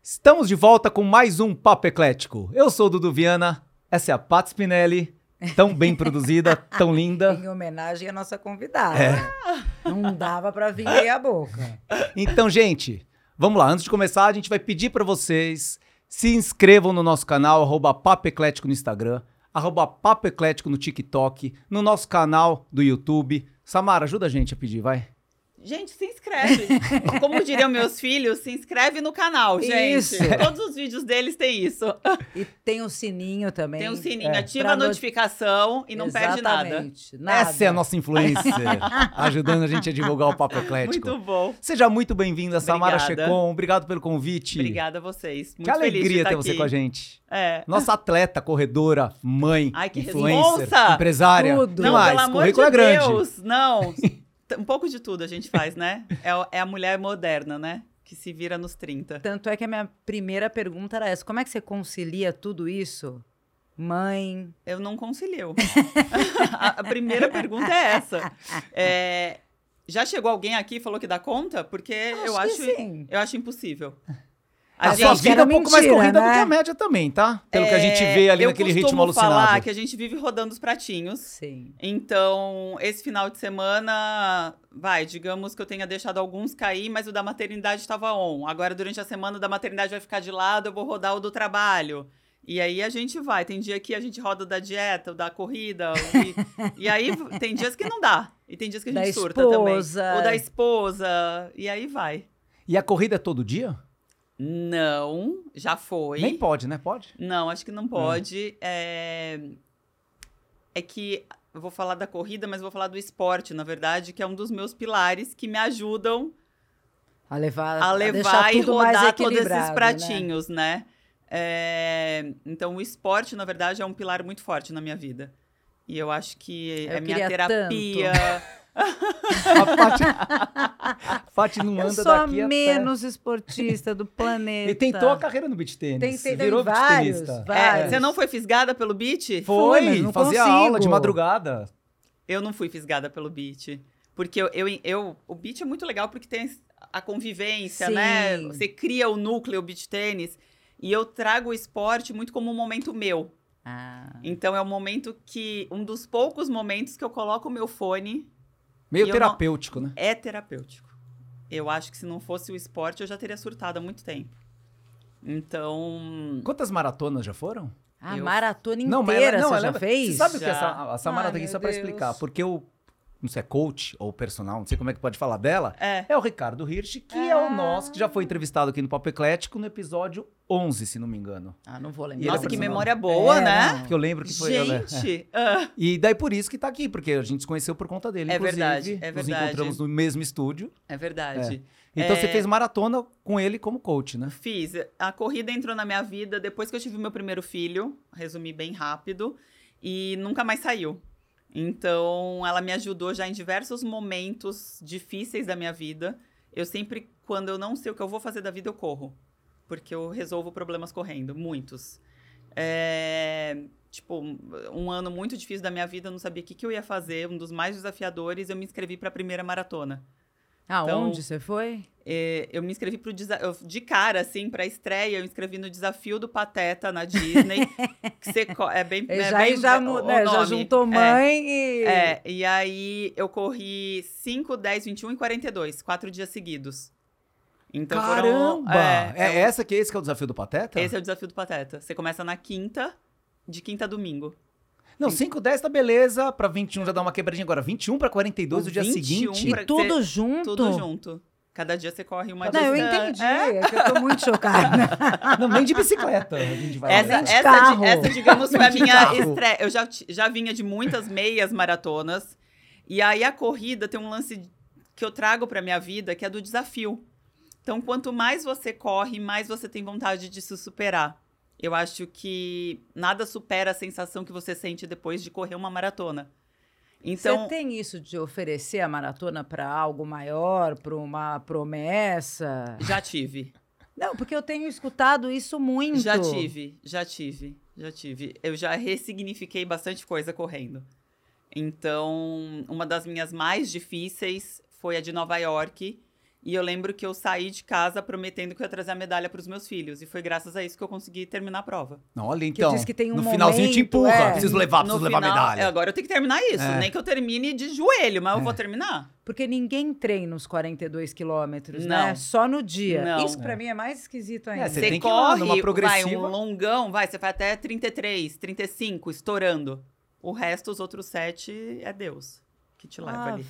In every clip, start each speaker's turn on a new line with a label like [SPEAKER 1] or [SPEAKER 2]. [SPEAKER 1] Estamos de volta com mais um Papo Eclético. Eu sou o Dudu Viana, essa é a Pat Spinelli, tão bem produzida, tão linda.
[SPEAKER 2] Em homenagem à nossa convidada.
[SPEAKER 1] É.
[SPEAKER 2] Não dava pra vir meia boca.
[SPEAKER 1] Então, gente, vamos lá. Antes de começar, a gente vai pedir para vocês se inscrevam no nosso canal, arroba Papo Eclético no Instagram, arroba Papo Eclético no TikTok, no nosso canal do YouTube. Samara, ajuda a gente a pedir, vai.
[SPEAKER 3] Gente, se inscreve. Como diriam meus filhos, se inscreve no canal, gente.
[SPEAKER 2] Isso. É.
[SPEAKER 3] Todos os vídeos deles têm isso.
[SPEAKER 2] E tem o sininho também.
[SPEAKER 3] Tem um sininho,
[SPEAKER 2] É,
[SPEAKER 3] ativa
[SPEAKER 2] pra
[SPEAKER 3] a notificação e não perde nada.
[SPEAKER 2] Exatamente, nada.
[SPEAKER 1] Essa é a nossa influencer, ajudando a gente a divulgar o Papo Eclético.
[SPEAKER 3] Muito bom.
[SPEAKER 1] Seja muito bem-vinda, Samara
[SPEAKER 3] Obrigada.
[SPEAKER 1] Checon. Obrigado pelo convite.
[SPEAKER 3] Obrigada a vocês. Muito
[SPEAKER 1] Que alegria
[SPEAKER 3] feliz de
[SPEAKER 1] ter
[SPEAKER 3] estar
[SPEAKER 1] você
[SPEAKER 3] aqui.
[SPEAKER 1] com a gente.
[SPEAKER 3] É.
[SPEAKER 1] Nossa atleta, corredora, mãe,
[SPEAKER 3] Ai, que
[SPEAKER 1] influencer,
[SPEAKER 3] responsa!
[SPEAKER 1] empresária.
[SPEAKER 2] Tudo.
[SPEAKER 1] Que
[SPEAKER 2] Não,
[SPEAKER 1] mais? Currículo é grande.
[SPEAKER 3] Deus, não. T- Um pouco de tudo a gente faz, né? É, o- é a mulher moderna, né? Que se vira nos 30.
[SPEAKER 2] Tanto é que a minha primeira pergunta era essa: como é que você concilia tudo isso? Mãe.
[SPEAKER 3] Eu não concilio. a, a primeira pergunta é essa. É, já chegou alguém aqui e falou que dá conta? Porque eu acho
[SPEAKER 2] que sim.
[SPEAKER 3] Eu acho impossível.
[SPEAKER 1] A,
[SPEAKER 2] A
[SPEAKER 1] sua
[SPEAKER 2] gente
[SPEAKER 1] vida
[SPEAKER 2] era
[SPEAKER 1] é um pouco mais
[SPEAKER 2] mentira,
[SPEAKER 1] corrida do
[SPEAKER 2] né?
[SPEAKER 1] que a média também, tá? Pelo que a gente
[SPEAKER 3] É,
[SPEAKER 1] vê ali
[SPEAKER 3] eu
[SPEAKER 1] naquele
[SPEAKER 3] costumo
[SPEAKER 1] ritmo alucinado.
[SPEAKER 3] falar que a gente vive rodando os pratinhos.
[SPEAKER 2] Sim.
[SPEAKER 3] Então, esse final de semana, vai, digamos que eu tenha deixado alguns cair, mas o da maternidade estava on. Agora, durante a semana, o da maternidade vai ficar de lado, eu vou rodar o do trabalho. E aí a gente vai. Tem dia que a gente roda o da dieta, o da corrida. o- E, e aí v- tem dias que não dá. E tem dias que a gente
[SPEAKER 2] Da
[SPEAKER 3] surta
[SPEAKER 2] esposa.
[SPEAKER 3] também. Ou da esposa. E aí vai.
[SPEAKER 1] E a corrida é todo dia?
[SPEAKER 3] Não, já foi.
[SPEAKER 1] Nem pode, né? Pode?
[SPEAKER 3] Não, acho que
[SPEAKER 2] Hum.
[SPEAKER 3] não pode. É, é que eu vou falar da corrida, mas vou falar do esporte, na verdade, que é um dos meus pilares que me ajudam
[SPEAKER 2] A levar, deixar
[SPEAKER 3] a levar e
[SPEAKER 2] tudo mais
[SPEAKER 3] rodar todos esses
[SPEAKER 2] equilibrado, Né?
[SPEAKER 3] pratinhos, né? É, então, o esporte, na verdade, é um pilar muito forte na minha vida. E eu acho que
[SPEAKER 2] Eu
[SPEAKER 3] é minha
[SPEAKER 2] queria tanto.
[SPEAKER 3] terapia. É,
[SPEAKER 1] A Paty, a Paty não
[SPEAKER 2] Eu
[SPEAKER 1] anda
[SPEAKER 2] sou a
[SPEAKER 1] daqui até-
[SPEAKER 2] menos esportista do planeta.
[SPEAKER 1] Ele tentou a carreira no beat tênis.
[SPEAKER 2] Tentei, tem
[SPEAKER 1] virou
[SPEAKER 2] vários,
[SPEAKER 1] beat
[SPEAKER 3] É,
[SPEAKER 2] vários.
[SPEAKER 3] você não foi fisgada pelo beat?
[SPEAKER 2] Fui,
[SPEAKER 1] Foi,
[SPEAKER 2] mas não
[SPEAKER 1] fazia
[SPEAKER 2] consigo.
[SPEAKER 1] aula de madrugada.
[SPEAKER 3] Eu não fui fisgada pelo beat. Porque eu, eu, eu- o beat é muito legal porque tem a convivência,
[SPEAKER 2] Sim.
[SPEAKER 3] né? Você cria o núcleo o beat tênis. E eu trago o esporte muito como um momento meu.
[SPEAKER 2] Ah.
[SPEAKER 3] Então é um momento que. Um dos poucos momentos que eu coloco o meu fone
[SPEAKER 1] Meio
[SPEAKER 3] E eu não-
[SPEAKER 1] terapêutico, né?
[SPEAKER 3] é terapêutico. Eu acho que se não fosse o esporte, eu já teria surtado há muito tempo. Então.
[SPEAKER 1] Quantas maratonas já foram?
[SPEAKER 2] A
[SPEAKER 3] Eu-
[SPEAKER 2] maratona inteira
[SPEAKER 1] Não, mas ela- não,
[SPEAKER 2] você
[SPEAKER 1] ela
[SPEAKER 2] já
[SPEAKER 1] lembra-
[SPEAKER 2] fez?
[SPEAKER 1] Você sabe o que
[SPEAKER 3] Já.
[SPEAKER 1] essa, a Samara
[SPEAKER 2] Ah,
[SPEAKER 1] tá aqui
[SPEAKER 2] meu
[SPEAKER 1] só pra
[SPEAKER 2] Deus.
[SPEAKER 1] explicar? Porque o, não sei, é coach ou personal, não sei como é que pode falar dela,
[SPEAKER 3] É.
[SPEAKER 1] é o Ricardo Hirsch, que é
[SPEAKER 3] Ah.
[SPEAKER 1] o nosso, que já foi entrevistado aqui no Papo Eclético no episódio 11, se não me engano.
[SPEAKER 2] Ah, não vou
[SPEAKER 1] E
[SPEAKER 2] lembrar.
[SPEAKER 1] ele é
[SPEAKER 3] Nossa, que
[SPEAKER 1] personal.
[SPEAKER 3] memória boa,
[SPEAKER 2] É,
[SPEAKER 3] né?
[SPEAKER 2] não.
[SPEAKER 1] Porque eu né? É. lembro que foi ela.
[SPEAKER 3] Gente! ah,
[SPEAKER 1] E daí por isso que tá aqui, porque a gente se conheceu por conta dele,
[SPEAKER 3] É
[SPEAKER 1] inclusive.
[SPEAKER 3] verdade, é
[SPEAKER 1] Nos
[SPEAKER 3] verdade.
[SPEAKER 1] encontramos no mesmo estúdio.
[SPEAKER 3] é verdade.
[SPEAKER 1] Então
[SPEAKER 3] É.
[SPEAKER 1] você fez maratona com ele como coach, né?
[SPEAKER 3] Fiz. A corrida entrou na minha vida depois que eu tive meu primeiro filho, resumi bem rápido, e nunca mais saiu. Então, ela me ajudou já em diversos momentos difíceis da minha vida. Eu sempre, quando eu não sei o que eu vou fazer da vida, eu corro. Porque eu resolvo problemas correndo, muitos. É, tipo, um ano muito difícil da minha vida, eu não sabia o que, que eu ia fazer, um dos mais desafiadores, eu me inscrevi para a primeira maratona.
[SPEAKER 2] Aonde você foi?
[SPEAKER 3] É, eu me inscrevi pro desa- eu- de cara, assim, pra estreia, eu me inscrevi no Desafio do Pateta na Disney. que você co- é bem, é
[SPEAKER 2] já,
[SPEAKER 3] bem
[SPEAKER 2] já,
[SPEAKER 3] o-
[SPEAKER 2] mu-
[SPEAKER 3] o
[SPEAKER 2] né, já
[SPEAKER 3] nome.
[SPEAKER 2] juntou mãe e...
[SPEAKER 3] É, é, e aí eu corri 5, 10, 21 e 42, quatro dias seguidos. Então foram-
[SPEAKER 1] Caramba!
[SPEAKER 3] é,
[SPEAKER 1] é,
[SPEAKER 3] é um-
[SPEAKER 1] essa que esse que é o desafio do Pateta?
[SPEAKER 3] Esse é o Desafio do Pateta. Você começa na quinta, de quinta a domingo.
[SPEAKER 1] Não, 5, 10 tá beleza, pra 21 já dá uma quebradinha agora. 21 pra 42
[SPEAKER 3] O
[SPEAKER 1] o dia
[SPEAKER 3] 21
[SPEAKER 1] seguinte.
[SPEAKER 3] pra-
[SPEAKER 2] E tudo junto?
[SPEAKER 3] Tudo junto. Cada dia você corre uma
[SPEAKER 2] Não, eu
[SPEAKER 3] distância.
[SPEAKER 2] entendi.
[SPEAKER 3] É,
[SPEAKER 2] É que eu tô muito chocada.
[SPEAKER 1] Não, nem de bicicleta. A gente vai
[SPEAKER 3] Essa, é
[SPEAKER 1] lá.
[SPEAKER 2] de
[SPEAKER 3] essa,
[SPEAKER 2] carro.
[SPEAKER 3] di- essa, digamos, foi a
[SPEAKER 1] De
[SPEAKER 3] minha
[SPEAKER 1] carro.
[SPEAKER 3] estreia. Eu já, ti- já vinha de muitas meias maratonas. E aí a corrida tem um lance que eu trago pra minha vida, que é do desafio. Então, quanto mais você corre, mais você tem vontade de se superar. Eu acho que nada supera a sensação que você sente depois de correr uma maratona. Então,
[SPEAKER 2] Você tem isso de oferecer a maratona pra algo maior, pra uma promessa?
[SPEAKER 3] já tive.
[SPEAKER 2] Não, porque eu tenho escutado isso muito.
[SPEAKER 3] Já tive, já tive, já tive. Eu já ressignifiquei bastante coisa correndo. Então, uma das minhas mais difíceis foi a de Nova York, E eu lembro que eu saí de casa prometendo que eu ia trazer a medalha para os meus filhos. E foi graças a isso que eu consegui terminar a prova.
[SPEAKER 1] Não, olha,
[SPEAKER 2] Que eu
[SPEAKER 1] então.
[SPEAKER 2] disse que tem um
[SPEAKER 1] no finalzinho te
[SPEAKER 2] momento,
[SPEAKER 1] empurra.
[SPEAKER 2] é.
[SPEAKER 1] Preciso levar, preciso
[SPEAKER 3] No
[SPEAKER 1] levar a
[SPEAKER 3] final-
[SPEAKER 1] medalha.
[SPEAKER 3] é, Agora eu tenho que terminar isso.
[SPEAKER 1] É.
[SPEAKER 3] Nem que eu termine de joelho, mas
[SPEAKER 1] É.
[SPEAKER 3] eu vou terminar.
[SPEAKER 2] Porque ninguém treina os 42 quilômetros,
[SPEAKER 3] Não.
[SPEAKER 2] né? Só no dia.
[SPEAKER 3] Não.
[SPEAKER 2] Isso pra mim é mais esquisito ainda.
[SPEAKER 1] É, Você
[SPEAKER 3] Você
[SPEAKER 1] tem que ir lá
[SPEAKER 3] corre,
[SPEAKER 1] numa progressiva.
[SPEAKER 3] vai um longão, vai, você vai até 33, 35, estourando. O resto, os outros sete, é Deus que te leva
[SPEAKER 2] Ah,
[SPEAKER 3] ali.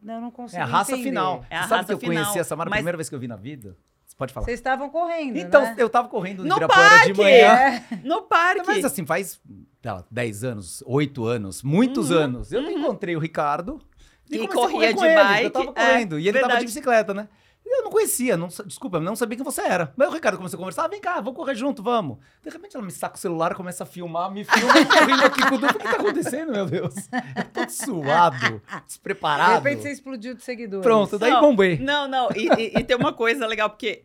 [SPEAKER 2] Não, eu não consigo
[SPEAKER 1] É a raça
[SPEAKER 2] entender.
[SPEAKER 1] final.
[SPEAKER 3] É a
[SPEAKER 1] Você sabe
[SPEAKER 3] raça
[SPEAKER 1] que eu
[SPEAKER 3] final,
[SPEAKER 1] conheci a Samara a
[SPEAKER 3] mas-
[SPEAKER 1] primeira vez que eu vi na vida? Você pode falar.
[SPEAKER 2] Vocês estavam correndo,
[SPEAKER 1] Então,
[SPEAKER 2] né?
[SPEAKER 1] eu tava correndo no
[SPEAKER 3] No
[SPEAKER 1] Ibirapuera de
[SPEAKER 3] parque!
[SPEAKER 1] manhã.
[SPEAKER 2] É.
[SPEAKER 3] No parque!
[SPEAKER 1] Mas assim, faz sei lá, 10 anos, 8 anos, muitos
[SPEAKER 3] Uhum,
[SPEAKER 1] anos. Eu encontrei o Ricardo.
[SPEAKER 3] Que
[SPEAKER 1] comecei a correr
[SPEAKER 3] corria
[SPEAKER 1] com
[SPEAKER 3] de
[SPEAKER 1] ele,
[SPEAKER 3] bike,
[SPEAKER 1] Eu tava
[SPEAKER 3] é,
[SPEAKER 1] correndo. e ele tava de
[SPEAKER 3] verdade.
[SPEAKER 1] bicicleta, né? Eu não conhecia, não, sa- desculpa, eu não sabia quem você era. Mas o Ricardo começou a conversar, "Ah, vem cá, vou correr junto, vamos. De repente ela me saca o celular, começa a filmar, me filma, eu correndo aqui com o Du. O que tá acontecendo, meu Deus? Eu tô suado,
[SPEAKER 3] é
[SPEAKER 2] De
[SPEAKER 1] despreparado.
[SPEAKER 2] repente você explodiu de seguidores.
[SPEAKER 1] Pronto, daí
[SPEAKER 3] Não,
[SPEAKER 1] bombei.
[SPEAKER 3] Não, não. E, e- e tem uma coisa legal, porque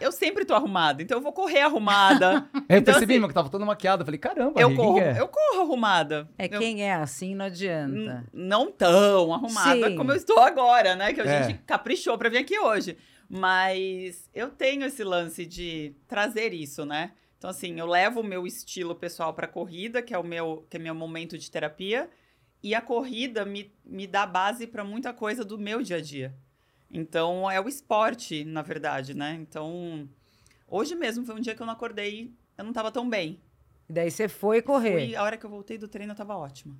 [SPEAKER 3] eu sempre tô arrumada, então eu vou correr arrumada.
[SPEAKER 1] Aí eu
[SPEAKER 3] Então,
[SPEAKER 1] percebi,
[SPEAKER 3] assim,
[SPEAKER 1] meu, que tava toda maquiada. Falei, caramba,
[SPEAKER 3] eu,
[SPEAKER 1] Ri, quem
[SPEAKER 3] corro,
[SPEAKER 1] que é?
[SPEAKER 3] eu corro arrumada.
[SPEAKER 2] É
[SPEAKER 3] Eu-
[SPEAKER 2] quem é assim não adianta.
[SPEAKER 3] N- não tão arrumada
[SPEAKER 2] Sim.
[SPEAKER 3] como eu estou agora, né? Que a
[SPEAKER 1] É.
[SPEAKER 3] gente caprichou pra vir aqui hoje. Mas eu tenho esse lance de trazer isso, né? Então, assim, eu levo o meu estilo pessoal pra corrida, que é o meu, que é meu momento de terapia. E a corrida me, me dá base pra muita coisa do meu dia a dia. Então, é o esporte, na verdade, né? Então, hoje mesmo foi um dia que eu não acordei, eu não tava tão bem.
[SPEAKER 2] E daí você foi correr.
[SPEAKER 3] Fui- a hora que eu voltei do treino, eu tava ótima.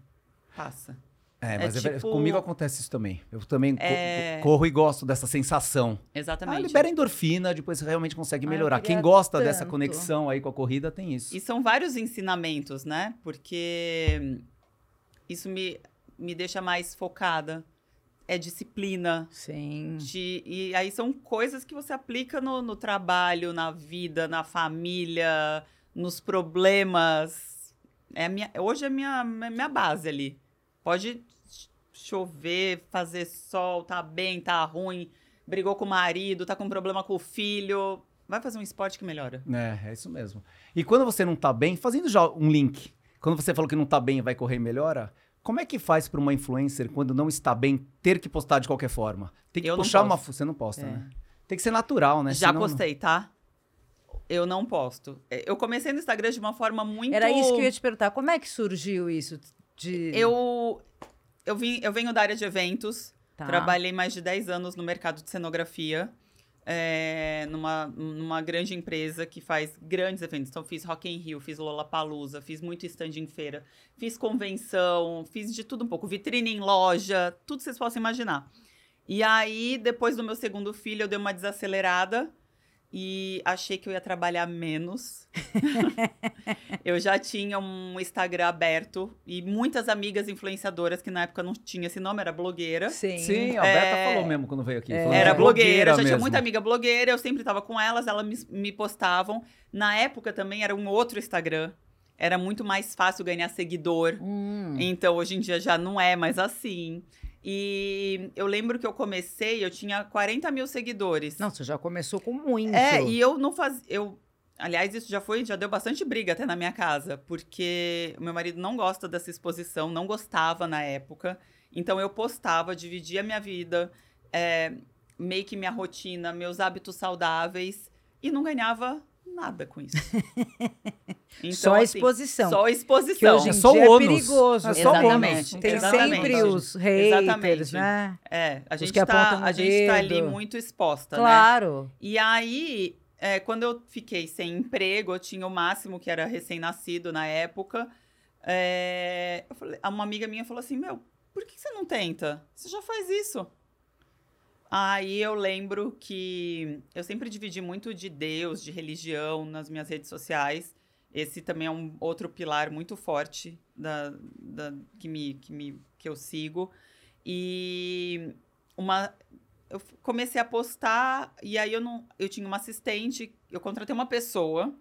[SPEAKER 3] Passa.
[SPEAKER 1] É,
[SPEAKER 3] É
[SPEAKER 1] mas é verdade,
[SPEAKER 3] tipo-
[SPEAKER 1] comigo acontece isso também. Eu também co-
[SPEAKER 3] É.
[SPEAKER 1] corro e gosto dessa sensação. Ah,
[SPEAKER 3] Exatamente.
[SPEAKER 1] libera endorfina, depois você realmente consegue
[SPEAKER 2] Ah, eu
[SPEAKER 1] melhorar.
[SPEAKER 2] queria
[SPEAKER 1] Quem gosta
[SPEAKER 2] tanto.
[SPEAKER 1] dessa conexão aí com a corrida tem isso.
[SPEAKER 3] E são vários ensinamentos, né? Porque isso me, me deixa mais focada. É disciplina.
[SPEAKER 2] Sim.
[SPEAKER 3] te- e aí são coisas que você aplica no, no trabalho, na vida, na família, nos problemas. É a minha, hoje é a minha, minha minha base ali. Pode ch- chover, fazer sol, tá bem, tá ruim, brigou com o marido, tá com problema com o filho. Vai fazer um esporte que melhora.
[SPEAKER 1] É, é isso mesmo. E quando você não tá bem, fazendo já um link, quando você falou que não tá bem e vai correr e melhora, como é que faz pra uma influencer, quando não está bem, ter que postar de qualquer forma? Tem que
[SPEAKER 3] Eu não
[SPEAKER 1] puxar uma...
[SPEAKER 3] posto.
[SPEAKER 1] fu- Você não posta,
[SPEAKER 2] É.
[SPEAKER 1] né? Tem que ser natural, né?
[SPEAKER 3] Já
[SPEAKER 1] Senão não-
[SPEAKER 3] postei, tá? Eu não posto. É, Eu comecei no Instagram de uma forma muito.
[SPEAKER 2] Era isso que eu ia te perguntar. Como é que surgiu isso de...
[SPEAKER 3] Eu, eu, vim, eu venho da área de eventos.
[SPEAKER 2] Tá.
[SPEAKER 3] Trabalhei mais de 10 anos no mercado de cenografia. é, numa, numa grande empresa que faz grandes eventos. Então, fiz Rock in Rio, fiz Lollapalooza, fiz muito stand em feira, fiz convenção, fiz de tudo um pouco. Vitrine em loja, tudo que vocês possam imaginar. E aí, depois do meu segundo filho, eu dei uma desacelerada e achei que eu ia trabalhar menos. eu já tinha um Instagram aberto e muitas amigas influenciadoras, que na época não tinha esse nome, era blogueira.
[SPEAKER 2] Sim.
[SPEAKER 1] Sim, a Berta
[SPEAKER 3] É.
[SPEAKER 1] falou mesmo quando veio aqui. falou que
[SPEAKER 3] Era
[SPEAKER 1] é
[SPEAKER 3] blogueira, eu já tinha
[SPEAKER 1] mesmo.
[SPEAKER 3] muita amiga blogueira, eu sempre tava com elas, elas me, me postavam. Na época também era um outro Instagram. Era muito mais fácil ganhar seguidor.
[SPEAKER 2] Hum.
[SPEAKER 3] Então, hoje em dia já não é mais assim. E eu lembro que eu comecei, eu tinha 40 mil seguidores.
[SPEAKER 2] Não, você já começou com muito.
[SPEAKER 3] É, e eu não fazia. Eu, aliás, isso já foi, já deu bastante briga até na minha casa, porque o meu marido não gosta dessa exposição, não gostava na época. Então eu postava, dividia a minha vida, é, meio que minha rotina, meus hábitos saudáveis, e não ganhava nada com isso. Então,
[SPEAKER 2] Só a
[SPEAKER 3] assim,
[SPEAKER 2] exposição.
[SPEAKER 3] Só a
[SPEAKER 2] que
[SPEAKER 3] exposição.
[SPEAKER 2] hoje em
[SPEAKER 1] É só
[SPEAKER 2] dia
[SPEAKER 1] ônus.
[SPEAKER 2] é perigoso.
[SPEAKER 1] É só ônus.
[SPEAKER 3] Exatamente,
[SPEAKER 2] Tem
[SPEAKER 3] exatamente.
[SPEAKER 2] sempre os haters,
[SPEAKER 3] Exatamente.
[SPEAKER 2] né?
[SPEAKER 3] É, a gente,
[SPEAKER 2] que
[SPEAKER 3] tá,
[SPEAKER 2] apontam o
[SPEAKER 3] a gente tá ali
[SPEAKER 2] dedo.
[SPEAKER 3] muito exposta, né?
[SPEAKER 2] Claro.
[SPEAKER 3] E aí, é, quando eu fiquei sem emprego, eu tinha o máximo que era recém-nascido na época. é, eu falei- uma amiga minha falou assim: Meu, por que você não tenta? Você já faz isso. Aí eu lembro que eu sempre dividi muito de Deus, de religião nas minhas redes sociais. Esse também é um outro pilar muito forte da, da- que, me, que, me, que eu sigo. E uma, eu f- comecei a postar e aí eu não eu tinha uma assistente eu contratei uma pessoa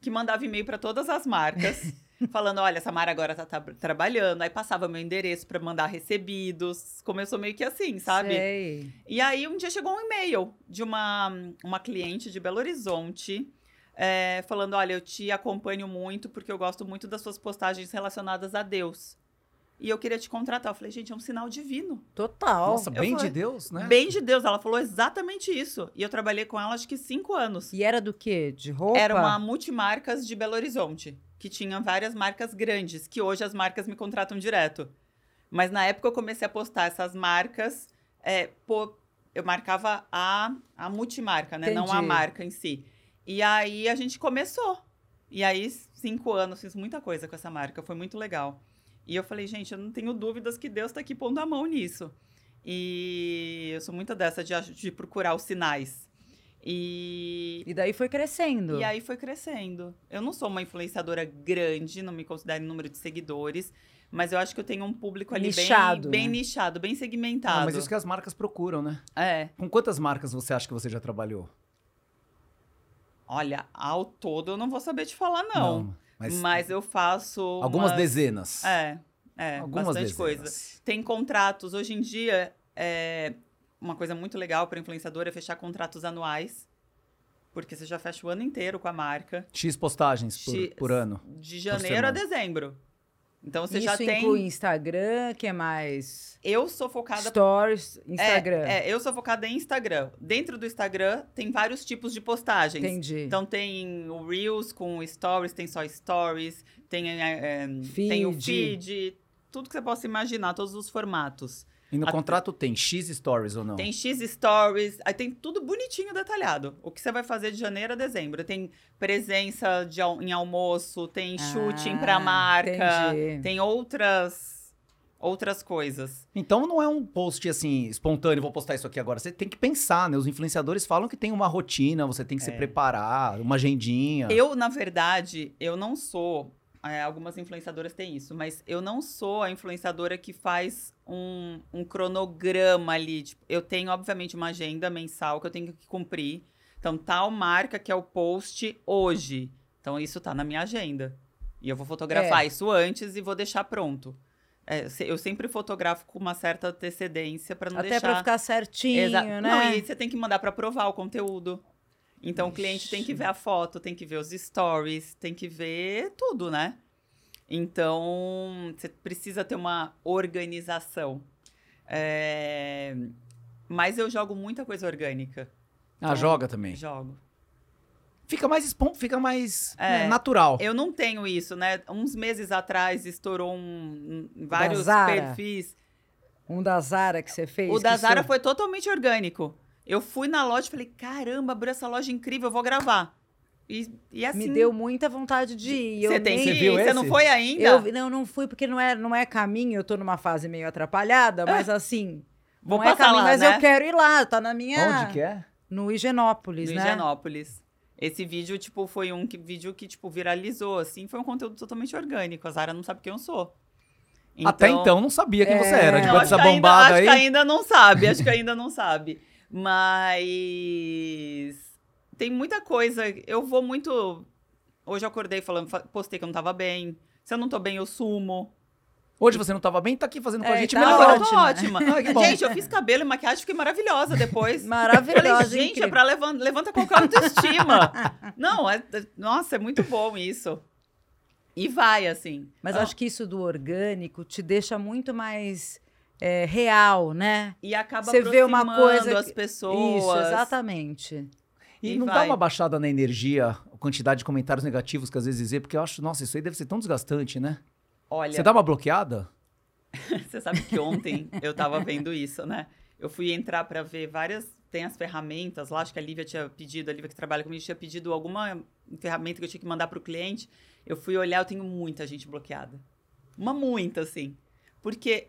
[SPEAKER 3] que mandava e-mail para todas as marcas falando olha Samara agora tá, tá trabalhando aí passava meu endereço para mandar recebidos começou meio que assim sabe
[SPEAKER 2] Sei.
[SPEAKER 3] e aí um dia chegou um e-mail de uma, uma cliente de Belo Horizonte é, falando: Olha, eu te acompanho muito porque eu gosto muito das suas postagens relacionadas a Deus. E eu queria te contratar. Eu falei, gente, é um sinal divino.
[SPEAKER 2] Total.
[SPEAKER 1] Nossa, bem
[SPEAKER 3] falei,
[SPEAKER 1] de Deus, né?
[SPEAKER 3] Bem de Deus. Ela falou exatamente isso. E eu trabalhei com ela acho que cinco anos.
[SPEAKER 2] E era do quê? De roupa?
[SPEAKER 3] Era uma multimarcas de Belo Horizonte, que tinha várias marcas grandes, que hoje as marcas me contratam direto. Mas na época eu comecei a postar essas marcas, é, pô, eu marcava a, a multimarca, né? Não a
[SPEAKER 2] Entendi.
[SPEAKER 3] marca em si. E aí a gente começou. E aí, cinco anos, fiz muita coisa com essa marca, foi muito legal. E eu falei, gente, eu não tenho dúvidas que Deus está aqui pondo a mão nisso. E eu sou muita dessa de, ach- de procurar os sinais. E
[SPEAKER 2] E daí foi crescendo.
[SPEAKER 3] e
[SPEAKER 1] Ah.
[SPEAKER 3] aí foi crescendo. Eu não sou uma influenciadora grande, não me considero em número de seguidores, mas eu acho que eu tenho um público ali bem-
[SPEAKER 2] Nichado,
[SPEAKER 3] bem,
[SPEAKER 2] né?
[SPEAKER 3] nichado, bem segmentado.
[SPEAKER 1] Ah, mas isso que as marcas procuram, né?
[SPEAKER 3] É.
[SPEAKER 1] Com quantas marcas você acha que você já trabalhou?
[SPEAKER 3] Olha, ao todo eu não vou saber te falar, não.
[SPEAKER 1] mas,
[SPEAKER 3] mas... eu faço.
[SPEAKER 1] algumas
[SPEAKER 3] umas-
[SPEAKER 1] dezenas.
[SPEAKER 3] É, é,
[SPEAKER 1] algumas
[SPEAKER 3] bastante
[SPEAKER 1] dezenas.
[SPEAKER 3] coisa. Tem contratos. Hoje em dia, é uma coisa muito legal para influenciadora é fechar contratos anuais. Porque você já fecha o ano inteiro com a marca.
[SPEAKER 1] X postagens por,
[SPEAKER 3] X-
[SPEAKER 1] por ano.
[SPEAKER 3] De janeiro a
[SPEAKER 1] semana.
[SPEAKER 3] dezembro. Então você
[SPEAKER 2] Isso
[SPEAKER 3] já tem.
[SPEAKER 2] inclui Instagram, que é mais
[SPEAKER 3] Eu sou focada
[SPEAKER 2] stories, Instagram.
[SPEAKER 3] É, é, eu sou focada em Instagram. Dentro do Instagram tem vários tipos de postagens.
[SPEAKER 2] Entendi.
[SPEAKER 3] Então tem o Reels com stories, tem só stories, tem, é, é,
[SPEAKER 2] Feed.
[SPEAKER 3] tem o feed, tudo que você possa imaginar, todos os formatos.
[SPEAKER 1] E no
[SPEAKER 3] A-
[SPEAKER 1] contrato tem X stories ou não?
[SPEAKER 3] Tem X stories, aí tem tudo bonitinho detalhado. O que você vai fazer de janeiro a dezembro. Tem presença de al- em almoço, tem shooting
[SPEAKER 2] Ah,
[SPEAKER 3] pra marca,
[SPEAKER 2] entendi.
[SPEAKER 3] tem outras outras coisas.
[SPEAKER 1] Então não é um post assim, espontâneo, vou postar isso aqui agora. Você tem que pensar, né? Os influenciadores falam que tem uma rotina, você tem que se
[SPEAKER 3] É.
[SPEAKER 1] preparar, uma agendinha.
[SPEAKER 3] Eu, na verdade, eu não sou. é, algumas influenciadoras têm isso, mas eu não sou a influenciadora que faz um, um cronograma ali. Tipo, eu tenho, obviamente, uma agenda mensal que eu tenho que cumprir. Então, tal marca que é o post hoje. Então, isso tá na minha agenda. E eu vou
[SPEAKER 2] É.
[SPEAKER 3] fotografar isso antes e vou deixar pronto. É, se- eu sempre fotografo com uma certa antecedência para não
[SPEAKER 2] Até
[SPEAKER 3] deixar.
[SPEAKER 2] pra ficar certinho,
[SPEAKER 3] Exa-
[SPEAKER 2] né?
[SPEAKER 3] Não, e você tem que mandar para provar o conteúdo. Então o cliente
[SPEAKER 2] Ixi.
[SPEAKER 3] tem que ver a foto, tem que ver os stories, tem que ver tudo, né? Então você precisa ter uma organização. É, Mas eu jogo muita coisa orgânica. Então,
[SPEAKER 1] Ah, joga também.
[SPEAKER 3] Jogo.
[SPEAKER 1] Fica mais espon... fica mais
[SPEAKER 3] É.
[SPEAKER 1] né, natural.
[SPEAKER 3] Eu não tenho isso, né? Uns meses atrás estourou um, um- vários
[SPEAKER 2] Zara.
[SPEAKER 3] perfis.
[SPEAKER 2] Um da Zara que você fez.
[SPEAKER 3] O da
[SPEAKER 2] que
[SPEAKER 3] Zara
[SPEAKER 2] você-
[SPEAKER 3] foi totalmente orgânico. Eu fui na loja e falei, caramba, abriu essa loja incrível, eu vou gravar. E, e assim...
[SPEAKER 2] Me deu um muita vontade de ir.
[SPEAKER 3] Você
[SPEAKER 2] eu
[SPEAKER 3] tem
[SPEAKER 2] nem...
[SPEAKER 3] que
[SPEAKER 1] Você viu
[SPEAKER 3] ir, você
[SPEAKER 1] esse?
[SPEAKER 3] não foi ainda?
[SPEAKER 2] Eu vi- não, não fui porque não é, não é caminho, eu tô numa fase meio atrapalhada, mas assim,
[SPEAKER 3] É. Vou
[SPEAKER 2] não é
[SPEAKER 3] passar
[SPEAKER 2] caminho,
[SPEAKER 3] lá,
[SPEAKER 2] mas
[SPEAKER 3] né?
[SPEAKER 2] eu quero ir lá, tá na minha
[SPEAKER 1] Onde que é?
[SPEAKER 2] no Higienópolis,
[SPEAKER 3] No
[SPEAKER 2] né?
[SPEAKER 3] Higienópolis. Esse vídeo, tipo, foi um que- vídeo que, tipo, viralizou, assim. Foi um conteúdo totalmente orgânico. A Zara não sabe quem eu sou.
[SPEAKER 1] Até então não sabia quem você era.
[SPEAKER 2] É.
[SPEAKER 1] Depois
[SPEAKER 3] Não, acho
[SPEAKER 1] dessa
[SPEAKER 3] que ainda,
[SPEAKER 1] bombada
[SPEAKER 3] acho que
[SPEAKER 1] aí.
[SPEAKER 3] ainda não sabe, acho que ainda não sabe. Mas tem muita coisa. Eu vou muito. Hoje eu acordei falando, fa- postei que eu não tava bem. Se eu não tô bem, eu sumo.
[SPEAKER 1] Hoje você não tava bem, tá aqui fazendo com a
[SPEAKER 2] É,
[SPEAKER 1] gente
[SPEAKER 2] tá
[SPEAKER 1] melhorou.
[SPEAKER 3] Agora eu
[SPEAKER 2] ótimo.
[SPEAKER 3] tô ótima.
[SPEAKER 1] Ah, que bom.
[SPEAKER 3] Gente, eu fiz cabelo e maquiagem, fiquei maravilhosa depois.
[SPEAKER 2] Maravilhosa,
[SPEAKER 3] Falei, gente, é
[SPEAKER 2] incrível.
[SPEAKER 3] pra levanta, levanta qualquer autoestima. Não, é, é- nossa, é muito bom isso. E vai, assim.
[SPEAKER 2] Mas
[SPEAKER 3] Ah,
[SPEAKER 2] acho que isso do orgânico te deixa muito mais é, real, né?
[SPEAKER 3] E acaba
[SPEAKER 2] você vê uma
[SPEAKER 3] aproximando
[SPEAKER 2] coisa
[SPEAKER 3] as
[SPEAKER 2] que-
[SPEAKER 3] pessoas.
[SPEAKER 2] Isso, exatamente.
[SPEAKER 1] E
[SPEAKER 3] E
[SPEAKER 1] não dá
[SPEAKER 3] vai.
[SPEAKER 1] uma baixada na energia, a quantidade de comentários negativos que às vezes vê, porque eu acho, nossa, isso aí deve ser tão desgastante, né?
[SPEAKER 3] Olha,
[SPEAKER 1] Você dá uma bloqueada?
[SPEAKER 3] Você sabe que ontem eu tava vendo isso, né? Eu fui entrar pra ver várias. Tem as ferramentas lá, acho que a Lívia tinha pedido, a Lívia que trabalha comigo, tinha pedido alguma ferramenta que eu tinha que mandar pro cliente. Eu fui olhar, eu tenho muita gente bloqueada. Uma muita, assim. Porque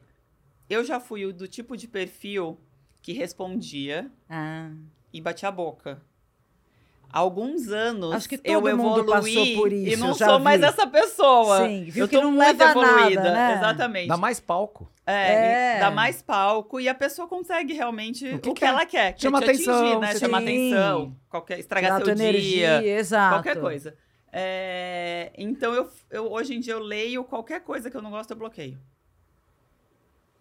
[SPEAKER 3] eu já fui o do tipo de perfil que respondia
[SPEAKER 2] Ah,
[SPEAKER 3] e batia a boca. Há Alguns anos
[SPEAKER 2] Acho que todo
[SPEAKER 3] eu
[SPEAKER 2] mundo
[SPEAKER 3] evoluí
[SPEAKER 2] passou por
[SPEAKER 3] e
[SPEAKER 2] isso,
[SPEAKER 3] não
[SPEAKER 2] eu já
[SPEAKER 3] sou mais
[SPEAKER 2] vi.
[SPEAKER 3] essa pessoa.
[SPEAKER 2] Sim, viu
[SPEAKER 3] eu
[SPEAKER 2] que
[SPEAKER 3] tô
[SPEAKER 2] não
[SPEAKER 3] muito
[SPEAKER 2] leva a nada,
[SPEAKER 3] evoluída.
[SPEAKER 2] né?
[SPEAKER 3] Exatamente.
[SPEAKER 1] Dá mais palco.
[SPEAKER 3] É,
[SPEAKER 2] É.
[SPEAKER 3] e dá mais palco e a pessoa consegue realmente
[SPEAKER 1] O
[SPEAKER 3] o
[SPEAKER 1] que
[SPEAKER 3] que,
[SPEAKER 1] que é?
[SPEAKER 3] ela quer. que é
[SPEAKER 1] Chama
[SPEAKER 3] te
[SPEAKER 1] atenção,
[SPEAKER 3] atingir, né?
[SPEAKER 1] você
[SPEAKER 3] Chamar
[SPEAKER 2] tem-
[SPEAKER 3] atenção, qualquer, estragar
[SPEAKER 2] dá
[SPEAKER 3] seu
[SPEAKER 2] tua energia,
[SPEAKER 3] dia,
[SPEAKER 2] exato.
[SPEAKER 3] qualquer coisa. É, então, eu, eu- hoje em dia eu leio qualquer coisa que eu não gosto, eu bloqueio.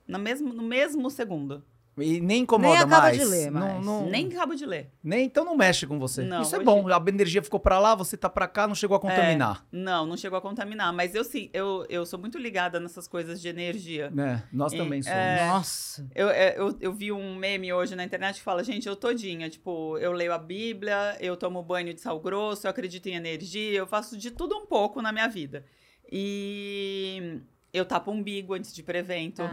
[SPEAKER 3] No mesmo, no mesmo segundo.
[SPEAKER 1] E nem incomoda
[SPEAKER 2] Nem acaba
[SPEAKER 1] mais.
[SPEAKER 2] de ler mais.
[SPEAKER 1] Não, não,
[SPEAKER 3] Nem acabo de ler.
[SPEAKER 1] nem- então não mexe com você.
[SPEAKER 3] Não, É.
[SPEAKER 1] Isso é
[SPEAKER 3] hoje-
[SPEAKER 1] bom. A energia ficou pra lá, você tá pra cá, não chegou a contaminar.
[SPEAKER 3] Não, não chegou a contaminar. Mas eu sim, eu, eu sou muito ligada nessas coisas de energia.
[SPEAKER 1] Né? Nós
[SPEAKER 3] É,
[SPEAKER 1] também somos.
[SPEAKER 3] é.
[SPEAKER 2] Nossa.
[SPEAKER 3] Eu, é, eu, eu vi um meme hoje na internet que fala, gente, eu todinha, tipo, eu leio a Bíblia, eu tomo banho de sal grosso, eu acredito em energia, eu faço de tudo um pouco na minha vida. E eu tapo o umbigo antes de ir pro evento.
[SPEAKER 2] Ah.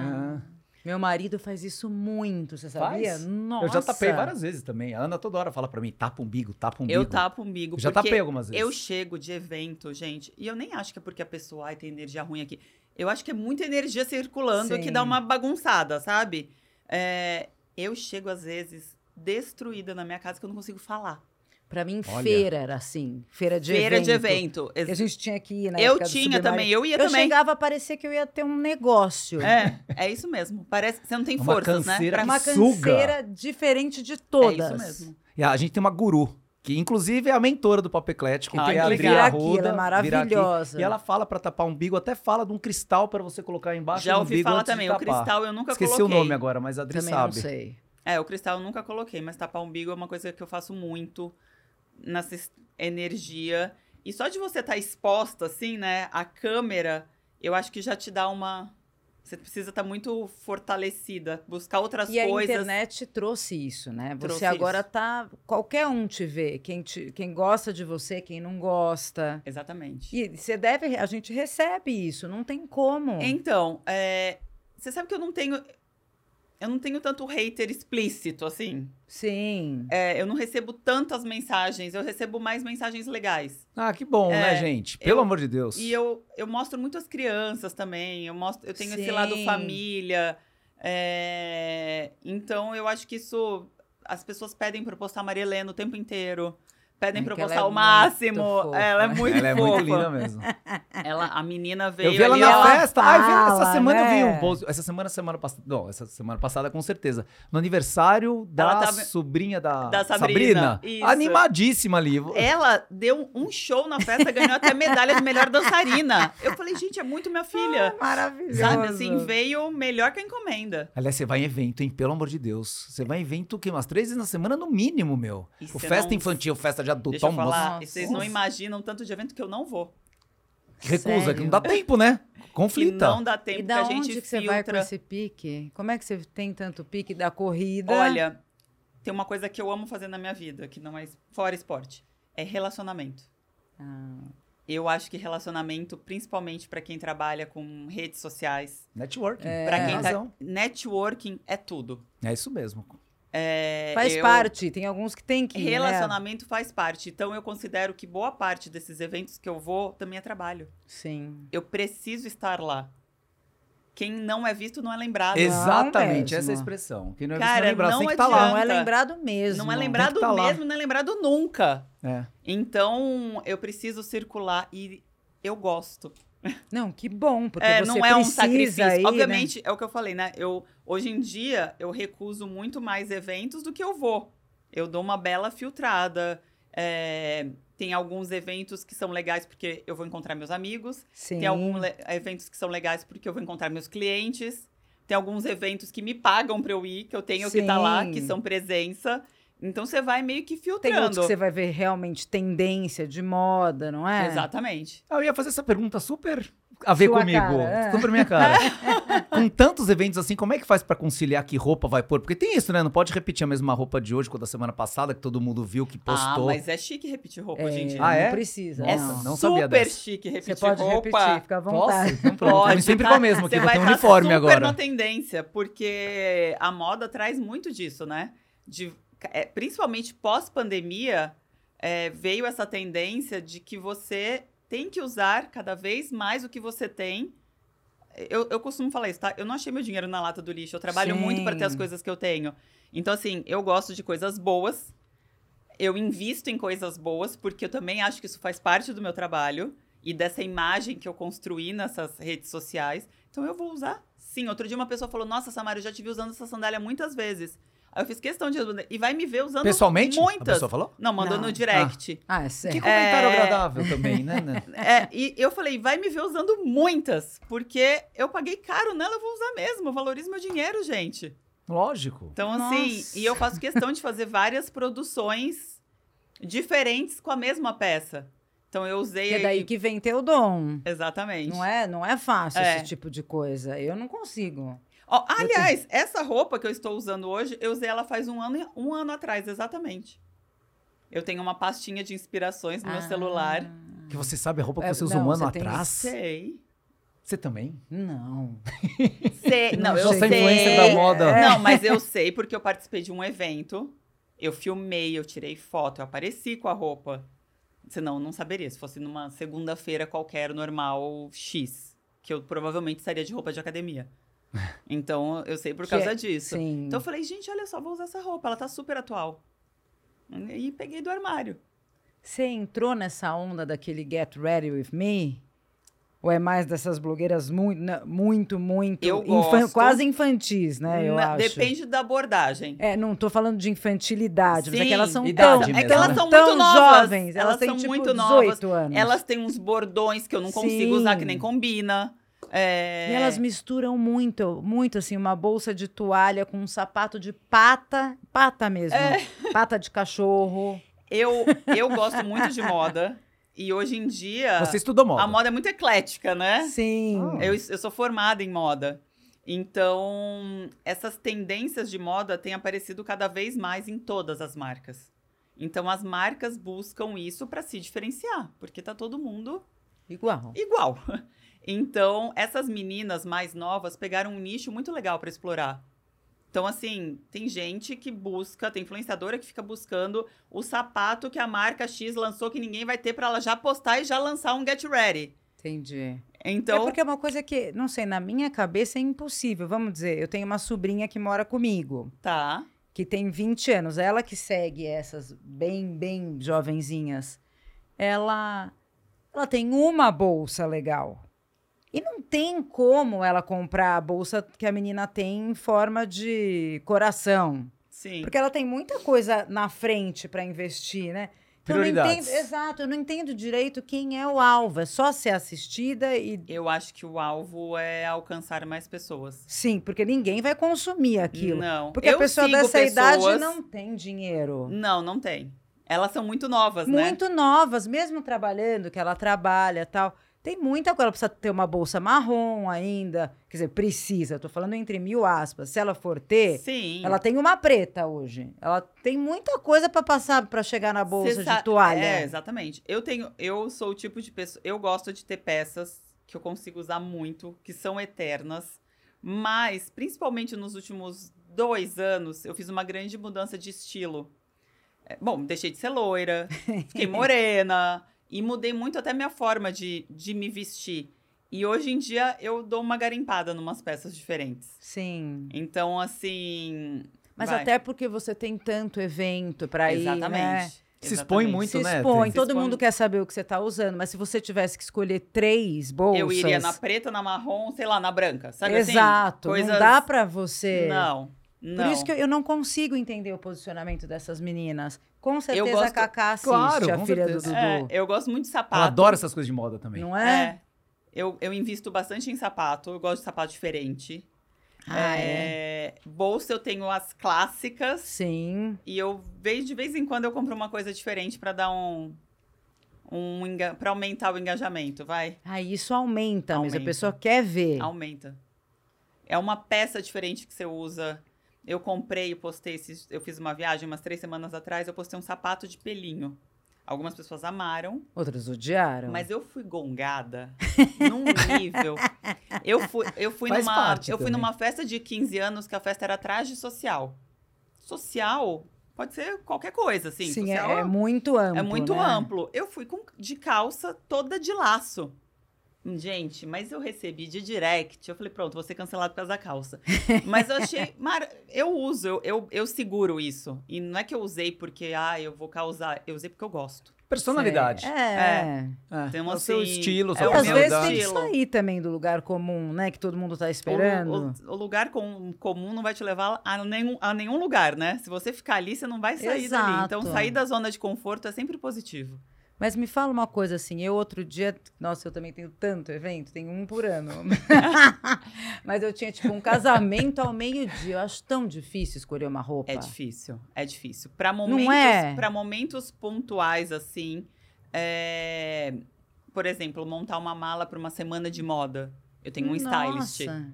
[SPEAKER 1] Ah.
[SPEAKER 2] Meu marido faz isso muito, você sabia?
[SPEAKER 1] Faz?
[SPEAKER 2] Nossa.
[SPEAKER 1] Eu já tapei várias vezes também. A Ana toda hora fala pra mim, tapa o umbigo, tapa o umbigo.
[SPEAKER 3] Eu tapo o umbigo.
[SPEAKER 1] Eu já
[SPEAKER 3] porque
[SPEAKER 1] tapei algumas vezes.
[SPEAKER 3] Eu chego de evento, gente, e eu nem acho que é porque a pessoa ai, tem energia ruim aqui. Eu acho que é muita energia circulando
[SPEAKER 2] Sim.
[SPEAKER 3] que dá uma bagunçada, sabe? É, eu chego, às vezes, destruída na minha casa que eu não consigo falar.
[SPEAKER 2] Pra mim,
[SPEAKER 1] Olha.
[SPEAKER 2] feira era assim. Feira de
[SPEAKER 3] Feira
[SPEAKER 2] evento.
[SPEAKER 3] de evento.
[SPEAKER 2] Que A gente tinha que ir, né?
[SPEAKER 3] Eu tinha também, eu ia
[SPEAKER 2] Eu
[SPEAKER 3] também.
[SPEAKER 2] chegava a parecer que eu ia ter um negócio.
[SPEAKER 3] É, é isso mesmo. Parece que você não tem
[SPEAKER 1] Uma
[SPEAKER 3] forças, né?
[SPEAKER 1] canseira
[SPEAKER 3] Pra-
[SPEAKER 2] Uma
[SPEAKER 1] Suga.
[SPEAKER 2] canseira diferente de
[SPEAKER 3] É
[SPEAKER 2] todas.
[SPEAKER 3] isso mesmo.
[SPEAKER 1] E a gente tem uma guru, que inclusive é a mentora do Papo Eclético,
[SPEAKER 3] Ah,
[SPEAKER 1] que é a
[SPEAKER 3] que
[SPEAKER 1] Adri
[SPEAKER 3] legal.
[SPEAKER 2] Vira aqui,
[SPEAKER 1] Arruda.
[SPEAKER 2] ela é
[SPEAKER 1] vira aqui.
[SPEAKER 2] maravilhosa.
[SPEAKER 1] E ela fala pra tapar o umbigo, até fala de um cristal pra você colocar embaixo
[SPEAKER 3] Já
[SPEAKER 1] do
[SPEAKER 3] ouvi
[SPEAKER 1] umbigo
[SPEAKER 3] falar
[SPEAKER 1] antes de
[SPEAKER 3] também. O
[SPEAKER 1] tapar.
[SPEAKER 3] cristal eu nunca
[SPEAKER 1] Esqueci
[SPEAKER 3] coloquei.
[SPEAKER 1] o nome agora, mas a Adri
[SPEAKER 2] Também não
[SPEAKER 1] sabe.
[SPEAKER 2] sei.
[SPEAKER 3] É, o cristal eu nunca coloquei, mas tapar o umbigo é uma coisa que eu faço muito nessa es- energia. E só de você estar exposta, assim, né, à câmera, eu acho que já te dá uma. Você precisa estar muito fortalecida, buscar outras
[SPEAKER 2] E a
[SPEAKER 3] coisas.
[SPEAKER 2] internet trouxe isso, né? Você
[SPEAKER 3] Trouxe
[SPEAKER 2] agora
[SPEAKER 3] isso.
[SPEAKER 2] tá. Qualquer um te vê. Quem, te- quem gosta de você, quem não gosta.
[SPEAKER 3] Exatamente.
[SPEAKER 2] E você deve. A gente recebe isso, não tem como.
[SPEAKER 3] Então, é, você sabe que eu não tenho. Eu não tenho tanto hater explícito, assim.
[SPEAKER 2] Sim.
[SPEAKER 3] É, eu não recebo tantas mensagens, eu recebo mais mensagens legais.
[SPEAKER 1] Ah, que bom, né,
[SPEAKER 3] É,
[SPEAKER 1] gente? Pelo
[SPEAKER 3] eu-
[SPEAKER 1] amor de Deus.
[SPEAKER 3] E eu, eu mostro muito as crianças também. Eu, mostro, eu tenho esse
[SPEAKER 2] Sim.
[SPEAKER 3] lado família. é, então, eu acho que isso. As pessoas pedem pra eu postar a Maria Helena o tempo inteiro. Pedem
[SPEAKER 2] É
[SPEAKER 3] pra eu
[SPEAKER 2] que ela
[SPEAKER 3] postar
[SPEAKER 2] é
[SPEAKER 3] o
[SPEAKER 2] muito
[SPEAKER 3] máximo.
[SPEAKER 2] fofa.
[SPEAKER 3] Ela é muito
[SPEAKER 1] Ela é
[SPEAKER 3] fofa.
[SPEAKER 1] muito linda mesmo.
[SPEAKER 3] Ela, a menina veio
[SPEAKER 1] Eu vi ela
[SPEAKER 3] ali,
[SPEAKER 1] na
[SPEAKER 3] ela-
[SPEAKER 1] festa. Ah, eu vi ela essa
[SPEAKER 2] fala,
[SPEAKER 1] semana, eu vi
[SPEAKER 2] né?
[SPEAKER 1] um post. Essa semana, semana passada. Não, essa semana passada, com certeza. No aniversário da
[SPEAKER 3] Ela tava-
[SPEAKER 1] sobrinha da,
[SPEAKER 3] Da Sabrina, isso. É,
[SPEAKER 1] Animadíssima ali.
[SPEAKER 3] Ela deu um show na festa, ganhou até medalha de melhor dançarina. Eu falei, gente, é muito minha filha.
[SPEAKER 2] Maravilhoso.
[SPEAKER 3] Sabe assim, veio melhor que a encomenda.
[SPEAKER 1] Aliás, você vai em evento, hein? Pelo amor de Deus. Você vai em evento que umas três vezes na semana, no mínimo, meu.
[SPEAKER 3] E
[SPEAKER 1] O
[SPEAKER 3] você
[SPEAKER 1] festa
[SPEAKER 3] é não-
[SPEAKER 1] infantil, festa de adulto,
[SPEAKER 3] Deixa eu
[SPEAKER 1] almoço.
[SPEAKER 3] falar,
[SPEAKER 2] Nossa.
[SPEAKER 3] vocês não imaginam o tanto de evento que eu não vou.
[SPEAKER 1] Recusa, que não
[SPEAKER 2] Sério?
[SPEAKER 1] dá tempo, né?
[SPEAKER 3] que
[SPEAKER 1] Conflita.
[SPEAKER 3] não dá tempo
[SPEAKER 2] E da
[SPEAKER 3] que a gente
[SPEAKER 2] onde que você
[SPEAKER 3] filtra.
[SPEAKER 2] vai com esse pique? Como é que você tem tanto pique da corrida?
[SPEAKER 3] Olha, tem uma coisa que eu amo fazer na minha vida, que não é es- fora esporte, é relacionamento.
[SPEAKER 2] Ah,
[SPEAKER 3] Eu acho que relacionamento, principalmente pra quem trabalha com redes sociais,
[SPEAKER 1] Networking.
[SPEAKER 2] É.
[SPEAKER 3] pra
[SPEAKER 1] Tem
[SPEAKER 3] quem tá,
[SPEAKER 1] razão.
[SPEAKER 3] networking é tudo.
[SPEAKER 1] É isso mesmo.
[SPEAKER 3] É,
[SPEAKER 2] faz
[SPEAKER 3] eu-
[SPEAKER 2] parte, tem alguns que tem
[SPEAKER 1] é.
[SPEAKER 2] que ir, né?
[SPEAKER 3] Relacionamento faz parte. Então eu considero que boa parte desses eventos que eu vou também é trabalho.
[SPEAKER 2] Sim.
[SPEAKER 3] Eu preciso estar lá. Quem não é visto não é lembrado.
[SPEAKER 1] Exatamente, essa é a
[SPEAKER 2] mesmo.
[SPEAKER 1] expressão. Quem não é
[SPEAKER 3] Cara,
[SPEAKER 1] lembrar,
[SPEAKER 3] não
[SPEAKER 1] tem que estar tá
[SPEAKER 2] Não
[SPEAKER 1] lá.
[SPEAKER 2] é
[SPEAKER 3] Adianta.
[SPEAKER 2] lembrado mesmo.
[SPEAKER 3] Não é lembrado
[SPEAKER 1] tá lá.
[SPEAKER 3] mesmo, não é lembrado nunca.
[SPEAKER 1] É.
[SPEAKER 3] Então, eu preciso circular e eu gosto.
[SPEAKER 2] Não, que bom, porque
[SPEAKER 3] É,
[SPEAKER 2] você
[SPEAKER 3] não é um
[SPEAKER 2] precisa
[SPEAKER 3] sacrifício.
[SPEAKER 2] ir, né?
[SPEAKER 3] Obviamente, é o que eu falei, né? Eu, hoje em dia, eu recuso muito mais eventos do que eu vou. Eu dou uma bela filtrada. é, tem alguns eventos que são legais porque eu vou encontrar meus amigos.
[SPEAKER 2] Sim.
[SPEAKER 3] Tem alguns eventos que são legais porque eu vou encontrar meus clientes. Tem alguns eventos que me pagam pra eu ir, que eu tenho que estar lá, que
[SPEAKER 2] Sim.
[SPEAKER 3] são presença. Então, você vai meio que
[SPEAKER 2] Tem outros
[SPEAKER 3] filtrando.
[SPEAKER 2] que você vai ver realmente tendência de moda, não é?
[SPEAKER 3] Exatamente.
[SPEAKER 1] Ah, Eu ia fazer essa pergunta super a ver
[SPEAKER 2] Sua
[SPEAKER 1] comigo.
[SPEAKER 2] cara, é.
[SPEAKER 1] Super minha cara. Com tantos eventos assim, como é que faz pra conciliar que roupa vai pôr? Porque tem isso, né? Não pode repetir a mesma roupa de hoje com a da semana passada, que todo mundo viu, que
[SPEAKER 3] Ah,
[SPEAKER 1] postou.
[SPEAKER 3] mas é chique repetir roupa,
[SPEAKER 2] É,
[SPEAKER 3] gente.
[SPEAKER 1] Ah, é?
[SPEAKER 2] Não precisa.
[SPEAKER 3] É
[SPEAKER 1] Nossa,
[SPEAKER 2] não.
[SPEAKER 1] não
[SPEAKER 3] super
[SPEAKER 1] sabia dessa.
[SPEAKER 3] chique
[SPEAKER 2] Você
[SPEAKER 3] repetir
[SPEAKER 2] pode
[SPEAKER 3] roupa.
[SPEAKER 2] repetir, fica à vontade.
[SPEAKER 1] Posso? Não, pronto.
[SPEAKER 3] Pode,
[SPEAKER 1] Mas sempre
[SPEAKER 3] tá-
[SPEAKER 1] com a mesma, que
[SPEAKER 3] você
[SPEAKER 1] eu
[SPEAKER 3] vai
[SPEAKER 1] tenho
[SPEAKER 3] tá
[SPEAKER 1] uniforme
[SPEAKER 3] super
[SPEAKER 1] agora.
[SPEAKER 3] na tendência, porque a moda traz muito disso, né? De, é, principalmente pós-pandemia, é, veio essa tendência de que você tem que usar cada vez mais o que você tem. Eu, eu costumo falar isso, tá? Eu não achei meu dinheiro na lata do lixo. Eu trabalho
[SPEAKER 2] Sim.
[SPEAKER 3] muito para ter as coisas que eu tenho. Então, assim, eu gosto de coisas boas. Eu invisto em coisas boas, porque eu também acho que isso faz parte do meu trabalho e dessa imagem que eu construí nessas redes sociais. Então eu vou usar. Sim, outro dia uma pessoa falou: Nossa, Samara, eu já te vi usando essa sandália muitas vezes. Aí eu fiz questão de responder. E vai me ver usando
[SPEAKER 1] Pessoalmente? A
[SPEAKER 3] muitas.
[SPEAKER 1] pessoa falou?
[SPEAKER 3] Não, mandou
[SPEAKER 2] Não.
[SPEAKER 3] no direct.
[SPEAKER 2] Ah, é
[SPEAKER 1] Que
[SPEAKER 2] sério.
[SPEAKER 1] comentário
[SPEAKER 3] É.
[SPEAKER 1] agradável também, né? né?
[SPEAKER 2] Ah.
[SPEAKER 3] É, e eu falei: Vai me ver usando muitas, porque eu paguei caro nela, eu vou usar mesmo. Eu valorizo meu dinheiro, gente.
[SPEAKER 1] Lógico.
[SPEAKER 3] Então, assim,
[SPEAKER 2] Nossa.
[SPEAKER 3] e eu faço questão de fazer várias produções diferentes com a mesma peça. Então, eu usei.
[SPEAKER 2] Que é daí que vem teu dom.
[SPEAKER 3] Exatamente.
[SPEAKER 2] Não é, não é fácil
[SPEAKER 3] É.
[SPEAKER 2] esse tipo de coisa. Eu não consigo.
[SPEAKER 3] Ó, aliás, essa roupa que eu estou usando hoje, eu usei ela faz um ano, um ano atrás, exatamente. Eu tenho uma pastinha de inspirações no meu celular.
[SPEAKER 1] Que você sabe a roupa que
[SPEAKER 2] É,
[SPEAKER 1] você usou
[SPEAKER 2] não,
[SPEAKER 1] um ano
[SPEAKER 2] você tem-
[SPEAKER 1] atrás.
[SPEAKER 3] Sei.
[SPEAKER 1] Você também?
[SPEAKER 2] Não.
[SPEAKER 3] Sei. Não,
[SPEAKER 2] Não,
[SPEAKER 3] eu
[SPEAKER 1] Você é
[SPEAKER 3] sei.
[SPEAKER 1] influencer da moda.
[SPEAKER 3] É. Não, mas eu sei porque eu participei de um evento. Eu filmei, eu tirei foto, eu apareci com a roupa. Senão eu não saberia. Se fosse numa segunda-feira qualquer, normal, X. Que eu provavelmente estaria de roupa de academia. Então eu sei por
[SPEAKER 2] Que-
[SPEAKER 3] causa disso.
[SPEAKER 2] Sim.
[SPEAKER 3] Então eu falei, gente, olha só, vou usar essa roupa, ela tá super atual. E peguei do armário.
[SPEAKER 2] Você entrou nessa onda daquele Get Ready With Me? Ou é mais dessas blogueiras muito, na- muito, muito
[SPEAKER 3] Eu gosto.
[SPEAKER 2] quase infantis, né? Eu
[SPEAKER 3] Na-
[SPEAKER 2] acho.
[SPEAKER 3] Depende da abordagem.
[SPEAKER 2] É, não tô falando de infantilidade, mas é
[SPEAKER 3] Sim,
[SPEAKER 2] que elas são
[SPEAKER 1] idade
[SPEAKER 2] tão,
[SPEAKER 1] mesmo,
[SPEAKER 3] É que elas
[SPEAKER 1] né?
[SPEAKER 3] são
[SPEAKER 2] tão
[SPEAKER 3] muito novas.
[SPEAKER 2] jovens, elas, têm
[SPEAKER 3] são
[SPEAKER 2] tipo
[SPEAKER 3] muito
[SPEAKER 2] 18
[SPEAKER 3] novas.
[SPEAKER 2] anos.
[SPEAKER 3] Elas têm uns bordões que eu não
[SPEAKER 2] Sim.
[SPEAKER 3] consigo usar, que nem combina. É,
[SPEAKER 2] E elas misturam muito, muito assim, uma bolsa de toalha com um sapato de pata, pata mesmo, pata de cachorro.
[SPEAKER 3] eu, eu gosto muito de moda. E hoje em dia,
[SPEAKER 1] Você estudou moda.
[SPEAKER 3] a moda é muito eclética, né?
[SPEAKER 2] Sim.
[SPEAKER 1] Ah.
[SPEAKER 3] Eu, eu sou formada em moda. Então, essas tendências de moda têm aparecido cada vez mais em todas as marcas. Então, as marcas buscam isso para se diferenciar, porque tá todo mundo
[SPEAKER 2] Igual.
[SPEAKER 3] igual. Então, essas meninas mais novas pegaram um nicho muito legal para explorar. Então, assim, tem gente que busca, tem influenciadora que fica buscando o sapato que a marca X lançou que ninguém vai ter para ela já postar e já lançar um Get Ready.
[SPEAKER 2] Entendi. É
[SPEAKER 3] Então,
[SPEAKER 2] porque é uma coisa que, não sei, na minha cabeça é impossível. Vamos dizer, eu tenho uma sobrinha que mora comigo,
[SPEAKER 3] tá.
[SPEAKER 2] que tem 20 anos. Ela que segue essas bem, bem jovenzinhas. Ela, ela tem uma bolsa legal. E não tem como ela comprar a bolsa que a menina tem em forma de coração.
[SPEAKER 3] Sim.
[SPEAKER 2] Porque ela tem muita coisa na frente para investir, né? Então, eu não
[SPEAKER 1] Prioridades.
[SPEAKER 2] entendo, exato, eu não entendo direito quem é o alvo. É só ser assistida e
[SPEAKER 3] Eu acho que o alvo é alcançar mais pessoas.
[SPEAKER 2] Sim, porque ninguém vai consumir aquilo.
[SPEAKER 3] Não.
[SPEAKER 2] Porque
[SPEAKER 3] eu
[SPEAKER 2] a pessoa
[SPEAKER 3] sigo
[SPEAKER 2] dessa idade
[SPEAKER 3] pessoas-
[SPEAKER 2] não tem dinheiro.
[SPEAKER 3] Não, não tem. Elas são muito novas, né?
[SPEAKER 2] Muito novas, mesmo trabalhando, que ela trabalha tal. Tem muita coisa. Ela precisa ter uma bolsa marrom ainda. Quer dizer, precisa. Estou falando entre mil aspas. Se ela for ter,
[SPEAKER 3] Sim.
[SPEAKER 2] ela tem uma preta hoje. Ela tem muita coisa para passar, para chegar na bolsa
[SPEAKER 3] Cê
[SPEAKER 2] de
[SPEAKER 3] sa-
[SPEAKER 2] toalha.
[SPEAKER 3] É, exatamente. Eu tenho, eu sou o tipo de pessoa, eu gosto de ter peças que eu consigo usar muito, que são eternas, mas principalmente nos últimos dois anos eu fiz uma grande mudança de estilo. É, Bom, deixei de ser loira, fiquei morena e mudei muito até minha forma de, de me vestir. E hoje em dia eu dou uma garimpada numas peças diferentes.
[SPEAKER 2] Sim.
[SPEAKER 3] Então, assim.
[SPEAKER 2] Mas
[SPEAKER 3] vai.
[SPEAKER 2] até porque você tem tanto evento para ir,
[SPEAKER 3] Exatamente.
[SPEAKER 2] né?
[SPEAKER 1] Se expõe
[SPEAKER 3] Exatamente.
[SPEAKER 1] muito,
[SPEAKER 2] se
[SPEAKER 1] né?
[SPEAKER 2] expõe,
[SPEAKER 1] Tris?
[SPEAKER 2] todo
[SPEAKER 3] Se expõe.
[SPEAKER 2] mundo quer saber o que você tá usando, mas se você tivesse que escolher três bolsas...
[SPEAKER 3] Eu iria na preta, na marrom, sei lá, na branca. Sabe
[SPEAKER 2] Exato,
[SPEAKER 3] assim?
[SPEAKER 2] não dá pra você...
[SPEAKER 3] Não, não.
[SPEAKER 2] Por isso que eu, eu não consigo entender o posicionamento dessas meninas. Com certeza a
[SPEAKER 3] gosto-
[SPEAKER 2] Cacá assiste,
[SPEAKER 1] Claro,
[SPEAKER 2] a
[SPEAKER 1] com
[SPEAKER 2] filha
[SPEAKER 1] certeza.
[SPEAKER 2] do
[SPEAKER 3] É,
[SPEAKER 2] Dudu.
[SPEAKER 3] eu gosto muito de
[SPEAKER 1] Eu
[SPEAKER 3] sapato.
[SPEAKER 1] adoro essas coisas de moda também.
[SPEAKER 2] Não é?
[SPEAKER 3] É. Eu, eu invisto bastante em sapato. Eu gosto de sapato diferente.
[SPEAKER 2] Ah, é.
[SPEAKER 3] É, Bolsa eu tenho as clássicas.
[SPEAKER 2] Sim.
[SPEAKER 3] E eu vejo de vez em quando eu compro uma coisa diferente pra dar um... um enga- pra aumentar o engajamento, vai.
[SPEAKER 2] Aí isso aumenta, mas a
[SPEAKER 3] Aumenta.
[SPEAKER 2] pessoa quer ver.
[SPEAKER 3] Aumenta. É uma peça diferente que você usa. Eu comprei e postei, esses, eu fiz uma viagem umas três semanas atrás, eu postei um sapato de pelinho. Algumas pessoas amaram,
[SPEAKER 2] Outras odiaram.
[SPEAKER 3] mas eu fui gongada num nível. Eu fui, eu fui,
[SPEAKER 1] Faz
[SPEAKER 3] numa,
[SPEAKER 1] parte
[SPEAKER 3] eu fui
[SPEAKER 1] também.
[SPEAKER 3] numa festa de 15 anos que a festa era traje social. Social pode ser qualquer coisa, assim.
[SPEAKER 2] Sim, é,
[SPEAKER 3] social
[SPEAKER 2] é muito amplo,
[SPEAKER 3] é muito
[SPEAKER 2] né?
[SPEAKER 3] amplo. Eu fui com, de calça toda de laço. Gente, mas eu recebi de direct. Eu falei, pronto, vou ser cancelado por causa da calça. Mas eu achei. Mara, eu uso, eu, eu, eu seguro isso. E não é que eu usei porque, ah, eu vou causar. Eu usei porque eu gosto.
[SPEAKER 1] Personalidade.
[SPEAKER 2] Sei. É.
[SPEAKER 1] É.
[SPEAKER 3] Então,
[SPEAKER 1] é o seu
[SPEAKER 3] assim,
[SPEAKER 1] estilo,
[SPEAKER 3] é
[SPEAKER 1] sua
[SPEAKER 3] o
[SPEAKER 2] Às
[SPEAKER 3] meu
[SPEAKER 2] vezes
[SPEAKER 1] personalidade.
[SPEAKER 2] tem que
[SPEAKER 3] estilo.
[SPEAKER 2] sair também do lugar comum, né? Que todo mundo tá
[SPEAKER 3] O-
[SPEAKER 2] esperando.
[SPEAKER 3] O, o lugar com- comum não vai te levar a nenhum, a nenhum lugar, né? Se você ficar ali, você não vai sair dali. Então,
[SPEAKER 2] Exato.
[SPEAKER 3] sair da zona de conforto é sempre positivo.
[SPEAKER 2] Mas me fala uma coisa assim, eu outro dia, nossa, eu também tenho tanto evento, tenho um por ano. Mas eu tinha tipo um casamento ao meio-dia. Eu acho tão difícil escolher uma roupa.
[SPEAKER 3] É difícil, é difícil. Para momentos,
[SPEAKER 2] é?
[SPEAKER 3] pra momentos pontuais, assim, é, por exemplo, montar uma mala para uma semana de moda. Eu tenho um stylist,
[SPEAKER 2] Nossa.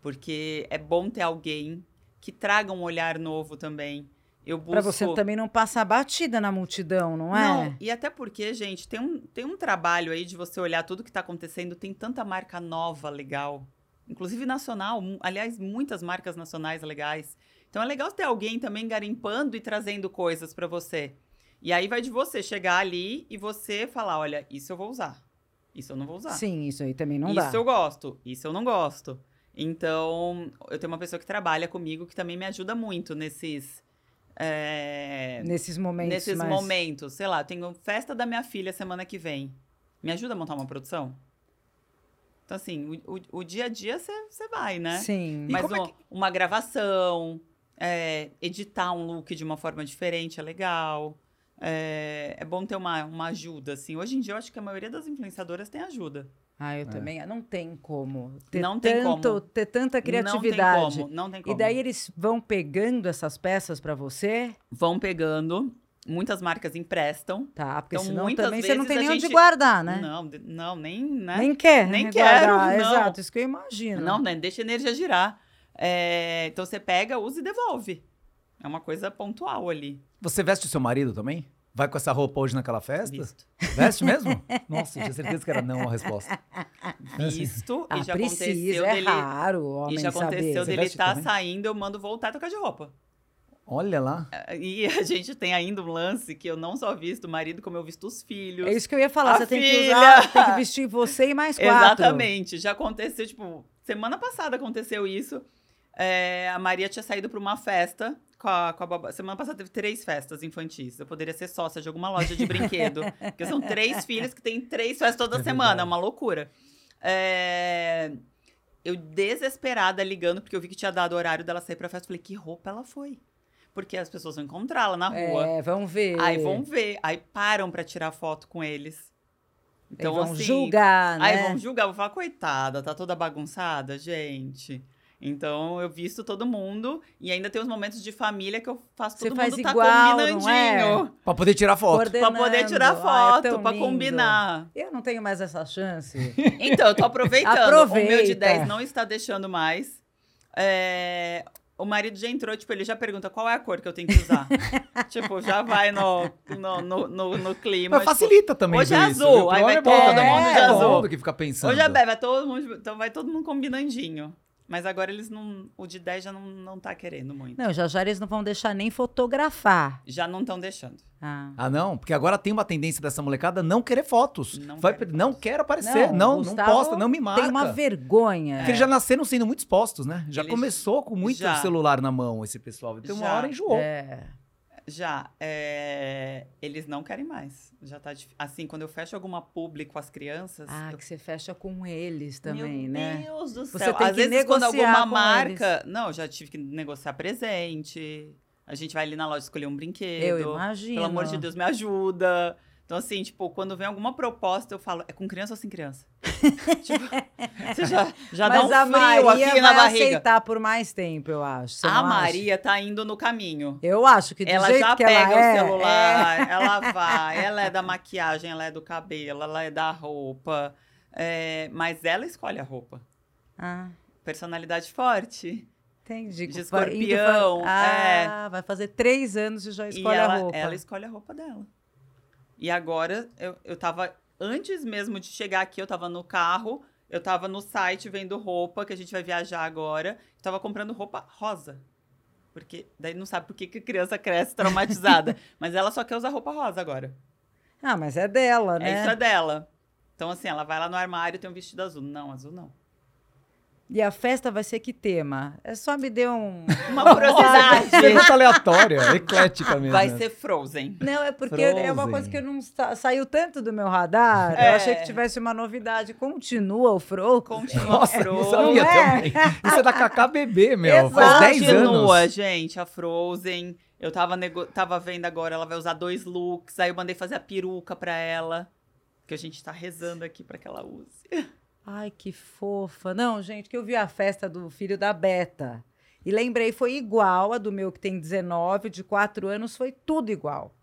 [SPEAKER 3] porque é bom ter alguém que traga um olhar novo também. Eu busco...
[SPEAKER 2] Pra você também não passar batida na multidão, não é?
[SPEAKER 3] Não, e até porque, gente, tem um, tem um trabalho aí de você olhar tudo que tá acontecendo, tem tanta marca nova legal, inclusive nacional, mu- aliás, muitas marcas nacionais legais. Então é legal ter alguém também garimpando e trazendo coisas pra você. E aí vai de você chegar ali e você falar, olha, isso eu vou usar. Isso eu não vou usar.
[SPEAKER 2] Sim, isso aí também não
[SPEAKER 3] tá. isso
[SPEAKER 2] dá.
[SPEAKER 3] eu gosto, isso eu não gosto. Então, eu tenho uma pessoa que trabalha comigo que também me ajuda muito nesses é,
[SPEAKER 2] Nesses momentos.
[SPEAKER 3] nesses
[SPEAKER 2] mais-
[SPEAKER 3] momentos, sei lá, tenho festa da minha filha semana que vem. Me ajuda a montar uma produção? Então, assim, o, o- o dia a dia você vai, né?
[SPEAKER 2] Sim.
[SPEAKER 3] Mas
[SPEAKER 1] como é
[SPEAKER 3] um- uma gravação, é, editar um look de uma forma diferente é legal. É, é bom ter uma, uma ajuda, assim. Hoje em dia, eu acho que a maioria das influenciadoras tem ajuda.
[SPEAKER 2] Ah, eu também. Não tem como. Ter
[SPEAKER 3] Não tem
[SPEAKER 2] tanto,
[SPEAKER 3] como.
[SPEAKER 2] Ter tanta É criatividade.
[SPEAKER 3] Não tem como, não tem como.
[SPEAKER 2] E daí eles vão pegando essas peças pra você,
[SPEAKER 3] Vão pegando, muitas marcas emprestam.
[SPEAKER 2] tá? Porque
[SPEAKER 3] Então,
[SPEAKER 2] senão
[SPEAKER 3] muitas
[SPEAKER 2] também você não
[SPEAKER 3] vezes
[SPEAKER 2] tem
[SPEAKER 3] a
[SPEAKER 2] nem onde
[SPEAKER 3] gente-
[SPEAKER 2] guardar, né?
[SPEAKER 3] Não, de- não, nem, né?
[SPEAKER 2] Nem quer.
[SPEAKER 3] Nem
[SPEAKER 2] né,
[SPEAKER 3] quero,
[SPEAKER 2] guardar.
[SPEAKER 3] não.
[SPEAKER 2] Exato, isso que eu imagino.
[SPEAKER 3] Não, né? Deixa a energia girar. É, então você pega, usa e devolve. É uma coisa pontual ali.
[SPEAKER 1] Você veste o seu marido também? Vai com essa roupa hoje naquela festa?
[SPEAKER 3] Visto.
[SPEAKER 1] Veste mesmo? Nossa, eu tinha certeza que era não a resposta.
[SPEAKER 3] Visto.
[SPEAKER 2] Ah,
[SPEAKER 3] e já
[SPEAKER 2] precisa,
[SPEAKER 3] aconteceu
[SPEAKER 2] é
[SPEAKER 3] dele.
[SPEAKER 2] raro o homem
[SPEAKER 3] E já aconteceu
[SPEAKER 1] Você
[SPEAKER 2] saber.
[SPEAKER 3] dele
[SPEAKER 1] veste
[SPEAKER 3] estar
[SPEAKER 1] também?
[SPEAKER 3] saindo, eu mando voltar e trocar de roupa.
[SPEAKER 1] Olha lá.
[SPEAKER 3] E a gente tem ainda um lance que eu não só visto o marido, como eu visto os filhos.
[SPEAKER 2] É isso que eu ia falar,
[SPEAKER 3] A
[SPEAKER 2] você tem que
[SPEAKER 3] "Ah, filha.
[SPEAKER 2] usar, tem que vestir você e mais quatro.
[SPEAKER 3] Exatamente. Já aconteceu, tipo, semana passada aconteceu isso. É, a Maria tinha saído para uma festa com a, com a babá. Semana passada teve três festas infantis. Eu poderia ser sócia de alguma loja de brinquedo. porque são três filhos que têm três festas toda
[SPEAKER 1] É
[SPEAKER 3] semana.
[SPEAKER 1] verdade.
[SPEAKER 3] É uma loucura. É, eu desesperada ligando, porque eu vi que tinha dado o horário dela sair pra festa. Falei, que roupa ela foi? Porque as pessoas vão encontrá-la na rua.
[SPEAKER 2] É, vamos ver.
[SPEAKER 3] Aí vão ver. Aí param pra tirar foto com eles.
[SPEAKER 2] Então,
[SPEAKER 3] Então,
[SPEAKER 2] vão
[SPEAKER 3] assim,
[SPEAKER 2] julgar, né?
[SPEAKER 3] Aí vão julgar, vão falar, coitada, tá toda bagunçada, gente. Então eu visto todo mundo e ainda tem os momentos de família que eu faço
[SPEAKER 2] Você
[SPEAKER 3] todo
[SPEAKER 2] faz
[SPEAKER 3] mundo tá
[SPEAKER 2] igual, não
[SPEAKER 3] combinandinho.
[SPEAKER 1] Pra poder tirar foto.
[SPEAKER 2] Coordenando.
[SPEAKER 3] Pra poder tirar
[SPEAKER 2] Ah, é
[SPEAKER 3] foto,
[SPEAKER 2] tão
[SPEAKER 3] pra
[SPEAKER 2] lindo.
[SPEAKER 3] combinar.
[SPEAKER 2] Eu não tenho mais essa chance.
[SPEAKER 3] Então, eu tô aproveitando. O meu
[SPEAKER 2] Aproveita.
[SPEAKER 3] de 10 não está deixando mais. É, O marido já entrou, tipo, ele já pergunta qual é a cor que eu tenho que usar. tipo, já vai no, no, no, no, no clima.
[SPEAKER 1] Mas
[SPEAKER 3] tipo,
[SPEAKER 1] facilita também
[SPEAKER 3] hoje é
[SPEAKER 1] ver isso,
[SPEAKER 3] azul,
[SPEAKER 1] viu? Pro
[SPEAKER 3] aí vai
[SPEAKER 1] homem é bom
[SPEAKER 2] todo
[SPEAKER 1] também.
[SPEAKER 2] mundo de
[SPEAKER 1] É
[SPEAKER 2] azul.
[SPEAKER 1] bom do que ficar pensando.
[SPEAKER 3] Hoje é bem, vai todo mundo, então vai todo mundo combinandinho. Mas agora eles não. O de 10 já não, não tá querendo muito.
[SPEAKER 2] Não, já já eles não vão deixar nem fotografar.
[SPEAKER 3] Já não estão deixando.
[SPEAKER 2] Ah.
[SPEAKER 1] Ah, não? Porque agora tem uma tendência dessa molecada não querer fotos.
[SPEAKER 3] Não
[SPEAKER 1] Vai-
[SPEAKER 3] quero
[SPEAKER 1] não quero aparecer,
[SPEAKER 2] Não,
[SPEAKER 1] não, não,
[SPEAKER 2] Gustavo
[SPEAKER 1] posta, não me marca.
[SPEAKER 2] Tem uma vergonha.
[SPEAKER 1] Porque eles já nasceram sendo muito expostos, né? Já
[SPEAKER 3] É. Eles-
[SPEAKER 1] começou com muito
[SPEAKER 3] já.
[SPEAKER 1] celular na mão esse pessoal. Então uma
[SPEAKER 3] Já.
[SPEAKER 1] hora enjoou.
[SPEAKER 2] É.
[SPEAKER 3] Já. é, eles não querem mais. Já tá dif- Assim, quando eu fecho alguma publi com as crianças.
[SPEAKER 2] Ah,
[SPEAKER 3] eu...
[SPEAKER 2] que você fecha com eles também,
[SPEAKER 3] Meu
[SPEAKER 2] né?
[SPEAKER 3] Deus do
[SPEAKER 2] Você
[SPEAKER 3] céu.
[SPEAKER 2] tem
[SPEAKER 3] Às
[SPEAKER 2] que
[SPEAKER 3] vezes, quando
[SPEAKER 2] negociar
[SPEAKER 3] alguma
[SPEAKER 2] com
[SPEAKER 3] marca. Não, já tive que negociar presente. A gente vai ali na loja escolher um brinquedo.
[SPEAKER 2] Eu imagino.
[SPEAKER 3] Pelo amor de Deus, me ajuda. Então, assim, tipo, quando vem alguma proposta, eu falo, é com criança ou sem criança? tipo, você já, já dá
[SPEAKER 2] Mas
[SPEAKER 3] um
[SPEAKER 2] a
[SPEAKER 3] frio
[SPEAKER 2] Maria
[SPEAKER 3] aqui na
[SPEAKER 2] vai
[SPEAKER 3] barriga.
[SPEAKER 2] aceitar por mais tempo, eu acho. Você
[SPEAKER 3] A
[SPEAKER 2] não acha?
[SPEAKER 3] Maria tá indo no caminho.
[SPEAKER 2] Eu acho que do
[SPEAKER 3] Ela
[SPEAKER 2] jeito
[SPEAKER 3] já
[SPEAKER 2] que
[SPEAKER 3] pega
[SPEAKER 2] ela é,
[SPEAKER 3] o celular, ela vai, ela é da maquiagem, ela é do cabelo, ela é da roupa. É, mas ela escolhe a roupa.
[SPEAKER 2] é. Ah,
[SPEAKER 3] Personalidade forte.
[SPEAKER 2] entendi.
[SPEAKER 3] De
[SPEAKER 2] Vai indo pra-
[SPEAKER 3] escorpião, é.
[SPEAKER 2] Ah, vai fazer três anos e já
[SPEAKER 3] E
[SPEAKER 2] escolhe
[SPEAKER 3] ela,
[SPEAKER 2] a roupa.
[SPEAKER 3] ela escolhe a roupa dela. E agora, eu, eu tava. Antes mesmo de chegar aqui, eu tava no carro, eu tava no site vendo roupa, que a gente vai viajar agora. Eu tava comprando roupa rosa. Porque daí não sabe por que, que criança cresce traumatizada. Mas ela só quer usar roupa rosa agora.
[SPEAKER 2] Ah, mas é dela,
[SPEAKER 3] É
[SPEAKER 2] né?
[SPEAKER 3] isso é dela. Então, assim, ela vai lá no armário tem um vestido azul. Não, azul não.
[SPEAKER 2] E a festa vai ser que tema? É só me dê um.
[SPEAKER 3] Uma curiosidade.
[SPEAKER 1] Pergunta aleatória, eclética mesmo.
[SPEAKER 3] vai
[SPEAKER 1] né?
[SPEAKER 3] ser Frozen.
[SPEAKER 2] Não, é porque é uma
[SPEAKER 1] Frozen.
[SPEAKER 2] coisa que eu não sa- saiu tanto do meu radar. Eu
[SPEAKER 3] É.
[SPEAKER 2] achei que tivesse uma novidade. Continua o Frozen.
[SPEAKER 3] Continua
[SPEAKER 1] Nossa,
[SPEAKER 3] Frozen.
[SPEAKER 1] não sabia
[SPEAKER 2] Não é?
[SPEAKER 1] também. Isso é da Cacá Bebê, meu.
[SPEAKER 3] Ah,
[SPEAKER 2] Exato.
[SPEAKER 1] Faz 10
[SPEAKER 3] Continua,
[SPEAKER 1] anos.
[SPEAKER 3] gente, a Frozen. Eu tava, nego... tava vendo agora, ela vai usar dois looks. Aí eu mandei fazer a peruca pra ela. Que a gente tá rezando aqui pra que ela use.
[SPEAKER 2] Ai, que fofa. Não, gente, que eu vi a festa do filho da Beta. E lembrei, foi igual a do meu que tem 19, de 4 anos, foi tudo igual.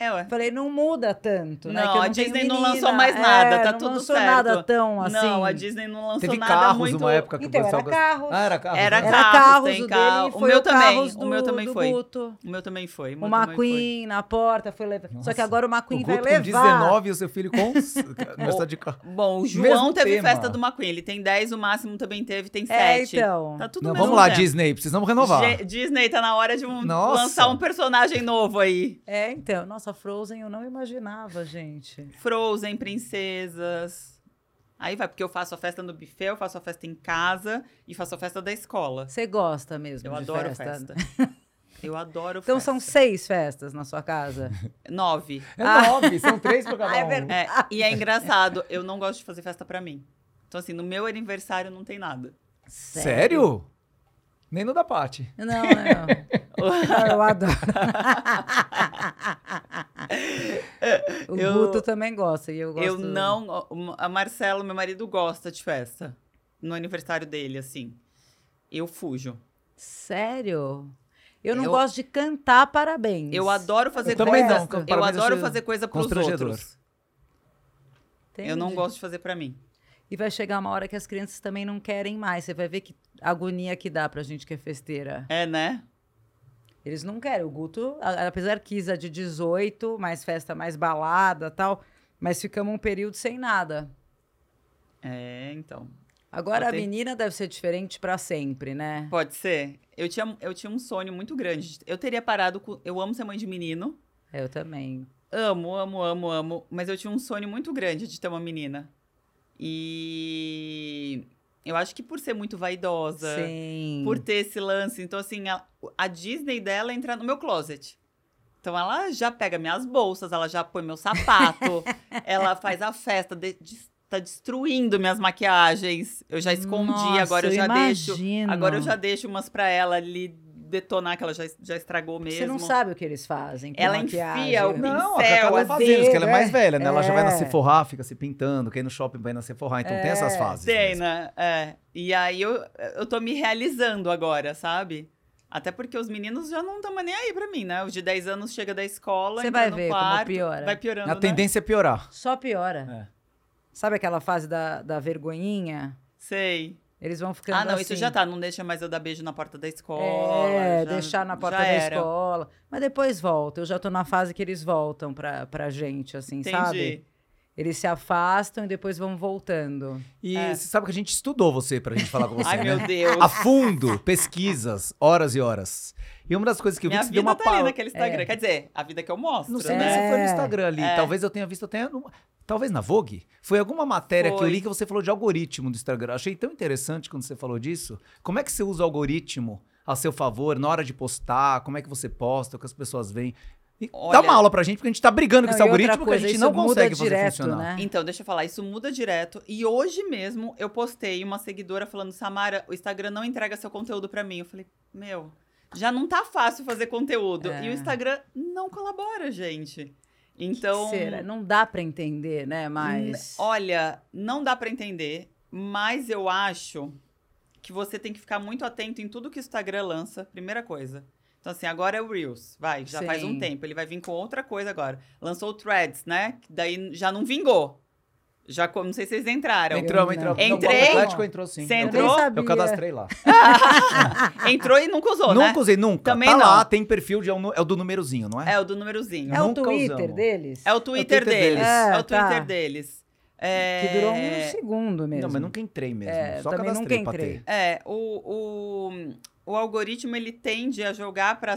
[SPEAKER 3] É, ué.
[SPEAKER 2] Falei, não muda tanto, né?
[SPEAKER 3] Não,
[SPEAKER 2] que eu
[SPEAKER 3] a
[SPEAKER 2] tenho
[SPEAKER 3] Disney não
[SPEAKER 2] menina.
[SPEAKER 3] lançou mais nada,
[SPEAKER 2] É,
[SPEAKER 3] tá
[SPEAKER 2] não
[SPEAKER 3] tudo
[SPEAKER 2] lançou
[SPEAKER 3] certo.
[SPEAKER 2] nada tão assim.
[SPEAKER 3] Não, a Disney não lançou
[SPEAKER 1] Teve
[SPEAKER 3] nada
[SPEAKER 1] carros
[SPEAKER 3] muito.
[SPEAKER 1] uma época que o
[SPEAKER 2] Então,
[SPEAKER 1] pessoal
[SPEAKER 2] era
[SPEAKER 1] gostava.
[SPEAKER 2] carros.
[SPEAKER 1] Ah, era carros.
[SPEAKER 3] Era
[SPEAKER 1] né?
[SPEAKER 3] carro,
[SPEAKER 2] carros,
[SPEAKER 3] tem
[SPEAKER 2] o
[SPEAKER 3] carro.
[SPEAKER 2] dele
[SPEAKER 3] O
[SPEAKER 2] foi
[SPEAKER 3] meu
[SPEAKER 2] o
[SPEAKER 3] também,
[SPEAKER 2] carros
[SPEAKER 3] o
[SPEAKER 2] do,
[SPEAKER 3] meu também
[SPEAKER 2] do
[SPEAKER 3] foi.
[SPEAKER 2] Guto.
[SPEAKER 3] O meu também foi.
[SPEAKER 2] O
[SPEAKER 3] meu também foi.
[SPEAKER 2] McQueen na porta foi levar.
[SPEAKER 1] Nossa.
[SPEAKER 2] Só que agora o
[SPEAKER 1] O
[SPEAKER 2] McQueen vai
[SPEAKER 1] Guto
[SPEAKER 2] levar.
[SPEAKER 1] com 19 e o seu filho com... Nessa de carro.
[SPEAKER 3] Bom, o
[SPEAKER 1] Mesmo
[SPEAKER 3] João teve
[SPEAKER 1] tema.
[SPEAKER 3] festa do McQueen. Ele tem 10, o máximo também teve, tem 7.
[SPEAKER 2] É, então.
[SPEAKER 3] Tá tudo
[SPEAKER 1] Não,
[SPEAKER 3] mesmo
[SPEAKER 1] vamos lá,
[SPEAKER 3] tempo.
[SPEAKER 1] Disney, precisamos renovar.
[SPEAKER 3] Ge- Disney, tá na hora de um-
[SPEAKER 1] Nossa.
[SPEAKER 3] lançar um personagem novo aí.
[SPEAKER 2] É, então. Nossa, Frozen eu não imaginava, gente.
[SPEAKER 3] Frozen, princesas. Aí vai, porque eu faço a festa no buffet, eu faço a festa em casa e faço a festa da escola.
[SPEAKER 2] Você gosta mesmo
[SPEAKER 3] Eu
[SPEAKER 2] de
[SPEAKER 3] adoro
[SPEAKER 2] festa.
[SPEAKER 3] festa. Eu adoro
[SPEAKER 2] Então
[SPEAKER 3] festa.
[SPEAKER 2] são seis festas na sua casa?
[SPEAKER 3] nove.
[SPEAKER 1] É
[SPEAKER 2] Ah.
[SPEAKER 1] nove, são três pra cada um.
[SPEAKER 2] Ah, é verdade.
[SPEAKER 3] É, e é engraçado, eu não gosto de fazer festa pra mim. Então, assim, no meu aniversário não tem nada.
[SPEAKER 1] Sério? Nem no da parte.
[SPEAKER 2] Não, é, não. Tá, eu adoro. o
[SPEAKER 3] Eu-
[SPEAKER 2] Guto também gosta e eu gosto.
[SPEAKER 3] Eu não. o- A Marcelo, meu marido, gosta de festa. No aniversário dele, assim. Eu fujo.
[SPEAKER 2] Sério? Eu não
[SPEAKER 3] Eu-
[SPEAKER 2] gosto de cantar parabéns.
[SPEAKER 3] Eu adoro fazer
[SPEAKER 1] Eu também
[SPEAKER 3] coisa.
[SPEAKER 1] não,
[SPEAKER 3] eu
[SPEAKER 1] parabéns,
[SPEAKER 3] adoro
[SPEAKER 1] acho
[SPEAKER 3] fazer coisa pros
[SPEAKER 1] constrangedor.
[SPEAKER 3] outros.
[SPEAKER 2] Entendi.
[SPEAKER 3] Eu não gosto de fazer pra mim.
[SPEAKER 2] E vai chegar uma hora que as crianças também não querem mais. Você vai ver que agonia que dá pra gente que é festeira.
[SPEAKER 3] É, né?
[SPEAKER 2] Eles não querem. O Guto, a- apesar que Isa é de 18, mais festa, mais balada tal, mas ficamos um período sem nada.
[SPEAKER 3] É, então.
[SPEAKER 2] Agora
[SPEAKER 3] Eu
[SPEAKER 2] a
[SPEAKER 3] tenho-
[SPEAKER 2] menina deve ser diferente pra sempre, né?
[SPEAKER 3] Pode ser. Eu tinha, eu tinha um sonho muito grande. Eu teria parado com. Eu amo ser mãe de menino.
[SPEAKER 2] Eu também.
[SPEAKER 3] Amo, amo, amo, amo. Mas eu tinha um sonho muito grande de ter uma menina. E eu acho que por ser muito vaidosa,
[SPEAKER 2] Sim.
[SPEAKER 3] por ter esse lance. Então, assim, a, a Disney dela entra no meu closet. Então, ela já pega minhas bolsas, ela já põe meu sapato, ela faz a festa, de- de- tá destruindo minhas maquiagens. Eu já escondi,
[SPEAKER 2] Nossa,
[SPEAKER 3] agora eu já deixo.
[SPEAKER 2] imagino.
[SPEAKER 3] Agora eu já deixo umas pra ela ali detonar, que ela já, já estragou mesmo.
[SPEAKER 2] Você não sabe o que eles fazem. com
[SPEAKER 3] Ela
[SPEAKER 2] maquiagem.
[SPEAKER 3] enfia o pin-
[SPEAKER 1] Não, a
[SPEAKER 3] Pincel,
[SPEAKER 1] Cacau tá
[SPEAKER 3] a
[SPEAKER 1] fazendo, porque ela é
[SPEAKER 2] dedo,
[SPEAKER 1] mais
[SPEAKER 2] é.
[SPEAKER 1] velha, né? Ela já vai na
[SPEAKER 2] É.
[SPEAKER 1] Sephora, fica se pintando, quem no shopping vai na Sephora. Então tem essas
[SPEAKER 2] É.
[SPEAKER 1] fases.
[SPEAKER 3] Tem,
[SPEAKER 1] mesmo.
[SPEAKER 3] né? É. E aí eu, eu tô me realizando agora, sabe? Até porque os meninos já não estão nem aí pra mim, né? Os de 10 anos chega da escola,
[SPEAKER 2] Você
[SPEAKER 3] entra
[SPEAKER 2] vai
[SPEAKER 3] no
[SPEAKER 2] ver como
[SPEAKER 3] quarto,
[SPEAKER 2] piora.
[SPEAKER 3] Vai piorando,
[SPEAKER 1] A
[SPEAKER 3] né?
[SPEAKER 1] tendência é piorar.
[SPEAKER 2] Só piora.
[SPEAKER 1] É.
[SPEAKER 2] Sabe aquela fase da, da vergonhinha?
[SPEAKER 3] Sei.
[SPEAKER 2] Eles vão ficando
[SPEAKER 3] Ah, não, isso
[SPEAKER 2] assim.
[SPEAKER 3] já tá. Não deixa mais eu dar beijo na porta da escola.
[SPEAKER 2] É,
[SPEAKER 3] já-
[SPEAKER 2] deixar na porta
[SPEAKER 3] já
[SPEAKER 2] da
[SPEAKER 3] era.
[SPEAKER 2] escola. Mas depois volta. Eu já tô na fase que eles voltam pra, pra gente, assim,
[SPEAKER 3] Entendi.
[SPEAKER 2] sabe? Eles se afastam e depois vão voltando.
[SPEAKER 1] E
[SPEAKER 3] É.
[SPEAKER 1] você sabe que a gente estudou você pra gente falar com você,
[SPEAKER 3] Ai,
[SPEAKER 1] né?
[SPEAKER 3] meu Deus.
[SPEAKER 1] A fundo, pesquisas, horas e horas. E uma das coisas que eu vi
[SPEAKER 3] Minha
[SPEAKER 1] que você deu
[SPEAKER 3] vida
[SPEAKER 1] uma
[SPEAKER 3] tá ali
[SPEAKER 1] pausa.
[SPEAKER 3] naquele
[SPEAKER 2] É.
[SPEAKER 3] Instagram. Quer dizer, a vida que eu mostro,
[SPEAKER 1] Não sei
[SPEAKER 3] né?
[SPEAKER 1] nem se foi no Instagram ali.
[SPEAKER 3] É.
[SPEAKER 1] Talvez eu tenha visto até. numa- Talvez na Vogue. Foi alguma matéria que eu
[SPEAKER 3] Foi.
[SPEAKER 1] li que você falou de algoritmo do Instagram. Achei tão interessante quando você falou disso. Como é que você usa o algoritmo a seu favor na hora de postar? Como é que você posta? O que as pessoas veem? E dá
[SPEAKER 3] Olha-
[SPEAKER 1] uma aula pra gente, porque a gente tá brigando
[SPEAKER 2] Não,
[SPEAKER 1] com
[SPEAKER 2] e
[SPEAKER 1] esse
[SPEAKER 2] outra
[SPEAKER 1] algoritmo que a
[SPEAKER 2] coisa,
[SPEAKER 1] gente
[SPEAKER 2] isso
[SPEAKER 1] não
[SPEAKER 2] muda
[SPEAKER 1] consegue fazer
[SPEAKER 2] direto,
[SPEAKER 1] funcionar.
[SPEAKER 2] Né?
[SPEAKER 3] Então, deixa eu falar, isso muda direto. E hoje mesmo eu postei uma seguidora falando: Samara, o Instagram não entrega seu conteúdo pra mim. Eu falei: Meu, já não tá fácil fazer conteúdo.
[SPEAKER 2] É.
[SPEAKER 3] E o Instagram não colabora, gente. Então,
[SPEAKER 2] Será? Não dá pra entender, né? Mas.
[SPEAKER 3] olha, não dá pra entender, mas eu acho que você tem que ficar muito atento em tudo que o Instagram lança, primeira coisa. Então, assim, agora é o Reels, vai, já faz
[SPEAKER 2] Sim.
[SPEAKER 3] um tempo. Ele vai vir com outra coisa agora. Lançou o Threads, né? Que Daí já não vingou. Já, co- não sei se vocês entraram.
[SPEAKER 1] Entramos,
[SPEAKER 2] Eu não.
[SPEAKER 1] entramos. Não, o
[SPEAKER 3] Entrei.
[SPEAKER 1] Atlético entrou sim.
[SPEAKER 3] Você
[SPEAKER 1] Eu-
[SPEAKER 2] Eu
[SPEAKER 3] entrou?
[SPEAKER 2] nem
[SPEAKER 1] Eu,
[SPEAKER 2] sabia.
[SPEAKER 1] cadastrei lá.
[SPEAKER 3] Entrou e nunca usou, né?
[SPEAKER 1] nunca usei, nunca.
[SPEAKER 3] Também
[SPEAKER 1] tá
[SPEAKER 3] não.
[SPEAKER 1] lá, tem perfil, de, é o nu- é o do númerozinho, não
[SPEAKER 3] né?
[SPEAKER 1] é?
[SPEAKER 3] É o do númerozinho.
[SPEAKER 2] é o
[SPEAKER 1] nunca
[SPEAKER 2] Twitter
[SPEAKER 1] usamos.
[SPEAKER 2] deles?
[SPEAKER 3] É o Twitter
[SPEAKER 1] Twitter
[SPEAKER 3] deles.
[SPEAKER 1] deles.
[SPEAKER 2] É,
[SPEAKER 3] É o
[SPEAKER 2] tá.
[SPEAKER 3] Twitter deles. É,
[SPEAKER 2] Que durou um segundo mesmo.
[SPEAKER 1] Não, mas nunca entrei mesmo.
[SPEAKER 2] É,
[SPEAKER 1] Só
[SPEAKER 2] também
[SPEAKER 1] cadastrei
[SPEAKER 2] nunca
[SPEAKER 1] pra ter.
[SPEAKER 2] entrei.
[SPEAKER 3] É, o, o, o algoritmo ele tende a jogar para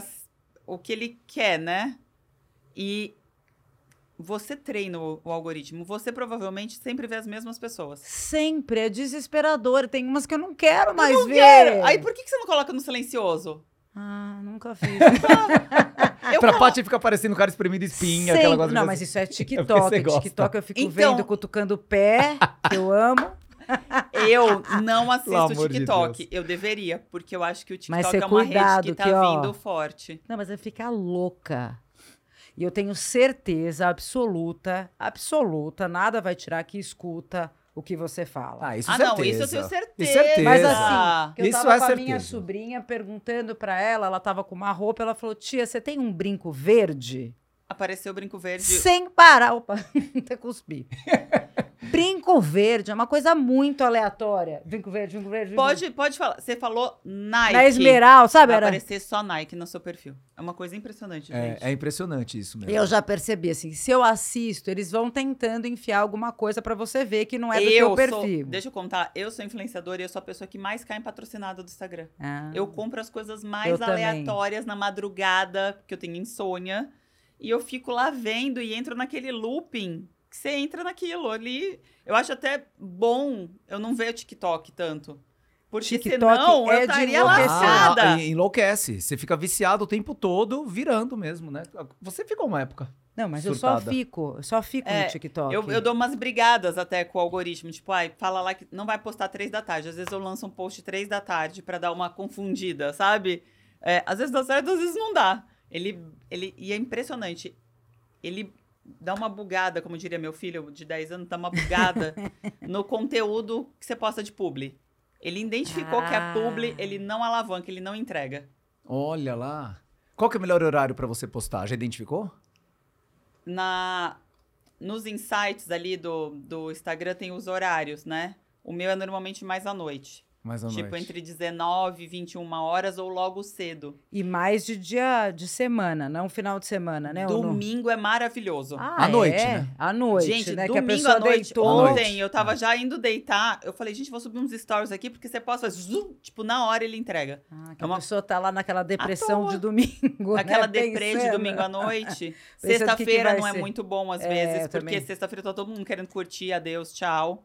[SPEAKER 3] o que ele quer, né? E você treina o, o algoritmo. Você provavelmente sempre vê as mesmas pessoas.
[SPEAKER 2] Sempre é desesperador. Tem umas que eu não quero mais ver.
[SPEAKER 3] Aí por que, que você não coloca no silencioso?
[SPEAKER 2] Ah, nunca fiz.
[SPEAKER 3] Eu
[SPEAKER 1] pra
[SPEAKER 3] colo-
[SPEAKER 1] Paty fica parecendo um cara espremido espinha, aquela
[SPEAKER 2] Sempre-
[SPEAKER 1] coisa
[SPEAKER 2] Não,
[SPEAKER 1] que-
[SPEAKER 2] mas isso é
[SPEAKER 1] É porque
[SPEAKER 2] TikTok.
[SPEAKER 1] você gosta.
[SPEAKER 2] TikTok eu fico
[SPEAKER 3] Então-
[SPEAKER 2] vendo, cutucando o pé, que eu amo.
[SPEAKER 3] Eu não
[SPEAKER 1] Pelo
[SPEAKER 3] assisto
[SPEAKER 1] amor de
[SPEAKER 3] TikTok.
[SPEAKER 1] Deus.
[SPEAKER 3] eu deveria, porque eu acho que o
[SPEAKER 2] Mas
[SPEAKER 3] TikTok
[SPEAKER 2] você
[SPEAKER 3] é uma rede
[SPEAKER 2] cuidado
[SPEAKER 3] que tá
[SPEAKER 2] que, ó,
[SPEAKER 3] vindo forte.
[SPEAKER 2] Não, mas eu ficar louca. E eu tenho certeza absoluta, absoluta, nada vai tirar que escuta o que você fala.
[SPEAKER 1] Ah, isso
[SPEAKER 3] Ah,
[SPEAKER 1] certeza.
[SPEAKER 3] não, isso eu tenho certeza.
[SPEAKER 1] Isso é certeza.
[SPEAKER 2] Mas assim, que eu
[SPEAKER 1] Isso
[SPEAKER 2] tava
[SPEAKER 1] é
[SPEAKER 2] com a minha
[SPEAKER 1] certeza.
[SPEAKER 2] sobrinha perguntando pra ela, ela tava com uma roupa, ela falou: "Tia, você tem um brinco verde?"
[SPEAKER 3] Apareceu o brinco verde.
[SPEAKER 2] Sem parar, opa, até cuspi. brinco verde é uma coisa muito aleatória. Brinco verde, brinco verde. brinco verde.
[SPEAKER 3] Pode, pode falar. Você falou Nike.
[SPEAKER 2] Na esmeral, sabe?
[SPEAKER 3] Vai
[SPEAKER 2] Era...
[SPEAKER 3] aparecer só Nike no seu perfil. É uma coisa impressionante, gente.
[SPEAKER 1] É, é impressionante isso mesmo.
[SPEAKER 2] É. Eu já percebi assim, se eu assisto, eles vão tentando enfiar alguma coisa pra você ver que não é do
[SPEAKER 3] eu
[SPEAKER 2] teu perfil.
[SPEAKER 3] Sou, deixa eu contar, eu sou influenciadora e eu sou a pessoa que mais cai em patrocinado do Instagram.
[SPEAKER 2] Ah.
[SPEAKER 3] Eu compro as coisas mais
[SPEAKER 2] Eu também.
[SPEAKER 3] aleatórias na madrugada, porque eu tenho insônia. E eu fico lá vendo e entro naquele looping que você entra naquilo ali. Eu acho até bom eu não ver o TikTok tanto. Porque
[SPEAKER 2] TikTok
[SPEAKER 3] senão
[SPEAKER 2] é
[SPEAKER 3] eu
[SPEAKER 2] de
[SPEAKER 3] estaria
[SPEAKER 2] enlouquecer.
[SPEAKER 3] lascada.
[SPEAKER 1] en- Ah, é, enlouquece. Você fica viciado o tempo todo, virando mesmo, né? Você ficou uma época.
[SPEAKER 2] Não, mas eu só
[SPEAKER 1] Surtada.
[SPEAKER 2] fico, eu só fico
[SPEAKER 3] É,
[SPEAKER 2] no TikTok.
[SPEAKER 3] Eu, eu dou umas brigadas até com o algoritmo. Tipo, ai, fala lá que não vai postar três da tarde. Às vezes eu lanço um post três da tarde pra dar uma confundida, sabe? É, às vezes dá certo, às vezes não dá. Ele, ele, e é impressionante. Ele dá uma bugada, como diria meu filho de 10 anos, dá uma bugada no conteúdo que você posta de publi. Ele identificou que é publi,
[SPEAKER 2] Ah.
[SPEAKER 3] ele não alavanca, ele não entrega.
[SPEAKER 1] Olha lá. Qual que é o melhor horário pra você postar? Já identificou?
[SPEAKER 3] na nos insights ali do, do Instagram tem os horários, né? O meu é normalmente mais à noite.
[SPEAKER 1] Mais ou
[SPEAKER 3] tipo,
[SPEAKER 1] menos.
[SPEAKER 3] entre 19 e 21 horas ou logo cedo.
[SPEAKER 2] E mais de dia de semana, não final de semana, né? Ou não-
[SPEAKER 3] domingo é maravilhoso.
[SPEAKER 2] Ah,
[SPEAKER 1] À noite,
[SPEAKER 2] é?
[SPEAKER 1] né?
[SPEAKER 2] À noite,
[SPEAKER 3] gente,
[SPEAKER 2] né? Que a
[SPEAKER 3] domingo
[SPEAKER 2] pessoa
[SPEAKER 3] à noite.
[SPEAKER 2] deitou. Ah, É.
[SPEAKER 1] À
[SPEAKER 3] Ontem eu tava já indo deitar. Eu falei, gente, vou subir uns stories aqui, porque você possa. zum, Tipo, na hora ele entrega.
[SPEAKER 2] Ah, que
[SPEAKER 3] É
[SPEAKER 2] a
[SPEAKER 3] uma-
[SPEAKER 2] pessoa tá lá naquela depressão
[SPEAKER 3] toa.
[SPEAKER 2] de domingo.
[SPEAKER 3] Aquela
[SPEAKER 2] né?
[SPEAKER 3] deprê de
[SPEAKER 2] Pensando.
[SPEAKER 3] domingo à noite.
[SPEAKER 2] que que
[SPEAKER 3] sexta-feira
[SPEAKER 2] vai
[SPEAKER 3] não é
[SPEAKER 2] ser.
[SPEAKER 3] muito bom, às
[SPEAKER 2] É,
[SPEAKER 3] vezes,
[SPEAKER 2] eu
[SPEAKER 3] porque
[SPEAKER 2] também.
[SPEAKER 3] sexta-feira tá todo mundo querendo curtir, adeus, tchau.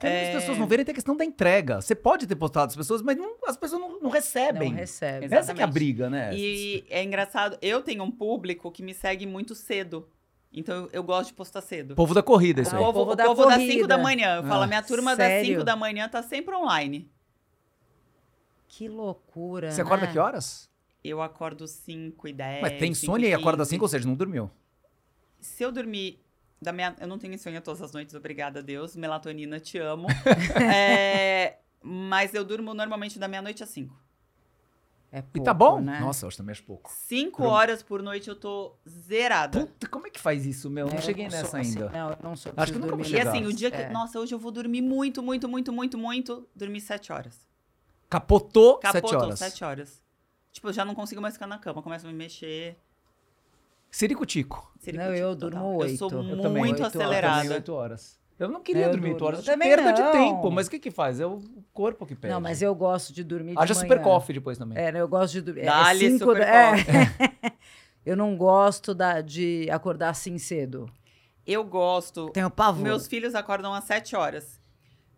[SPEAKER 1] Até
[SPEAKER 3] é.
[SPEAKER 1] As pessoas não verem tem a questão da entrega. Você pode ter postado as pessoas, mas não- as pessoas não, não recebem.
[SPEAKER 2] Não recebe.
[SPEAKER 1] Essa que é a
[SPEAKER 3] Exatamente.
[SPEAKER 1] briga, né?
[SPEAKER 3] E é engraçado, eu tenho um público que me segue muito cedo. Então eu, eu gosto de postar cedo.
[SPEAKER 1] Povo da corrida, isso
[SPEAKER 2] Ah,
[SPEAKER 1] aí.
[SPEAKER 2] o
[SPEAKER 3] o
[SPEAKER 2] povo
[SPEAKER 3] povo,
[SPEAKER 2] da
[SPEAKER 3] o povo das
[SPEAKER 2] corrida.
[SPEAKER 3] 5 da manhã. Eu falo,
[SPEAKER 1] Ah,
[SPEAKER 3] a minha turma das
[SPEAKER 2] sério?
[SPEAKER 3] 5 da manhã tá sempre online.
[SPEAKER 2] Que loucura.
[SPEAKER 1] Você acorda
[SPEAKER 2] né?
[SPEAKER 1] que horas?
[SPEAKER 3] Eu acordo 5 É, e 10.
[SPEAKER 1] Ué, tem insônia e acorda às 5, ou seja, não dormiu.
[SPEAKER 3] Se eu dormir. Da minha... Eu não tenho insônia todas as noites, obrigada a Deus. Melatonina, te amo. É, Mas eu durmo normalmente da meia-noite às 5.
[SPEAKER 2] É
[SPEAKER 1] E
[SPEAKER 2] pouco,
[SPEAKER 1] tá bom?
[SPEAKER 2] Né?
[SPEAKER 1] Nossa, eu acho também acho pouco.
[SPEAKER 3] 5
[SPEAKER 1] Pronto.
[SPEAKER 3] horas por noite eu tô zerada.
[SPEAKER 1] Puta, como é que faz isso, meu?
[SPEAKER 2] É,
[SPEAKER 1] Não
[SPEAKER 2] eu
[SPEAKER 1] cheguei
[SPEAKER 2] sou
[SPEAKER 1] nessa
[SPEAKER 2] assim,
[SPEAKER 1] ainda.
[SPEAKER 2] não, eu não
[SPEAKER 1] Acho
[SPEAKER 2] sou.
[SPEAKER 1] que
[SPEAKER 2] preciso
[SPEAKER 1] nunca vou
[SPEAKER 2] dormir
[SPEAKER 3] E
[SPEAKER 1] chegar.
[SPEAKER 2] mais.
[SPEAKER 3] assim, o dia que.
[SPEAKER 2] É.
[SPEAKER 3] Nossa, hoje eu vou dormir muito, muito, muito, muito, muito. Dormi 7 horas.
[SPEAKER 1] Capotou, sete
[SPEAKER 3] Capotou,
[SPEAKER 1] horas.
[SPEAKER 3] sete horas. Tipo, eu já não consigo mais ficar na cama, começo a me mexer.
[SPEAKER 1] Siricutico.
[SPEAKER 3] Siricutico
[SPEAKER 2] eu
[SPEAKER 3] total.
[SPEAKER 2] durmo
[SPEAKER 3] Eu sou
[SPEAKER 2] oito. Eu
[SPEAKER 1] Eu também. Oito
[SPEAKER 3] muito
[SPEAKER 1] horas. Eu também,
[SPEAKER 3] acelerada.
[SPEAKER 1] oito horas. Eu não queria
[SPEAKER 2] É, Eu
[SPEAKER 1] dormir oito
[SPEAKER 2] durmo.
[SPEAKER 1] horas.
[SPEAKER 2] Eu também
[SPEAKER 1] perda de
[SPEAKER 2] não.
[SPEAKER 1] tempo. Mas o que que faz? É o corpo que perde.
[SPEAKER 2] Não, mas eu gosto de dormir de
[SPEAKER 1] Haja
[SPEAKER 2] manhã.
[SPEAKER 1] super coffee depois também.
[SPEAKER 2] É, né, eu gosto de dormir. É,
[SPEAKER 3] Dá-lhe
[SPEAKER 2] cinco
[SPEAKER 3] super
[SPEAKER 2] da- é. Eu não gosto da- de acordar assim cedo.
[SPEAKER 3] Eu gosto.
[SPEAKER 2] Tenho pavor.
[SPEAKER 3] Meus filhos acordam às 7 horas.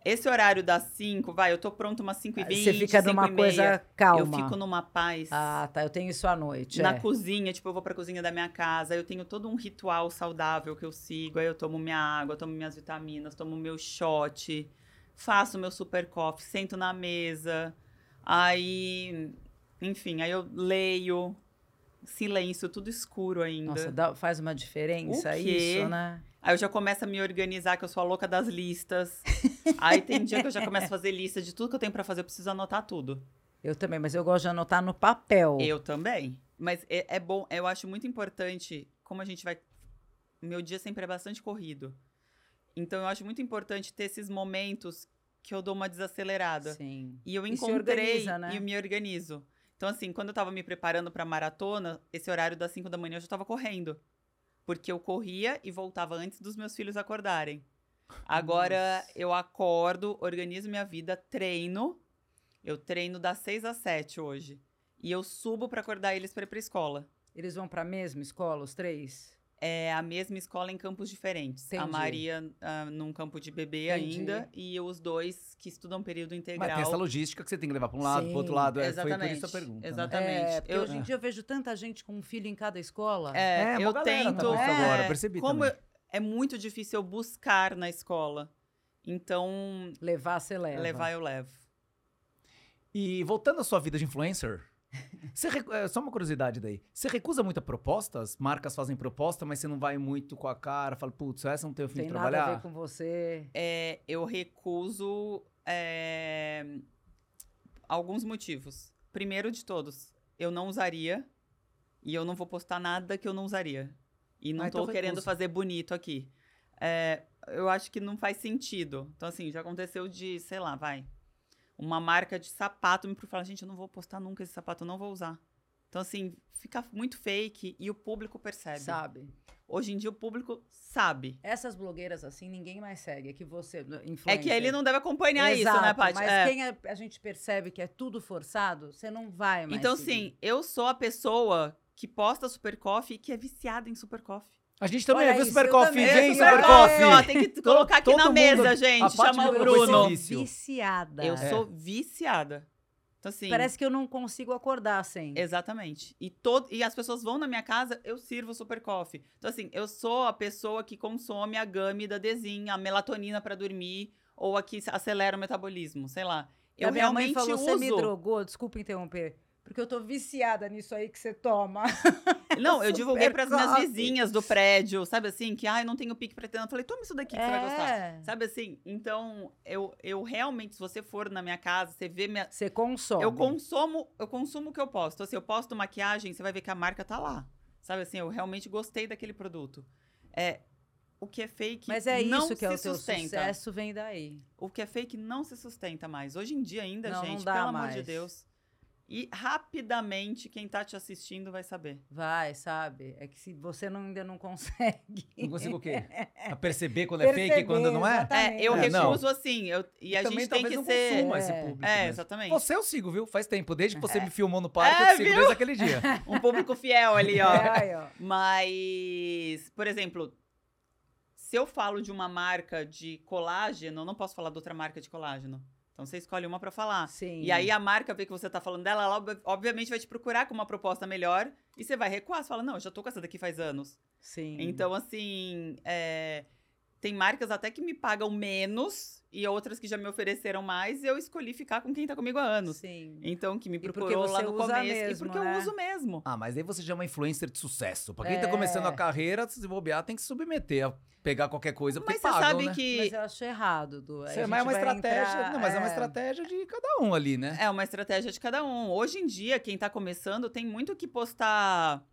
[SPEAKER 3] Esse horário das 5, vai, eu tô pronto umas 5 e 20,
[SPEAKER 2] Você fica numa coisa calma.
[SPEAKER 3] Eu fico numa paz.
[SPEAKER 2] Ah, tá. Eu tenho isso à noite.
[SPEAKER 3] na
[SPEAKER 2] é.
[SPEAKER 3] cozinha, tipo, eu vou pra cozinha da minha casa, eu tenho todo um ritual saudável que eu sigo, aí eu tomo minha água, tomo minhas vitaminas, tomo meu shot, faço meu super coffee, sento na mesa, aí, enfim, aí eu leio, silêncio, tudo escuro ainda.
[SPEAKER 2] Nossa, dá- faz uma diferença
[SPEAKER 3] O quê?
[SPEAKER 2] isso, né?
[SPEAKER 3] Aí eu já começo a me organizar, que eu sou a louca das listas. aí tem dia que eu já começo a fazer lista de tudo que eu tenho pra fazer, eu preciso anotar tudo.
[SPEAKER 2] Eu também, mas eu gosto de anotar no papel.
[SPEAKER 3] Eu também. Mas é, é bom, eu acho muito importante, como a gente vai. Meu dia sempre é bastante corrido. Então eu acho muito importante ter esses momentos que eu dou uma desacelerada.
[SPEAKER 2] Sim.
[SPEAKER 3] E eu
[SPEAKER 2] E se
[SPEAKER 3] encontrei
[SPEAKER 2] organiza, né?
[SPEAKER 3] e eu me organizo. Então, assim, quando eu tava me preparando pra maratona, esse horário das 5 da manhã eu já tava correndo. Porque eu corria e voltava antes dos meus filhos acordarem. Agora
[SPEAKER 2] Nossa.
[SPEAKER 3] eu acordo, organizo minha vida, treino. Eu treino das 6 às 7 hoje. E eu subo pra acordar eles pra ir pra escola.
[SPEAKER 2] Eles vão pra mesma escola, os três?
[SPEAKER 3] É a mesma escola em campos diferentes. A
[SPEAKER 2] Entendi.
[SPEAKER 3] Maria ah, num campo de bebê
[SPEAKER 2] Entendi.
[SPEAKER 3] ainda e os dois que estudam período integral.
[SPEAKER 1] Mas tem essa logística que você tem que levar pra um lado, pro outro
[SPEAKER 2] Sim,
[SPEAKER 1] lado. É, foi por
[SPEAKER 3] exatamente,
[SPEAKER 1] isso a pergunta. né?
[SPEAKER 3] exatamente. Exatamente.
[SPEAKER 2] É, porque
[SPEAKER 3] Eu-
[SPEAKER 2] hoje em dia eu vejo tanta gente com um filho em cada escola.
[SPEAKER 3] É,
[SPEAKER 1] É, mó
[SPEAKER 3] eu
[SPEAKER 1] galera
[SPEAKER 3] tento.
[SPEAKER 1] tava isso
[SPEAKER 3] é,
[SPEAKER 1] agora, percebi
[SPEAKER 3] Como
[SPEAKER 1] também.
[SPEAKER 3] eu- é muito difícil eu buscar na escola. Então,
[SPEAKER 2] Levar, você
[SPEAKER 1] É,
[SPEAKER 2] leva.
[SPEAKER 3] levar eu levo.
[SPEAKER 1] E voltando à sua vida de influencer, você recu- é, só uma curiosidade daí. Você recusa muita proposta? As marcas fazem proposta, mas você não vai muito com a cara, fala, putz, essa não tem o fim
[SPEAKER 2] Tem
[SPEAKER 1] de
[SPEAKER 2] nada a
[SPEAKER 1] trabalhar.
[SPEAKER 2] ver com você.
[SPEAKER 3] É, eu recuso é, alguns motivos. Primeiro de todos, eu não usaria e eu não vou postar nada que eu não usaria. E não
[SPEAKER 1] Ah,
[SPEAKER 3] estou
[SPEAKER 1] então
[SPEAKER 3] querendo
[SPEAKER 1] recusa.
[SPEAKER 3] fazer bonito aqui. É, eu acho que não faz sentido. Então, assim, já aconteceu de, sei lá, vai. Uma marca de sapato me falar, gente, eu não vou postar nunca esse sapato, eu não vou usar. Então, assim, fica muito fake e o público percebe.
[SPEAKER 2] Sabe?
[SPEAKER 3] Hoje em dia o público sabe.
[SPEAKER 2] Essas blogueiras assim, ninguém mais segue. É que você.
[SPEAKER 3] É que ele não deve acompanhar isso,
[SPEAKER 2] Exato,
[SPEAKER 3] né, Paty?
[SPEAKER 2] Mas
[SPEAKER 3] É.
[SPEAKER 2] quem a, a gente percebe que é tudo forçado, você não vai É mais.
[SPEAKER 3] Então,
[SPEAKER 2] seguir. Tipo,
[SPEAKER 3] sim, eu sou a pessoa que posta Super Coffee e que é viciada em Super Coffee.
[SPEAKER 1] A gente também é
[SPEAKER 2] Olha
[SPEAKER 1] viu
[SPEAKER 2] isso,
[SPEAKER 1] Super
[SPEAKER 2] eu
[SPEAKER 1] Coffee,
[SPEAKER 2] também.
[SPEAKER 1] vem
[SPEAKER 2] Eu
[SPEAKER 1] Super
[SPEAKER 2] também.
[SPEAKER 3] Ó,
[SPEAKER 1] Coffee!
[SPEAKER 3] tem que
[SPEAKER 1] Todo-
[SPEAKER 3] colocar aqui
[SPEAKER 1] todo
[SPEAKER 3] na
[SPEAKER 1] mundo-
[SPEAKER 3] mesa,
[SPEAKER 1] a
[SPEAKER 3] gente.
[SPEAKER 1] Paty
[SPEAKER 3] Chama o
[SPEAKER 1] virou
[SPEAKER 2] Eu sou
[SPEAKER 3] Bruno.
[SPEAKER 1] esse vício.
[SPEAKER 2] viciada. É.
[SPEAKER 3] Eu sou viciada. Então, assim,
[SPEAKER 2] Parece que eu não consigo acordar sem.
[SPEAKER 3] exatamente. E, todo, e as pessoas vão na minha casa, eu sirvo Super Coffee. Então, assim, eu sou a pessoa que consome a gama da desinha, a melatonina pra dormir, ou a que acelera o metabolismo, sei lá. Eu
[SPEAKER 2] A minha mãe
[SPEAKER 3] realmente
[SPEAKER 2] falou,
[SPEAKER 3] uso.
[SPEAKER 2] você me drogou, desculpa interromper. Porque eu tô viciada nisso aí que você toma.
[SPEAKER 3] Não, eu divulguei
[SPEAKER 2] Super
[SPEAKER 3] para as minhas
[SPEAKER 2] coffee.
[SPEAKER 3] vizinhas do prédio, sabe assim? Que, ai, não tenho pique pra ter. Eu falei, toma isso daqui que você vai gostar.
[SPEAKER 2] É.
[SPEAKER 3] Sabe assim? Então, eu, eu realmente, se você for na minha casa, você vê minha.
[SPEAKER 2] Você consome.
[SPEAKER 3] Eu consumo, eu consumo o que eu posto. Assim, eu posto maquiagem, você vai ver que a marca tá lá. Sabe assim, eu realmente gostei daquele produto. É, o que é fake
[SPEAKER 2] Mas é
[SPEAKER 3] não
[SPEAKER 2] isso que é
[SPEAKER 3] se
[SPEAKER 2] o teu
[SPEAKER 3] sustenta.
[SPEAKER 2] sucesso, vem daí.
[SPEAKER 3] O que é fake não se sustenta mais. Hoje em dia ainda,
[SPEAKER 2] Não, não
[SPEAKER 3] gente,
[SPEAKER 2] dá
[SPEAKER 3] pelo amor
[SPEAKER 2] mais.
[SPEAKER 3] de Deus. E rapidamente quem tá te assistindo vai saber.
[SPEAKER 2] Vai, sabe? É que se você não- ainda não consegue.
[SPEAKER 1] Não consigo o quê? A perceber quando é
[SPEAKER 2] Perceber,
[SPEAKER 1] fake e quando não é?
[SPEAKER 2] exatamente.
[SPEAKER 3] É, eu
[SPEAKER 1] É, não.
[SPEAKER 3] recuso assim, eu- e a
[SPEAKER 1] Também
[SPEAKER 3] gente tem
[SPEAKER 1] talvez
[SPEAKER 3] que
[SPEAKER 1] não
[SPEAKER 3] ser
[SPEAKER 1] consuma esse
[SPEAKER 2] É.
[SPEAKER 1] público.
[SPEAKER 3] É,
[SPEAKER 1] mesmo.
[SPEAKER 3] exatamente.
[SPEAKER 1] Você eu sigo, viu? Faz tempo. Desde que você me filmou no parque,
[SPEAKER 3] É,
[SPEAKER 1] eu te sigo
[SPEAKER 3] viu?
[SPEAKER 1] desde aquele dia.
[SPEAKER 3] Um público fiel ali, ó.
[SPEAKER 2] É, aí, ó.
[SPEAKER 3] Mas, por exemplo, se eu falo de uma marca de colágeno, eu não posso falar de outra marca de colágeno. Então você escolhe uma pra falar.
[SPEAKER 2] Sim.
[SPEAKER 3] E aí a marca vê que você tá falando dela, ela ob- obviamente vai te procurar com uma proposta melhor e você vai recuar. Você fala, não, eu já tô com essa daqui faz anos.
[SPEAKER 2] Sim.
[SPEAKER 3] Então, assim, é, tem marcas até que me pagam menos e outras que já me ofereceram mais e eu escolhi ficar com quem tá comigo há anos.
[SPEAKER 2] Sim.
[SPEAKER 3] Então, que me
[SPEAKER 2] porque
[SPEAKER 3] procurou lá
[SPEAKER 2] você
[SPEAKER 3] no
[SPEAKER 2] usa
[SPEAKER 3] começo. e
[SPEAKER 2] mesmo,
[SPEAKER 3] porque
[SPEAKER 2] né?
[SPEAKER 3] eu uso mesmo.
[SPEAKER 1] Ah, mas aí você já é uma influencer de sucesso. Pra quem tá
[SPEAKER 2] É.
[SPEAKER 1] começando a carreira, se bobear, tem que se submeter a pegar qualquer coisa, porque
[SPEAKER 3] Mas você
[SPEAKER 1] pagam,
[SPEAKER 3] sabe
[SPEAKER 1] né?
[SPEAKER 2] Mas é
[SPEAKER 3] que
[SPEAKER 2] eu acho errado, Du. Aí
[SPEAKER 1] Isso é
[SPEAKER 2] a
[SPEAKER 1] mais
[SPEAKER 2] gente
[SPEAKER 1] uma
[SPEAKER 2] vai
[SPEAKER 1] estratégia.
[SPEAKER 2] entrar-
[SPEAKER 1] Não, mas é. uma
[SPEAKER 2] é.
[SPEAKER 1] estratégia de cada um ali, né?
[SPEAKER 3] é uma estratégia de cada um. Hoje em dia, quem tá começando tem muito que postar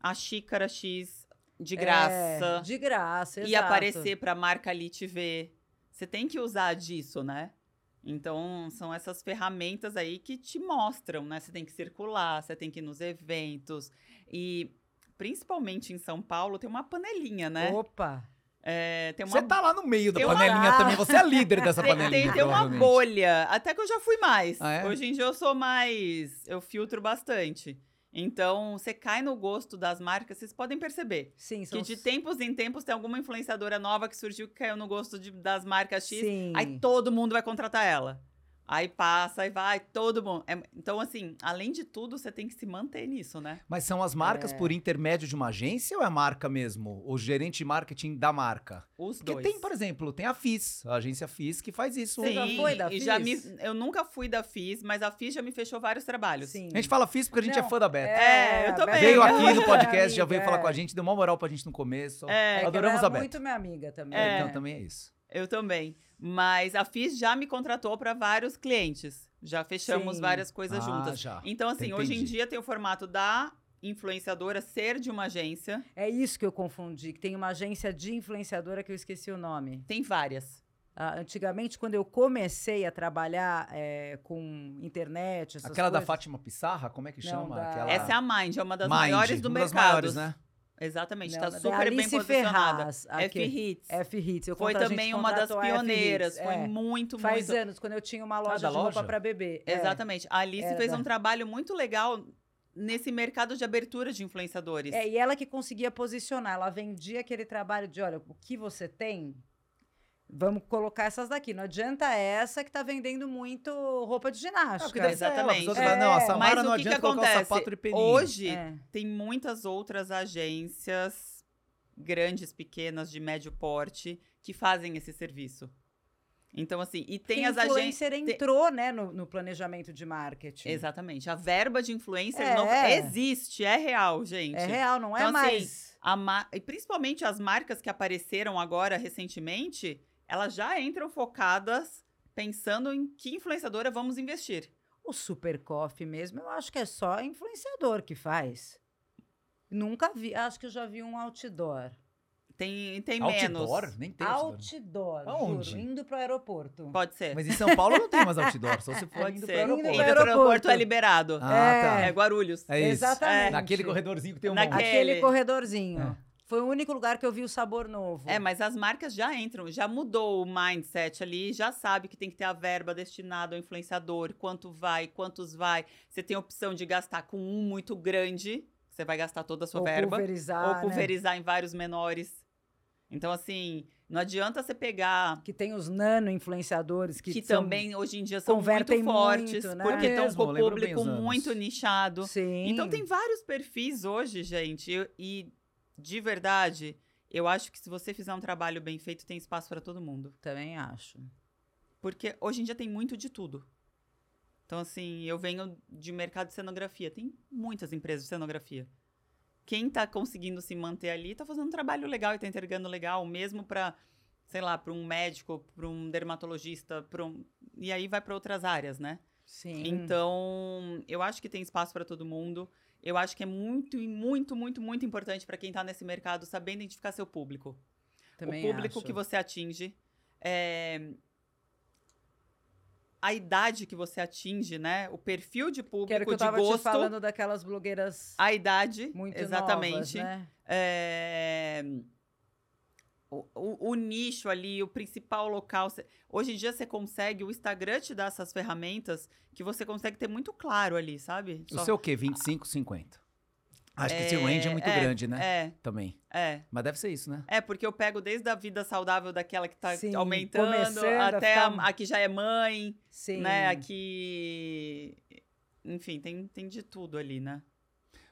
[SPEAKER 3] a xícara X de
[SPEAKER 2] É,
[SPEAKER 3] graça
[SPEAKER 2] de graça,
[SPEAKER 3] e
[SPEAKER 2] exato.
[SPEAKER 3] aparecer pra marca ali te ver. Você tem que usar disso, né? Então, são essas ferramentas aí que te mostram, né? Você tem que circular, você tem que ir nos eventos. E, principalmente em São Paulo, tem uma panelinha, né?
[SPEAKER 2] Opa!
[SPEAKER 3] É, tem uma
[SPEAKER 1] Você tá lá no meio da
[SPEAKER 3] Tem uma-
[SPEAKER 1] panelinha
[SPEAKER 2] Ah.
[SPEAKER 1] também. Você é líder dessa
[SPEAKER 3] Tem-
[SPEAKER 1] panelinha.
[SPEAKER 3] Tem, tem uma
[SPEAKER 1] provavelmente.
[SPEAKER 3] bolha. Até que eu já fui mais.
[SPEAKER 1] Ah, é?
[SPEAKER 3] Hoje em dia eu sou mais. Eu filtro bastante. Então, você cai no gosto das marcas, vocês podem perceber.
[SPEAKER 2] Sim,
[SPEAKER 3] Que
[SPEAKER 2] são
[SPEAKER 3] de tempos em tempos tem alguma influenciadora nova que surgiu que caiu no gosto de- das marcas X.
[SPEAKER 2] Sim.
[SPEAKER 3] Aí todo mundo vai contratar ela. Aí passa, aí vai, todo mundo. É- então, assim, além de tudo, você tem que se manter nisso, né?
[SPEAKER 1] Mas são as marcas por intermédio de uma agência ou é a marca mesmo? O gerente de marketing da marca?
[SPEAKER 3] Os
[SPEAKER 1] Porque
[SPEAKER 3] dois.
[SPEAKER 1] tem, por exemplo, tem a FIS, a agência FIS, que faz isso.
[SPEAKER 2] Você já foi da
[SPEAKER 3] e já me,
[SPEAKER 2] Fizz?
[SPEAKER 3] eu nunca fui da FIS, mas a FIS já me fechou vários trabalhos.
[SPEAKER 2] Sim.
[SPEAKER 1] A gente fala FIS porque a gente é
[SPEAKER 2] Não,
[SPEAKER 1] fã da Beta.
[SPEAKER 3] É, eu também.
[SPEAKER 1] Veio
[SPEAKER 3] Bem,
[SPEAKER 1] aqui no
[SPEAKER 2] é.
[SPEAKER 1] podcast, já veio
[SPEAKER 2] Amiga,
[SPEAKER 1] falar
[SPEAKER 2] é.
[SPEAKER 1] com a gente, deu uma moral pra gente no começo.
[SPEAKER 3] É,
[SPEAKER 2] É que
[SPEAKER 1] Adoramos
[SPEAKER 2] ela
[SPEAKER 1] a
[SPEAKER 2] é
[SPEAKER 1] Beta.
[SPEAKER 2] muito minha amiga também. né?
[SPEAKER 3] É.
[SPEAKER 1] Então também é isso.
[SPEAKER 3] Eu também. Mas a FIS já me contratou para vários clientes. Já fechamos
[SPEAKER 2] Sim.
[SPEAKER 3] várias coisas
[SPEAKER 1] Ah,
[SPEAKER 3] juntas.
[SPEAKER 1] já.
[SPEAKER 3] Então, assim, hoje em
[SPEAKER 1] Entendi.
[SPEAKER 3] dia tem o formato da influenciadora ser de uma agência.
[SPEAKER 2] É isso que eu confundi, que tem uma agência de influenciadora que eu esqueci o nome.
[SPEAKER 3] Tem várias.
[SPEAKER 2] Ah, antigamente, quando eu comecei a trabalhar é, com internet, essas
[SPEAKER 1] Aquela da
[SPEAKER 2] coisas-
[SPEAKER 1] Fátima Pissarra, como é que
[SPEAKER 2] Não,
[SPEAKER 1] chama?
[SPEAKER 2] da-
[SPEAKER 1] Aquela...
[SPEAKER 2] Ah.
[SPEAKER 3] Essa é a Mind, é uma das
[SPEAKER 1] Mind,
[SPEAKER 3] maiores do
[SPEAKER 1] uma das
[SPEAKER 3] mercado.
[SPEAKER 1] maiores, né?
[SPEAKER 3] Exatamente,
[SPEAKER 2] Não,
[SPEAKER 3] está
[SPEAKER 2] da
[SPEAKER 3] tá super bem
[SPEAKER 2] Né, Alice
[SPEAKER 3] posicionada.
[SPEAKER 2] Ferraz, a que-
[SPEAKER 3] F-Hits.
[SPEAKER 2] F-Hits. Eu
[SPEAKER 3] Foi
[SPEAKER 2] contra- a gente
[SPEAKER 3] também uma das
[SPEAKER 2] contratou a F-Hits,
[SPEAKER 3] pioneiras. Foi
[SPEAKER 2] é.
[SPEAKER 3] muito,
[SPEAKER 2] Faz
[SPEAKER 3] muito.
[SPEAKER 2] anos, quando eu tinha uma loja
[SPEAKER 1] da
[SPEAKER 2] de roupa
[SPEAKER 1] loja?
[SPEAKER 2] para bebê. É.
[SPEAKER 3] Exatamente. A Alice
[SPEAKER 2] Era
[SPEAKER 3] fez
[SPEAKER 2] da-
[SPEAKER 3] um trabalho muito legal nesse mercado de abertura de influenciadores.
[SPEAKER 2] É, e ela que conseguia posicionar, ela vendia aquele trabalho de, olha, o que você tem, vamos colocar essas daqui. Não adianta essa que tá vendendo muito roupa de
[SPEAKER 1] Ah,
[SPEAKER 2] ginástica.
[SPEAKER 1] porque deve ser ela,
[SPEAKER 3] é, Exatamente.
[SPEAKER 1] os outros falam, não, a
[SPEAKER 2] É.
[SPEAKER 1] Samara
[SPEAKER 3] Mas
[SPEAKER 1] não
[SPEAKER 3] o que, que
[SPEAKER 1] adianta colocar o
[SPEAKER 3] acontece?
[SPEAKER 1] sapato de peninho.
[SPEAKER 3] Hoje
[SPEAKER 2] É.
[SPEAKER 3] tem muitas outras agências grandes, pequenas, de médio porte que fazem esse serviço. Então, assim, e
[SPEAKER 2] Porque
[SPEAKER 3] tem as agências.
[SPEAKER 2] influencer entrou, né, no, no planejamento de marketing.
[SPEAKER 3] Exatamente. A verba de influencer
[SPEAKER 2] É.
[SPEAKER 3] não existe, é real, gente.
[SPEAKER 2] É real, não é
[SPEAKER 3] Então, assim,
[SPEAKER 2] mais.
[SPEAKER 3] A ma- E principalmente as marcas que apareceram agora recentemente, elas já entram focadas pensando em que influenciadora vamos investir.
[SPEAKER 2] O Super Coffee mesmo, eu acho que é só influenciador que faz. Nunca vi, acho que eu já vi um outdoor.
[SPEAKER 3] Tem, tem
[SPEAKER 1] outdoor?
[SPEAKER 3] menos.
[SPEAKER 1] Nem tem outdoor.
[SPEAKER 2] outdoor,
[SPEAKER 1] Aonde?
[SPEAKER 2] juro, indo pro aeroporto.
[SPEAKER 3] Pode ser.
[SPEAKER 1] Mas em São Paulo não tem mais outdoor, só se for
[SPEAKER 3] Pode
[SPEAKER 1] indo pro
[SPEAKER 3] ser.
[SPEAKER 2] Indo
[SPEAKER 1] aeroporto.
[SPEAKER 3] Indo pro aeroporto é liberado.
[SPEAKER 1] Ah,
[SPEAKER 2] É.
[SPEAKER 3] É Guarulhos.
[SPEAKER 1] tá. É isso.
[SPEAKER 2] Exatamente.
[SPEAKER 1] Naquele corredorzinho que tem um
[SPEAKER 3] Naquele-
[SPEAKER 1] monte.
[SPEAKER 2] Aquele
[SPEAKER 3] Ele.
[SPEAKER 2] corredorzinho.
[SPEAKER 1] É.
[SPEAKER 2] Foi o único lugar que eu vi o sabor novo.
[SPEAKER 3] É, mas as marcas já entram, já mudou o mindset ali, já sabe que tem que ter a verba destinada ao influenciador, quanto vai, quantos vai. Você tem a opção de gastar com um muito grande, você vai gastar toda a sua
[SPEAKER 2] ou
[SPEAKER 3] verba,
[SPEAKER 2] pulverizar,
[SPEAKER 3] ou
[SPEAKER 2] né?
[SPEAKER 3] pulverizar em vários menores. Então, assim, não adianta você pegar
[SPEAKER 2] né? Que tem os nano influenciadores que,
[SPEAKER 3] que,
[SPEAKER 2] são-
[SPEAKER 3] também hoje em dia são
[SPEAKER 2] convertem
[SPEAKER 3] muito fortes,
[SPEAKER 2] muito, né?
[SPEAKER 3] porque estão
[SPEAKER 1] É Mesmo,
[SPEAKER 3] com o
[SPEAKER 1] lembro bem
[SPEAKER 3] público
[SPEAKER 1] os anos.
[SPEAKER 3] muito nichado.
[SPEAKER 2] Sim.
[SPEAKER 3] Então tem vários perfis hoje, gente. E, e, de verdade, eu acho que se você fizer um trabalho bem feito, tem espaço para todo mundo.
[SPEAKER 2] Também acho.
[SPEAKER 3] Porque hoje em dia tem muito de tudo. Então, assim, eu venho de mercado de cenografia. Tem muitas empresas de cenografia. Quem tá conseguindo se manter ali tá fazendo um trabalho legal e tá entregando legal, mesmo para, sei lá, para um médico, para um dermatologista, para um. E aí vai para outras áreas, né?
[SPEAKER 2] Sim.
[SPEAKER 3] Então, eu acho que tem espaço para todo mundo. Eu acho que é muito, e muito, muito, muito importante para quem está nesse mercado saber identificar seu público.
[SPEAKER 2] também
[SPEAKER 3] o público
[SPEAKER 2] acho.
[SPEAKER 3] que você atinge. é, A idade que você atinge, né? O perfil de
[SPEAKER 2] Que era o
[SPEAKER 3] público,
[SPEAKER 2] que eu
[SPEAKER 3] de
[SPEAKER 2] tava te
[SPEAKER 3] gosto.
[SPEAKER 2] falando daquelas blogueiras
[SPEAKER 3] A idade,
[SPEAKER 2] muito
[SPEAKER 3] exatamente.
[SPEAKER 2] novas, né?
[SPEAKER 3] É, o, o- o nicho ali, o principal local. Cê- Hoje em dia você consegue, o Instagram te dá essas ferramentas que você consegue ter muito claro ali, sabe?
[SPEAKER 1] O
[SPEAKER 3] Só-
[SPEAKER 1] seu o quê? 25, 50. Acho que esse range é muito grande, né?
[SPEAKER 3] É,
[SPEAKER 1] Também.
[SPEAKER 3] é.
[SPEAKER 1] Mas deve ser isso, né?
[SPEAKER 3] É, porque eu pego desde a vida saudável daquela que tá
[SPEAKER 2] Sim,
[SPEAKER 3] aumentando,
[SPEAKER 2] começando a
[SPEAKER 3] até a,
[SPEAKER 2] ficar-
[SPEAKER 3] a que já é mãe,
[SPEAKER 2] Sim.
[SPEAKER 3] né? A que. Enfim, tem, tem de tudo ali, né?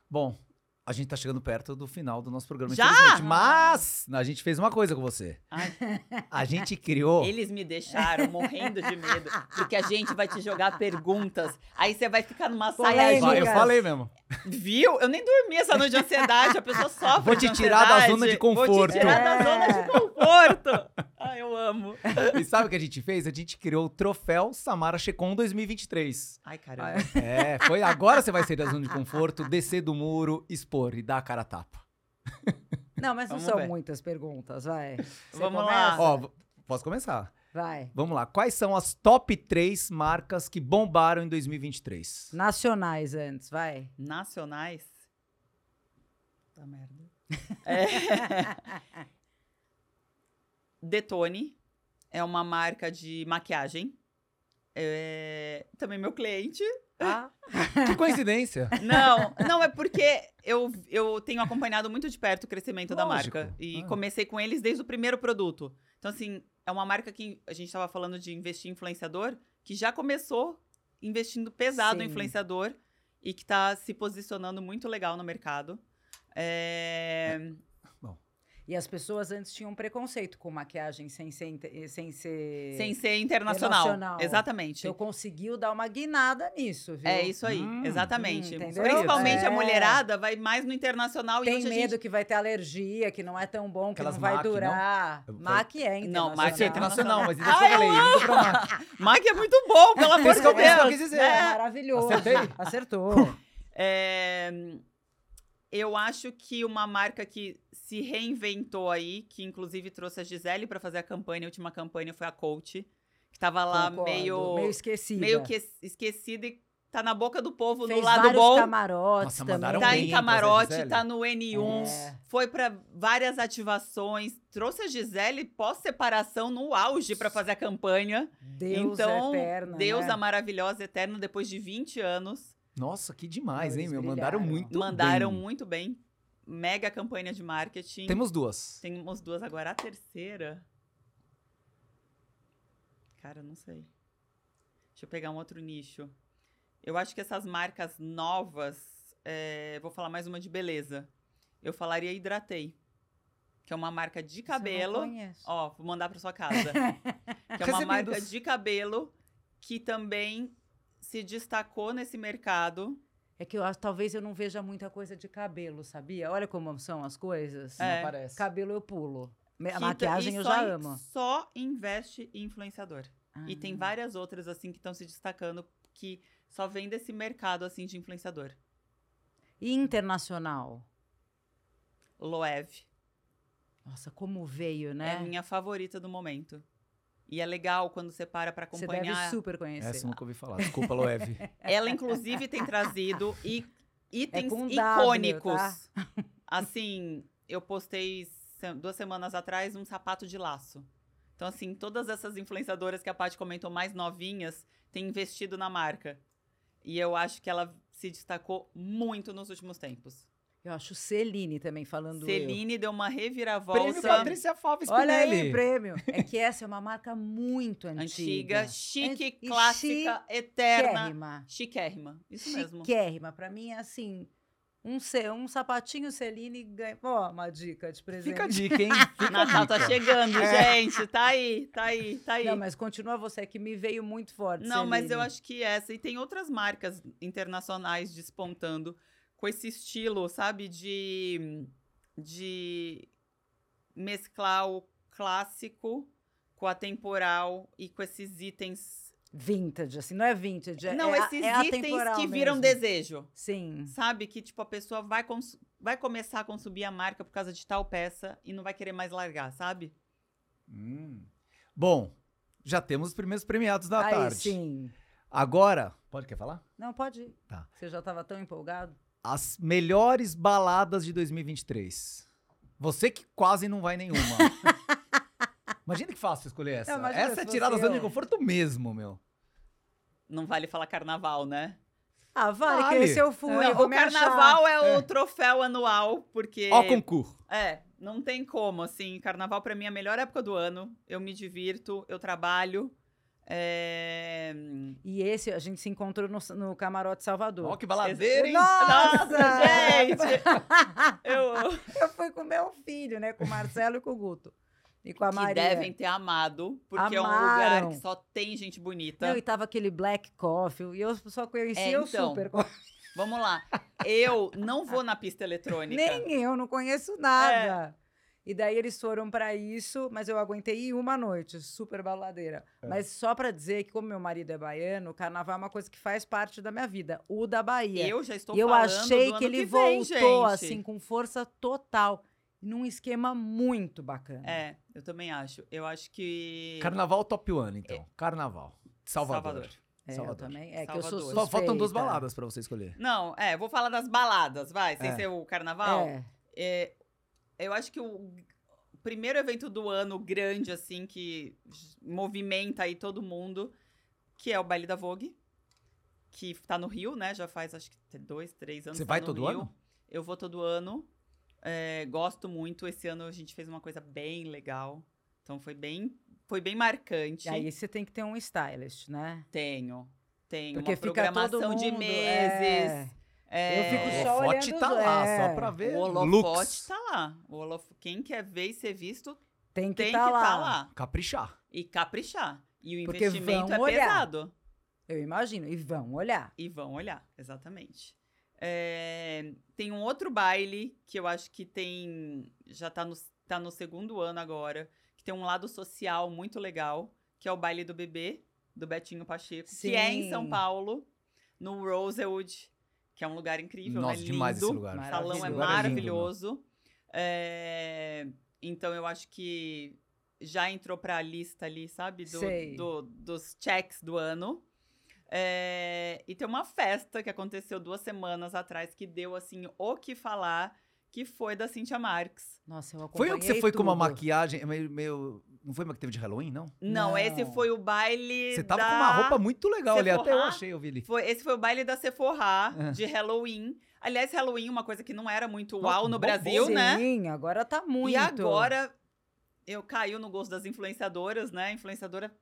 [SPEAKER 1] Bom, a gente tá chegando perto do final do nosso programa,
[SPEAKER 3] Já?
[SPEAKER 1] infelizmente. Mas a gente fez uma coisa com você.
[SPEAKER 3] Ai.
[SPEAKER 1] A gente criou.
[SPEAKER 3] Eles me deixaram morrendo de medo, porque a gente vai te jogar perguntas, aí você vai ficar numa saia
[SPEAKER 2] Polêmica.
[SPEAKER 1] Vai, eu
[SPEAKER 3] justa.
[SPEAKER 2] Lucas.
[SPEAKER 1] falei mesmo.
[SPEAKER 3] Viu? Eu nem dormi essa noite de ansiedade, a pessoa sofre
[SPEAKER 1] Vou te
[SPEAKER 3] de
[SPEAKER 1] tirar da
[SPEAKER 3] ansiedade.
[SPEAKER 1] zona de
[SPEAKER 3] Vou
[SPEAKER 1] conforto.
[SPEAKER 3] te tirar da
[SPEAKER 2] É.
[SPEAKER 3] zona de conforto. Ai, eu amo.
[SPEAKER 1] E sabe o que a gente fez? A gente criou o troféu Samara Checon 2023.
[SPEAKER 3] Ai, caramba.
[SPEAKER 1] É, foi agora você vai sair da zona de conforto, descer do muro, expor e dar a cara a tapa.
[SPEAKER 2] Não, mas não
[SPEAKER 3] Vamos
[SPEAKER 2] são
[SPEAKER 3] ver.
[SPEAKER 2] muitas perguntas, vai. Você
[SPEAKER 3] Vamos
[SPEAKER 2] começa?
[SPEAKER 3] lá.
[SPEAKER 1] Ó, v- posso começar.
[SPEAKER 2] Vai.
[SPEAKER 1] Vamos lá. Quais são as top 3 marcas que bombaram em 2023?
[SPEAKER 2] Nacionais antes, vai.
[SPEAKER 3] Nacionais. Tá merda. Detone é uma marca de maquiagem. É, Também meu cliente.
[SPEAKER 2] Ah,
[SPEAKER 1] Que coincidência.
[SPEAKER 3] Não, não, é porque eu, eu tenho acompanhado muito de perto o crescimento da
[SPEAKER 1] Lógico.
[SPEAKER 3] marca. E
[SPEAKER 1] Ah.
[SPEAKER 3] comecei com eles desde o primeiro produto. Então, assim, é uma marca que a gente estava falando de investir em influenciador, que já começou investindo pesado
[SPEAKER 2] Sim.
[SPEAKER 3] em influenciador e que está se posicionando muito legal no mercado. É,
[SPEAKER 2] e as pessoas antes tinham preconceito com maquiagem sem ser, inte- eh, sem ser...
[SPEAKER 3] Sem ser internacional.
[SPEAKER 2] Internacional.
[SPEAKER 3] Exatamente.
[SPEAKER 2] Então conseguiu dar uma guinada nisso, viu?
[SPEAKER 3] É isso aí,
[SPEAKER 1] Hum.
[SPEAKER 3] exatamente.
[SPEAKER 2] Hum, entendeu?
[SPEAKER 3] Principalmente
[SPEAKER 2] É.
[SPEAKER 3] a mulherada vai mais no internacional e
[SPEAKER 2] Tem
[SPEAKER 3] hoje a
[SPEAKER 2] medo
[SPEAKER 3] gente
[SPEAKER 2] que vai ter alergia, que não é tão bom, que
[SPEAKER 1] Aquelas
[SPEAKER 2] não vai
[SPEAKER 1] Mac, não?
[SPEAKER 2] durar.
[SPEAKER 1] Eu-
[SPEAKER 2] Mac é internacional.
[SPEAKER 3] Não,
[SPEAKER 1] Mas
[SPEAKER 3] Mac
[SPEAKER 1] isso é internacional, mas isso
[SPEAKER 3] Ah,
[SPEAKER 1] que eu
[SPEAKER 3] eu
[SPEAKER 1] falei. Indo pra marca.
[SPEAKER 3] Mac é muito bom, pelo amor
[SPEAKER 1] Isso
[SPEAKER 3] de
[SPEAKER 1] que eu- isso que eu
[SPEAKER 3] Deus.
[SPEAKER 1] quis dizer.
[SPEAKER 2] É, maravilhoso.
[SPEAKER 1] Acertei?
[SPEAKER 2] Acertou.
[SPEAKER 3] É, eu acho que uma marca que se reinventou aí, que inclusive trouxe a Gisele para fazer a campanha, a última campanha foi a Coach, que tava lá
[SPEAKER 2] Concordo.
[SPEAKER 3] meio
[SPEAKER 2] meio esquecida.
[SPEAKER 3] meio que es- esquecida e tá na boca do povo
[SPEAKER 2] Fez
[SPEAKER 3] no lado
[SPEAKER 2] vários
[SPEAKER 3] bom.
[SPEAKER 2] camarotes
[SPEAKER 1] Nossa,
[SPEAKER 2] também.
[SPEAKER 1] mandaram
[SPEAKER 3] Tá
[SPEAKER 1] bem,
[SPEAKER 3] em
[SPEAKER 1] hein, trazer a
[SPEAKER 3] camarote,
[SPEAKER 1] Gisele?
[SPEAKER 3] tá no N1,
[SPEAKER 2] É.
[SPEAKER 3] foi para várias ativações, trouxe a Gisele pós-separação no auge para fazer a campanha.
[SPEAKER 2] Deus
[SPEAKER 3] então,
[SPEAKER 2] eterna,
[SPEAKER 3] Deus
[SPEAKER 2] né?
[SPEAKER 3] a maravilhosa eterna depois de 20 anos.
[SPEAKER 1] Nossa, que demais,
[SPEAKER 2] Não,
[SPEAKER 1] hein, meu?
[SPEAKER 2] eles
[SPEAKER 1] Mandaram
[SPEAKER 2] brilharam.
[SPEAKER 1] muito
[SPEAKER 3] Mandaram
[SPEAKER 1] bem.
[SPEAKER 3] muito bem. Mega campanha de marketing.
[SPEAKER 1] Temos duas.
[SPEAKER 3] Temos duas agora. A terceira. Cara, não sei. Deixa eu pegar um outro nicho. Eu acho que essas marcas novas. é, Vou falar mais uma de beleza. Eu falaria Hidratei. que é uma marca de
[SPEAKER 2] Eu
[SPEAKER 3] cabelo.
[SPEAKER 2] não conheço.
[SPEAKER 3] Ó, vou mandar pra sua casa. que é uma
[SPEAKER 1] Recebidos.
[SPEAKER 3] marca de cabelo que também se destacou nesse mercado.
[SPEAKER 2] É que eu acho, talvez eu não veja muita coisa de cabelo, sabia? Olha como são as coisas.
[SPEAKER 3] É.
[SPEAKER 1] Parece.
[SPEAKER 2] Cabelo eu pulo. Me- A
[SPEAKER 3] que-
[SPEAKER 2] maquiagem
[SPEAKER 3] e
[SPEAKER 2] eu
[SPEAKER 3] só
[SPEAKER 2] já
[SPEAKER 3] in-
[SPEAKER 2] amo.
[SPEAKER 3] Só investe em influenciador. E
[SPEAKER 2] Ah.
[SPEAKER 3] tem várias outras, assim, que estão se destacando, que só vem desse mercado, assim, de influenciador.
[SPEAKER 2] E internacional.
[SPEAKER 3] Loewe
[SPEAKER 2] Nossa, como veio,
[SPEAKER 3] é.
[SPEAKER 2] né?
[SPEAKER 3] minha favorita do momento. E é legal quando você para pra
[SPEAKER 2] Você deve
[SPEAKER 3] acompanhar.
[SPEAKER 2] super conhecer.
[SPEAKER 1] Essa é eu nunca ouvi falar. Desculpa, Loev.
[SPEAKER 3] Ela, inclusive, tem trazido i- itens
[SPEAKER 2] É com W,
[SPEAKER 3] icônicos.
[SPEAKER 2] tá?
[SPEAKER 3] Assim, eu postei se- duas semanas atrás um sapato de laço. Então, assim, todas essas influenciadoras que a Paty comentou mais novinhas têm investido na marca. E eu acho que ela se destacou muito nos últimos tempos.
[SPEAKER 2] Eu acho Celine também falando eu.
[SPEAKER 3] Celine deu uma
[SPEAKER 1] Prêmio
[SPEAKER 3] reviravolta
[SPEAKER 1] Patrícia Fábio
[SPEAKER 2] Olha aí,
[SPEAKER 1] Spinelli.
[SPEAKER 2] prêmio. É que essa é uma marca muito antiga.
[SPEAKER 3] antiga, chique,
[SPEAKER 2] E
[SPEAKER 3] clássica, eterna,
[SPEAKER 2] Chiquérrima.
[SPEAKER 3] chiquérrima. Isso mesmo.
[SPEAKER 2] Chiquérrima. Pra mim é assim, um, ce- um sapatinho Celine ganha... Ó, uma dica de presente.
[SPEAKER 1] Fica a dica, hein? Fica a
[SPEAKER 3] Natal
[SPEAKER 1] dica.
[SPEAKER 3] tá chegando, gente. Tá aí, tá aí, tá aí.
[SPEAKER 2] É. Não, mas continua você, que me veio muito forte.
[SPEAKER 3] Não, mas
[SPEAKER 2] Celine.
[SPEAKER 3] eu acho que essa. E tem outras marcas internacionais despontando com esse estilo, sabe? De, de mesclar o clássico com a temporal e com esses itens.
[SPEAKER 2] Vintage, assim, não é vintage. É,
[SPEAKER 3] Não,
[SPEAKER 2] é, a-
[SPEAKER 3] esses
[SPEAKER 2] é
[SPEAKER 3] itens
[SPEAKER 2] atemporal
[SPEAKER 3] que viram
[SPEAKER 2] mesmo.
[SPEAKER 3] desejo.
[SPEAKER 2] Sim.
[SPEAKER 3] Sabe? Que tipo, a pessoa vai, cons- vai começar a consumir a marca por causa de tal peça e não vai querer mais largar, sabe?
[SPEAKER 1] Hum. Bom, já temos os primeiros premiados da
[SPEAKER 2] Aí
[SPEAKER 1] tarde.
[SPEAKER 2] sim.
[SPEAKER 1] Agora, pode quer falar?
[SPEAKER 2] Não, pode ir.
[SPEAKER 1] Tá.
[SPEAKER 2] Você já estava tão empolgado.
[SPEAKER 1] As melhores baladas de 2023. Você que quase não vai nenhuma. imagina que fácil escolher essa.
[SPEAKER 2] Não, imagina
[SPEAKER 1] essa
[SPEAKER 2] se
[SPEAKER 1] é
[SPEAKER 2] fosse
[SPEAKER 1] tirada da
[SPEAKER 2] eu.
[SPEAKER 1] zona de conforto mesmo, meu.
[SPEAKER 3] Não vale falar carnaval, né?
[SPEAKER 2] Ah, vale,
[SPEAKER 1] Vale.
[SPEAKER 2] que esse eu fui.
[SPEAKER 3] Não,
[SPEAKER 2] eu vou
[SPEAKER 3] o
[SPEAKER 2] me achar.
[SPEAKER 3] carnaval é o troféu anual, porque.
[SPEAKER 1] Ó, concurso.
[SPEAKER 3] É, não tem como, assim. Carnaval pra mim é a melhor época do ano. Eu me divirto, eu trabalho. É...
[SPEAKER 2] E esse a gente se encontrou no, no Camarote Salvador.
[SPEAKER 1] Ó, que baladeira, hein?
[SPEAKER 2] Nossa!
[SPEAKER 3] gente! Eu...
[SPEAKER 2] Eu fui com meu filho, né? Com o Marcelo e com o Guto. E com a
[SPEAKER 3] Que
[SPEAKER 2] Maria.
[SPEAKER 3] devem ter amado, porque é um
[SPEAKER 2] Amaram.
[SPEAKER 3] lugar que só tem gente bonita.
[SPEAKER 2] Não, e tava aquele black coffee. E eu só conhecia
[SPEAKER 3] É,
[SPEAKER 2] o
[SPEAKER 3] então.
[SPEAKER 2] super coffee.
[SPEAKER 3] Vamos lá. Eu não vou na pista eletrônica.
[SPEAKER 2] Nem eu, não conheço
[SPEAKER 3] É.
[SPEAKER 2] nada. E daí eles foram pra isso, mas eu aguentei uma noite, super baladeira.
[SPEAKER 3] É.
[SPEAKER 2] Mas só pra dizer que, como meu marido é baiano, o carnaval é uma coisa que faz parte da minha vida, o da Bahia.
[SPEAKER 3] Eu já estou
[SPEAKER 2] E eu
[SPEAKER 3] falando
[SPEAKER 2] achei
[SPEAKER 3] do ano
[SPEAKER 2] que ele
[SPEAKER 3] vem,
[SPEAKER 2] voltou,
[SPEAKER 3] gente.
[SPEAKER 2] assim, com força total, num esquema muito bacana.
[SPEAKER 3] É, eu também acho. Eu acho que.
[SPEAKER 1] Carnaval top one, então. Carnaval. Salvador.
[SPEAKER 3] É. Salvador.
[SPEAKER 2] É, eu
[SPEAKER 1] Salvador.
[SPEAKER 2] também. É que eu sou
[SPEAKER 3] Salvador.
[SPEAKER 1] Só faltam duas
[SPEAKER 2] suspeita.
[SPEAKER 1] baladas pra você escolher.
[SPEAKER 3] Não, é, vou falar das baladas, vai, sem
[SPEAKER 1] É.
[SPEAKER 3] ser o carnaval.
[SPEAKER 2] É.
[SPEAKER 3] É, eu acho que o, o primeiro evento do ano grande, assim, que j- movimenta aí todo mundo, que é o baile da Vogue, que tá no Rio, né? Já faz acho que t- dois, três anos.
[SPEAKER 1] Você
[SPEAKER 3] tá
[SPEAKER 1] vai
[SPEAKER 3] no
[SPEAKER 1] todo
[SPEAKER 3] Rio.
[SPEAKER 1] ano?
[SPEAKER 3] Eu vou todo ano. é, gosto muito. Esse ano a gente fez uma coisa bem legal. Então foi bem, foi bem marcante.
[SPEAKER 2] E aí você tem que ter um stylist, né?
[SPEAKER 3] Tenho. Tenho
[SPEAKER 2] Porque
[SPEAKER 3] uma
[SPEAKER 2] fica todo
[SPEAKER 3] programação de
[SPEAKER 2] mundo,
[SPEAKER 3] meses.
[SPEAKER 2] é.
[SPEAKER 3] É,
[SPEAKER 2] Eu fico
[SPEAKER 1] O
[SPEAKER 2] só
[SPEAKER 1] holofote
[SPEAKER 2] olhando
[SPEAKER 1] tá
[SPEAKER 2] os-
[SPEAKER 1] lá,
[SPEAKER 2] é.
[SPEAKER 1] só pra ver.
[SPEAKER 3] O
[SPEAKER 1] looks.
[SPEAKER 3] holofote tá lá. O holof... Quem quer ver e ser visto
[SPEAKER 2] Tem que
[SPEAKER 3] tem
[SPEAKER 2] estar
[SPEAKER 3] que
[SPEAKER 2] lá.
[SPEAKER 3] tá lá.
[SPEAKER 1] Caprichar.
[SPEAKER 3] E caprichar. E o
[SPEAKER 2] Porque
[SPEAKER 3] investimento
[SPEAKER 2] vão
[SPEAKER 3] é
[SPEAKER 2] olhar.
[SPEAKER 3] pesado.
[SPEAKER 2] Eu imagino. E vão olhar.
[SPEAKER 3] E vão olhar, exatamente. É, Tem um outro baile que eu acho que tem. Já tá no, tá no segundo ano agora, que tem um lado social muito legal, que é o baile do bebê, do Betinho Pacheco, que é em
[SPEAKER 2] Sim.
[SPEAKER 3] São Paulo, no Rosewood, que é um lugar incrível,
[SPEAKER 1] Nossa,
[SPEAKER 3] né?
[SPEAKER 1] demais
[SPEAKER 3] Lindo.
[SPEAKER 1] esse lugar.
[SPEAKER 3] O
[SPEAKER 2] Maravilhoso.
[SPEAKER 3] salão é
[SPEAKER 1] Esse lugar é lindo,
[SPEAKER 3] maravilhoso. É, Então eu acho que já entrou para a lista ali, sabe? Do-
[SPEAKER 2] Sei.
[SPEAKER 3] do- dos checks do ano. É, E tem uma festa que aconteceu duas semanas atrás que deu assim o que falar, que foi da Cintia Marx.
[SPEAKER 2] Nossa, eu
[SPEAKER 1] Foi
[SPEAKER 2] acompanhei
[SPEAKER 1] o que você foi com uma
[SPEAKER 2] tudo.
[SPEAKER 1] maquiagem meio... meio- Não foi uma que teve de Halloween, não?
[SPEAKER 3] Não,
[SPEAKER 2] Não.
[SPEAKER 3] esse foi o baile.
[SPEAKER 1] Você tava
[SPEAKER 3] da-
[SPEAKER 1] com uma roupa muito legal ali. Até eu
[SPEAKER 3] Sephora?
[SPEAKER 1] achei, eu vi ali.
[SPEAKER 3] Foi, esse foi o baile da Sephora
[SPEAKER 1] É.
[SPEAKER 3] de Halloween. Aliás, Halloween, é uma coisa que não era muito
[SPEAKER 1] Nossa,
[SPEAKER 3] uau no
[SPEAKER 1] bombou,
[SPEAKER 3] Brasil,
[SPEAKER 2] Sim,
[SPEAKER 3] né?
[SPEAKER 2] agora tá muito.
[SPEAKER 3] E agora eu caiu no gosto das influenciadoras, né? Influenciadora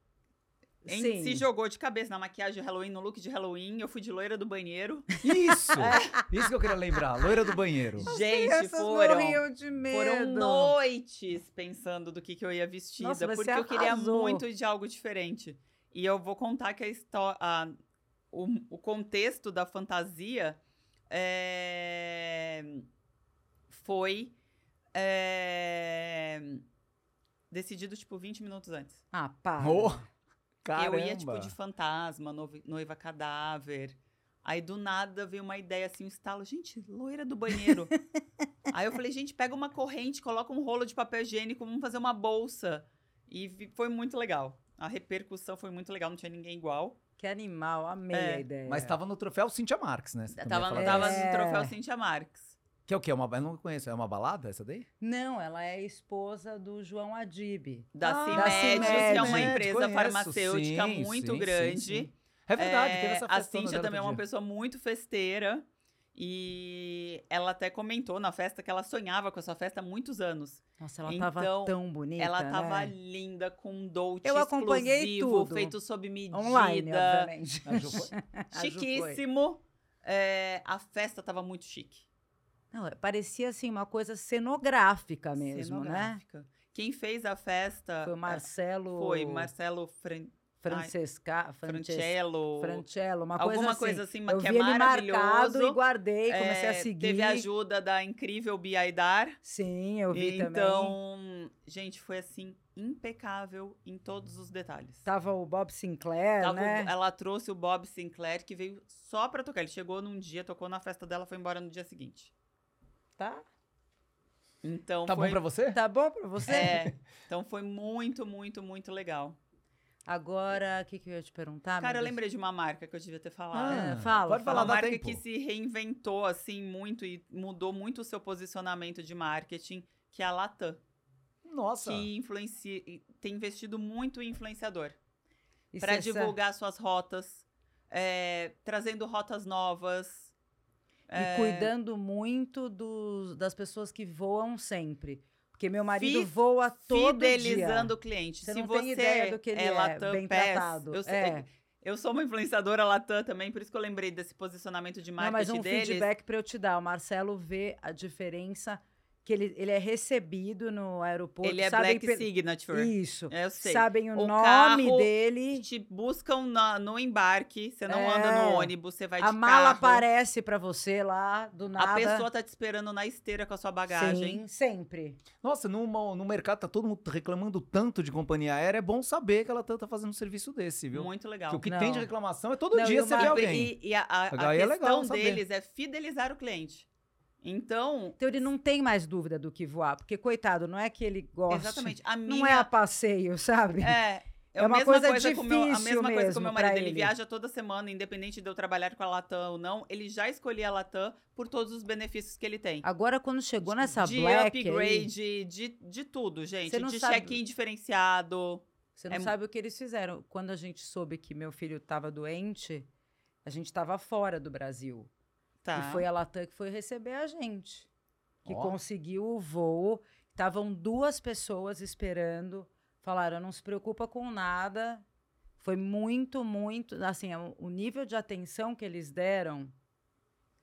[SPEAKER 3] em-
[SPEAKER 2] Sim.
[SPEAKER 3] se jogou de cabeça na maquiagem de Halloween, no look de Halloween. Eu fui de loira do banheiro.
[SPEAKER 1] Isso!
[SPEAKER 3] É.
[SPEAKER 1] Isso que eu queria lembrar. Loira do banheiro.
[SPEAKER 3] Gente,
[SPEAKER 2] Crianças
[SPEAKER 3] foram.
[SPEAKER 2] morriam de medo.
[SPEAKER 3] Foram noites pensando do que, que eu ia vestida,
[SPEAKER 2] Nossa, você
[SPEAKER 3] porque eu queria
[SPEAKER 2] arrasou.
[SPEAKER 3] muito de algo diferente. E eu vou contar que a história. O, o contexto da fantasia é, foi é, decidido, tipo, 20 minutos antes.
[SPEAKER 2] Ah, para.
[SPEAKER 1] Oh, caramba.
[SPEAKER 3] Eu ia, tipo, de fantasma, noiva, noiva cadáver. Aí, do nada, veio uma ideia, assim, um estalo. Gente, loira do banheiro. Aí eu falei, gente, pega uma corrente, coloca um rolo de papel higiênico, vamos fazer uma bolsa. E vi- foi muito legal. A repercussão foi muito legal, não tinha ninguém igual.
[SPEAKER 2] Que animal, amei
[SPEAKER 3] É,
[SPEAKER 2] a ideia.
[SPEAKER 1] Mas tá- tava no troféu Cintia Marx, né? Você também ia
[SPEAKER 3] Tava,
[SPEAKER 1] falar
[SPEAKER 3] tava
[SPEAKER 1] disso.
[SPEAKER 2] É.
[SPEAKER 3] no troféu Cintia Marques.
[SPEAKER 1] Que é o quê? É Uma, eu não conheço. É uma balada essa daí?
[SPEAKER 2] Não, ela é esposa do João Adib.
[SPEAKER 3] Da
[SPEAKER 1] Ah,
[SPEAKER 3] CIMED, que é uma
[SPEAKER 1] Cimed,
[SPEAKER 3] empresa
[SPEAKER 1] conheço,
[SPEAKER 3] farmacêutica
[SPEAKER 1] sim,
[SPEAKER 3] muito
[SPEAKER 1] sim, sim,
[SPEAKER 3] grande.
[SPEAKER 1] sim. É verdade,
[SPEAKER 3] É,
[SPEAKER 1] teve essa
[SPEAKER 3] A
[SPEAKER 1] festona
[SPEAKER 3] Cíntia
[SPEAKER 1] dela
[SPEAKER 3] também é
[SPEAKER 1] outro
[SPEAKER 3] uma
[SPEAKER 1] dia.
[SPEAKER 3] pessoa muito festeira. E ela até comentou na festa que ela sonhava com essa festa há muitos anos.
[SPEAKER 2] Nossa, ela tava
[SPEAKER 3] Então,
[SPEAKER 2] tão bonita.
[SPEAKER 3] ela tava
[SPEAKER 2] né?
[SPEAKER 3] linda, com dote
[SPEAKER 2] Eu acompanhei
[SPEAKER 3] exclusivo,
[SPEAKER 2] tudo.
[SPEAKER 3] feito sob medida.
[SPEAKER 2] online, obviamente.
[SPEAKER 1] A Ah, Ju foi-
[SPEAKER 3] Então
[SPEAKER 2] A Ju
[SPEAKER 3] Chiquíssimo. É, a festa tava muito chique.
[SPEAKER 2] Não, parecia assim uma coisa cenográfica mesmo, né?
[SPEAKER 3] Cenográfica. Quem fez a festa é,
[SPEAKER 2] Foi o Marcelo
[SPEAKER 3] foi Marcelo Fran-
[SPEAKER 2] Francesca, Francesca
[SPEAKER 3] Francello.
[SPEAKER 2] Francello, uma
[SPEAKER 3] alguma
[SPEAKER 2] coisa
[SPEAKER 3] coisa
[SPEAKER 2] assim.
[SPEAKER 3] assim,
[SPEAKER 2] eu
[SPEAKER 3] que é
[SPEAKER 2] vi ele
[SPEAKER 3] maravilhoso.
[SPEAKER 2] marcado e guardei, comecei
[SPEAKER 3] É,
[SPEAKER 2] a seguir.
[SPEAKER 3] Teve a ajuda da incrível Biaidar.
[SPEAKER 2] Sim, eu vi também.
[SPEAKER 3] então, gente, foi assim, impecável em todos os detalhes.
[SPEAKER 2] Tava o Bob Sinclair,
[SPEAKER 3] Tava o-
[SPEAKER 2] Tá, né?
[SPEAKER 3] Ela trouxe o Bob Sinclair, que veio só pra tocar. Ele chegou num dia, tocou na festa dela, foi embora no dia seguinte.
[SPEAKER 2] Tá?
[SPEAKER 3] Então
[SPEAKER 1] Tá
[SPEAKER 3] foi.
[SPEAKER 1] bom pra você?
[SPEAKER 2] Tá bom pra você?
[SPEAKER 3] É, então foi muito, muito, muito legal.
[SPEAKER 2] Agora, o que, que eu ia te perguntar? Ah,
[SPEAKER 3] Cara,
[SPEAKER 2] meu
[SPEAKER 3] eu
[SPEAKER 2] Deus?
[SPEAKER 3] lembrei de uma marca que eu devia ter falado.
[SPEAKER 2] Ah, fala,
[SPEAKER 1] Pode falar,
[SPEAKER 2] fala.
[SPEAKER 3] Uma
[SPEAKER 1] dá
[SPEAKER 3] marca
[SPEAKER 1] tempo.
[SPEAKER 3] que se reinventou assim muito e mudou muito o seu posicionamento de marketing, que é a Latam,
[SPEAKER 1] Nossa.
[SPEAKER 3] que influencia, tem investido muito em influenciador.
[SPEAKER 2] E
[SPEAKER 3] para
[SPEAKER 2] cê sa-
[SPEAKER 3] divulgar suas rotas, é, trazendo rotas novas. é,
[SPEAKER 2] E cuidando muito dos, das pessoas que voam sempre. Porque meu marido
[SPEAKER 3] Fi-
[SPEAKER 2] voa todo
[SPEAKER 3] fidelizando
[SPEAKER 2] dia.
[SPEAKER 3] o cliente.
[SPEAKER 2] Você
[SPEAKER 3] Se
[SPEAKER 2] não
[SPEAKER 3] você
[SPEAKER 2] tem ideia do que ele é,
[SPEAKER 3] Latam
[SPEAKER 2] bem
[SPEAKER 3] Pass,
[SPEAKER 2] tratado.
[SPEAKER 3] Eu, sei-
[SPEAKER 2] É.
[SPEAKER 3] eu sou uma influenciadora Latam também, por isso que eu lembrei desse posicionamento de
[SPEAKER 2] Não, mas
[SPEAKER 3] marketing
[SPEAKER 2] um
[SPEAKER 3] deles.
[SPEAKER 2] feedback para eu te dar. O Marcelo vê a diferença que ele, ele é recebido no aeroporto.
[SPEAKER 3] Ele é
[SPEAKER 2] sabem
[SPEAKER 3] Black
[SPEAKER 2] pe-
[SPEAKER 3] Signature.
[SPEAKER 2] Isso.
[SPEAKER 3] É, Eu sei.
[SPEAKER 2] Sabem o,
[SPEAKER 3] O
[SPEAKER 2] nome
[SPEAKER 3] carro
[SPEAKER 2] dele.
[SPEAKER 3] Te buscam um na- no embarque, você não
[SPEAKER 2] É.
[SPEAKER 3] anda no ônibus, você vai de
[SPEAKER 2] A mala
[SPEAKER 3] carro.
[SPEAKER 2] aparece para você lá do nada.
[SPEAKER 3] A pessoa tá te esperando na esteira com a sua
[SPEAKER 2] Sim,
[SPEAKER 3] bagagem.
[SPEAKER 2] sempre.
[SPEAKER 1] Nossa, numa- no mercado tá todo mundo reclamando tanto de companhia aérea. É bom saber que ela tá tá fazendo um serviço desse, viu?
[SPEAKER 3] Muito legal.
[SPEAKER 1] Porque o que
[SPEAKER 2] Não.
[SPEAKER 1] tem de reclamação é todo
[SPEAKER 2] Não, e
[SPEAKER 1] dia
[SPEAKER 2] o
[SPEAKER 1] você
[SPEAKER 2] mar-
[SPEAKER 1] vê
[SPEAKER 3] E-
[SPEAKER 1] alguém.
[SPEAKER 3] E, e a, a- a
[SPEAKER 1] Aí é legal
[SPEAKER 3] questão
[SPEAKER 1] saber.
[SPEAKER 3] deles é fidelizar o cliente. Então,
[SPEAKER 2] Então ele não tem mais dúvida do que voar. Porque, coitado, não é que ele gosta.
[SPEAKER 3] exatamente, a minha...
[SPEAKER 2] Não é a passeio, sabe?
[SPEAKER 3] é,
[SPEAKER 2] É
[SPEAKER 3] a
[SPEAKER 2] uma
[SPEAKER 3] mesma
[SPEAKER 2] coisa
[SPEAKER 3] com o meu, A
[SPEAKER 2] difícil
[SPEAKER 3] mesma coisa com
[SPEAKER 2] mesmo
[SPEAKER 3] o meu
[SPEAKER 2] pra
[SPEAKER 3] marido. Ele.
[SPEAKER 2] ele.
[SPEAKER 3] viaja toda semana, independente de eu trabalhar com a Latam ou não. Ele já escolhia a Latam por todos os benefícios que ele tem.
[SPEAKER 2] Agora, quando chegou nessa
[SPEAKER 3] de
[SPEAKER 2] black aí,
[SPEAKER 3] upgrade, de, de tudo, gente.
[SPEAKER 2] Você não
[SPEAKER 3] De
[SPEAKER 2] sabe-
[SPEAKER 3] check-in diferenciado.
[SPEAKER 2] Você não
[SPEAKER 3] É mu-
[SPEAKER 2] sabe o que eles fizeram. Quando a gente soube que meu filho estava doente, a gente estava fora do Brasil.
[SPEAKER 3] Tá.
[SPEAKER 2] E foi a Latam que foi receber a gente. Que
[SPEAKER 1] Ó.
[SPEAKER 2] conseguiu o voo. Estavam duas pessoas esperando. Falaram, não se preocupa com nada. Foi muito, muito... Assim, o- o nível de atenção que eles deram...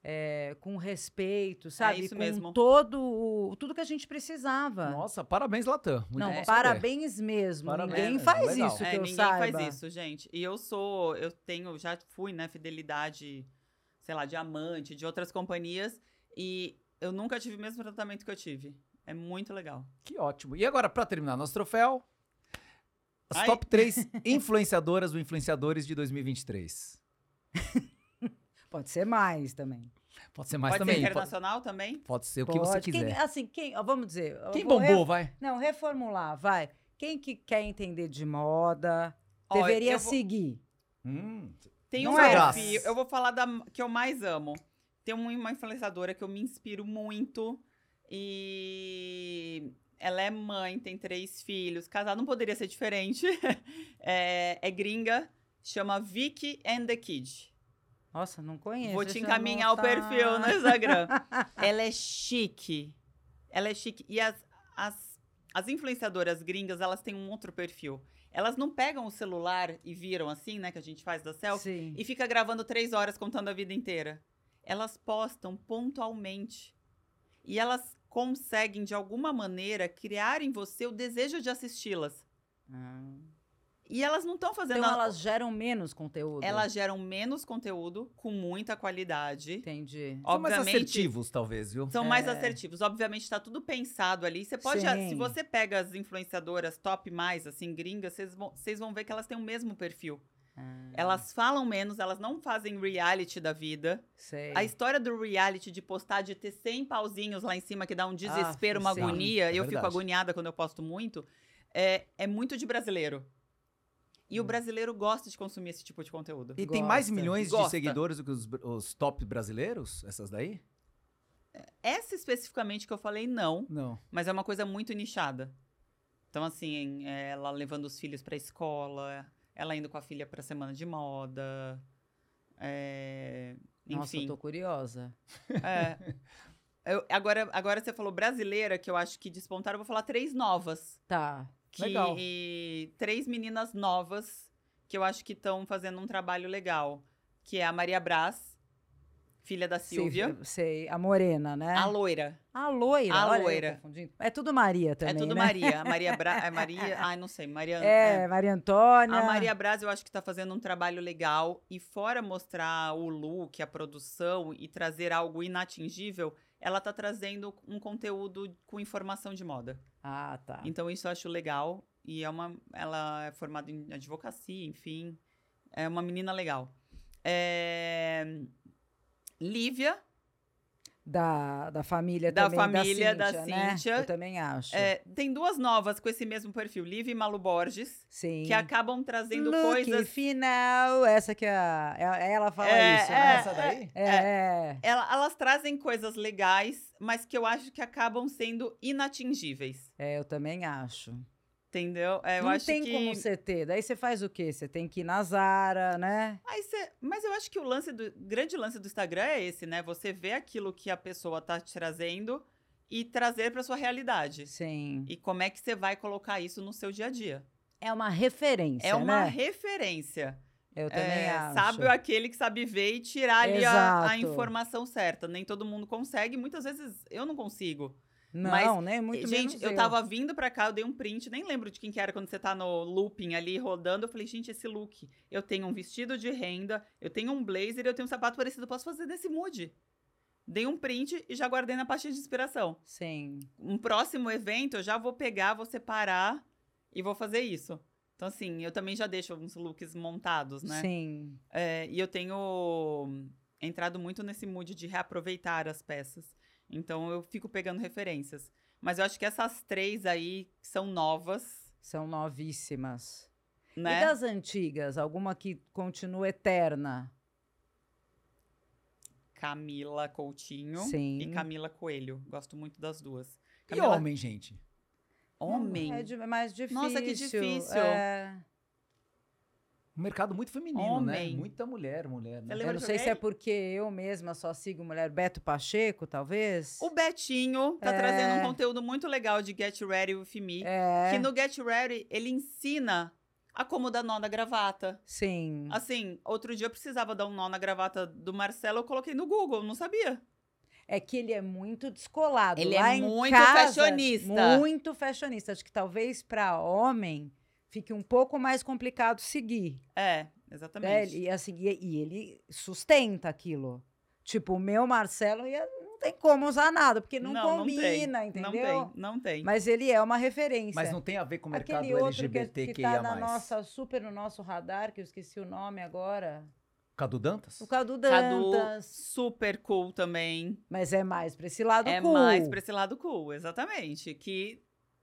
[SPEAKER 2] é, com
[SPEAKER 1] É
[SPEAKER 2] respeito, sabe?
[SPEAKER 3] isso
[SPEAKER 2] com
[SPEAKER 3] mesmo.
[SPEAKER 2] todo o, tudo que a gente precisava.
[SPEAKER 1] Nossa, parabéns, Latam. Muito
[SPEAKER 2] Não,
[SPEAKER 1] bom saber.
[SPEAKER 2] parabéns mesmo.
[SPEAKER 1] Parabéns,
[SPEAKER 2] ninguém
[SPEAKER 1] mesmo,
[SPEAKER 2] faz
[SPEAKER 1] legal.
[SPEAKER 2] isso
[SPEAKER 3] É,
[SPEAKER 2] que eu
[SPEAKER 3] ninguém
[SPEAKER 2] saiba.
[SPEAKER 3] faz isso, gente. E eu sou, eu tenho, já fui, né, fidelidade, sei lá, diamante, de outras companhias. E eu nunca tive o mesmo tratamento que eu tive. É muito legal.
[SPEAKER 1] Que ótimo. E agora, pra terminar nosso troféu, as
[SPEAKER 3] Ai.
[SPEAKER 1] top 3 influenciadoras ou influenciadores de 2023.
[SPEAKER 2] Pode ser mais também.
[SPEAKER 1] Pode ser mais
[SPEAKER 3] Pode
[SPEAKER 1] também.
[SPEAKER 3] ser
[SPEAKER 1] pode,
[SPEAKER 3] internacional também?
[SPEAKER 1] pode ser o que
[SPEAKER 2] Pode.
[SPEAKER 1] você
[SPEAKER 2] Quem-
[SPEAKER 1] quiser.
[SPEAKER 2] assim, quem, ó, vamos dizer. eu
[SPEAKER 1] Quem,
[SPEAKER 2] vou
[SPEAKER 1] bombou,
[SPEAKER 2] re-
[SPEAKER 1] vai?
[SPEAKER 2] Não, reformular, vai. Quem que quer entender de moda
[SPEAKER 3] Ó,
[SPEAKER 2] deveria
[SPEAKER 3] eu vou-
[SPEAKER 2] seguir.
[SPEAKER 1] Hum,
[SPEAKER 3] Tem
[SPEAKER 2] Não
[SPEAKER 3] um
[SPEAKER 2] é
[SPEAKER 3] perfil,
[SPEAKER 1] essa.
[SPEAKER 3] eu vou falar da que eu mais amo. Tem um, uma uma influenciadora que eu me inspiro muito e ela é mãe, tem três filhos, casada, não poderia ser diferente. é, é gringa, chama Vicky and the Kid.
[SPEAKER 2] Nossa, não conheço.
[SPEAKER 3] Vou te
[SPEAKER 2] essa
[SPEAKER 3] encaminhar o
[SPEAKER 2] moça.
[SPEAKER 3] perfil né, no Instagram. Ela é chique. Ela é chique. E as, as, as influenciadoras gringas, elas têm um outro perfil. elas não pegam o celular e viram assim, né, que a gente faz da selfie,
[SPEAKER 2] Sim.
[SPEAKER 3] e fica gravando três horas contando a vida inteira. Elas postam pontualmente. E elas conseguem, de alguma maneira, criar em você o desejo de assisti-las.
[SPEAKER 2] Ah.
[SPEAKER 3] E elas não estão fazendo.
[SPEAKER 2] Então
[SPEAKER 3] a-
[SPEAKER 2] elas geram menos conteúdo.
[SPEAKER 3] elas geram um menos conteúdo, com muita qualidade.
[SPEAKER 2] Entendi.
[SPEAKER 1] São mais
[SPEAKER 3] Obviamente,
[SPEAKER 1] assertivos, talvez, viu?
[SPEAKER 3] São mais
[SPEAKER 2] É.
[SPEAKER 3] assertivos. Obviamente, tá tudo pensado ali. Você pode. ah, Se
[SPEAKER 2] Sim.
[SPEAKER 3] você pega as influenciadoras top mais, assim, gringas, vocês vão, vocês vão ver que elas têm o mesmo perfil. Elas falam menos, elas não fazem reality da vida.
[SPEAKER 2] Sei.
[SPEAKER 3] A história do reality de postar, de ter 100 pauzinhos lá em cima, que dá um desespero, uma
[SPEAKER 2] sim.
[SPEAKER 3] agonia.
[SPEAKER 1] É
[SPEAKER 3] eu fico
[SPEAKER 1] verdade.
[SPEAKER 3] agoniada quando eu posto muito. É, é muito de brasileiro. E o brasileiro gosta de consumir esse tipo de conteúdo.
[SPEAKER 1] E tem mais
[SPEAKER 2] Gosta.
[SPEAKER 1] milhões de
[SPEAKER 3] Gosta.
[SPEAKER 1] seguidores do que os, os top brasileiros? Essas daí?
[SPEAKER 3] Essa especificamente que eu falei, não.
[SPEAKER 1] Não.
[SPEAKER 3] Mas é uma coisa muito nichada. Então, assim, é, ela levando os filhos pra escola, ela indo com a filha pra semana de moda. é,
[SPEAKER 2] Nossa,
[SPEAKER 3] enfim.
[SPEAKER 2] eu tô curiosa.
[SPEAKER 3] é. Eu- agora, agora você falou brasileira, que eu acho que despontaram, eu vou falar três novas.
[SPEAKER 2] Tá.
[SPEAKER 3] Que,
[SPEAKER 1] Legal.
[SPEAKER 3] Três meninas novas que eu acho que estão fazendo um trabalho legal. Que é a Maria Brás, filha da Silvia.
[SPEAKER 2] Sei, sei. A morena, né?
[SPEAKER 3] A loira.
[SPEAKER 2] A loira.
[SPEAKER 3] A
[SPEAKER 2] olha eu
[SPEAKER 3] loira.
[SPEAKER 2] confundindo. É tudo Maria também,
[SPEAKER 3] é tudo
[SPEAKER 2] né?
[SPEAKER 3] Maria. A Maria Bra... é Maria. Ai, não sei. Maria.
[SPEAKER 2] É, Maria Antônia.
[SPEAKER 3] A Maria Braz, eu acho que tá fazendo um trabalho legal. E fora mostrar o look, a produção e trazer algo inatingível, ela tá trazendo um conteúdo com informação de moda.
[SPEAKER 2] Ah, tá.
[SPEAKER 3] Então isso eu acho legal. E é uma. Ela é formada em advocacia, enfim. É uma menina legal. É... Lívia,
[SPEAKER 2] Da, da família
[SPEAKER 3] Da
[SPEAKER 2] também,
[SPEAKER 3] família,
[SPEAKER 2] da
[SPEAKER 3] da
[SPEAKER 2] Cíntia, né?
[SPEAKER 3] Cíntia.
[SPEAKER 2] Eu também acho.
[SPEAKER 3] é, tem duas novas com esse mesmo perfil, Lívia e Malu Borges,
[SPEAKER 2] Sim.
[SPEAKER 3] que acabam trazendo
[SPEAKER 2] Look
[SPEAKER 3] coisas.
[SPEAKER 2] final. Essa que é a... é- Ela fala
[SPEAKER 3] É,
[SPEAKER 2] isso,
[SPEAKER 1] É
[SPEAKER 2] né?
[SPEAKER 1] essa daí?
[SPEAKER 2] É, é.
[SPEAKER 3] Ela- elas trazem coisas legais, mas que eu acho que acabam sendo inatingíveis.
[SPEAKER 2] É, eu também acho.
[SPEAKER 3] Entendeu? É, eu
[SPEAKER 2] não
[SPEAKER 3] acho
[SPEAKER 2] tem
[SPEAKER 3] que.
[SPEAKER 2] como você ter. Daí você faz o quê? Você tem que ir na Zara, né?
[SPEAKER 3] Aí cê- Mas eu acho que o lance do. grande lance do Instagram é esse, né? Você vê aquilo que a pessoa tá te trazendo e trazer pra sua realidade.
[SPEAKER 2] Sim.
[SPEAKER 3] E como é que você vai colocar isso no seu dia a dia?
[SPEAKER 2] É uma referência,
[SPEAKER 3] é uma
[SPEAKER 2] né?
[SPEAKER 3] referência.
[SPEAKER 2] Eu também
[SPEAKER 3] É,
[SPEAKER 2] acho.
[SPEAKER 3] Sábio é aquele que sabe ver e tirar ali a, a
[SPEAKER 2] Exato.
[SPEAKER 3] informação certa. Nem todo mundo consegue. Muitas vezes eu não consigo.
[SPEAKER 2] Não,
[SPEAKER 3] mas-
[SPEAKER 2] né? Muito
[SPEAKER 3] gente,
[SPEAKER 2] menos
[SPEAKER 3] eu tava vindo pra cá, eu dei um print, nem lembro de quem que era quando você tá no looping ali rodando. Eu falei, gente, esse look. Eu tenho um vestido de renda, eu tenho um blazer, eu tenho um sapato parecido, eu posso fazer desse mood. Dei um print e já guardei na pastinha de inspiração.
[SPEAKER 2] Sim.
[SPEAKER 3] Um próximo evento, eu já vou pegar, vou separar e vou fazer isso. Então, assim, eu também já deixo alguns looks montados, né?
[SPEAKER 2] Sim.
[SPEAKER 3] É, e eu tenho entrado muito nesse mood de reaproveitar as peças. Então eu fico pegando referências. Mas eu acho que essas três aí que são novas,
[SPEAKER 2] São novíssimas.
[SPEAKER 3] né?
[SPEAKER 2] E das antigas? Alguma que continua eterna?
[SPEAKER 3] Camila Coutinho
[SPEAKER 2] Sim.
[SPEAKER 3] e Camila Coelho. Gosto muito das duas.
[SPEAKER 1] E
[SPEAKER 3] Camila...
[SPEAKER 1] homem, gente?
[SPEAKER 3] Homem.
[SPEAKER 2] É di- mais difícil.
[SPEAKER 3] Nossa, que difícil.
[SPEAKER 2] É.
[SPEAKER 1] Um mercado muito feminino,
[SPEAKER 3] Homem.
[SPEAKER 1] né? Muita mulher, mulher, né?
[SPEAKER 3] Eu
[SPEAKER 2] Eu
[SPEAKER 3] lembro-
[SPEAKER 2] não
[SPEAKER 3] de
[SPEAKER 2] sei se é
[SPEAKER 3] alguém?
[SPEAKER 2] porque eu mesma só sigo mulher Beto Pacheco, talvez.
[SPEAKER 3] O Betinho tá
[SPEAKER 2] É.
[SPEAKER 3] trazendo um conteúdo muito legal de Get Ready With Me.
[SPEAKER 2] É.
[SPEAKER 3] Que no Get Ready ele ensina a como dar nó na gravata.
[SPEAKER 2] Sim.
[SPEAKER 3] Assim, outro dia eu precisava dar um nó na gravata do Marcelo, eu coloquei no Google, não sabia.
[SPEAKER 2] É que ele é muito descolado.
[SPEAKER 3] Ele
[SPEAKER 2] Lá
[SPEAKER 3] é
[SPEAKER 2] em
[SPEAKER 3] muito
[SPEAKER 2] casa,
[SPEAKER 3] fashionista.
[SPEAKER 2] Muito fashionista. Acho que talvez para homem fique um pouco mais complicado seguir.
[SPEAKER 3] É,
[SPEAKER 2] Né?
[SPEAKER 3] exatamente.
[SPEAKER 2] E, assim, e, e ele sustenta aquilo. Tipo, o meu Marcelo ia- não tem como usar nada, porque não, combina,
[SPEAKER 3] tem,
[SPEAKER 2] entendeu?
[SPEAKER 3] Não tem, não tem.
[SPEAKER 2] Mas ele é uma referência.
[SPEAKER 1] Mas não tem a ver com o mercado
[SPEAKER 2] Aquele outro que,
[SPEAKER 1] LGBTQIA+.
[SPEAKER 2] que tá na nossa, super no nosso radar, que eu esqueci o nome agora.
[SPEAKER 1] Cadu Dantas?
[SPEAKER 2] O Cadu
[SPEAKER 3] Cadu,
[SPEAKER 2] Dantas.
[SPEAKER 3] super cool também.
[SPEAKER 2] Mas é mais pra esse lado
[SPEAKER 3] é
[SPEAKER 2] cool.
[SPEAKER 3] mais pra esse lado cool, exatamente. Que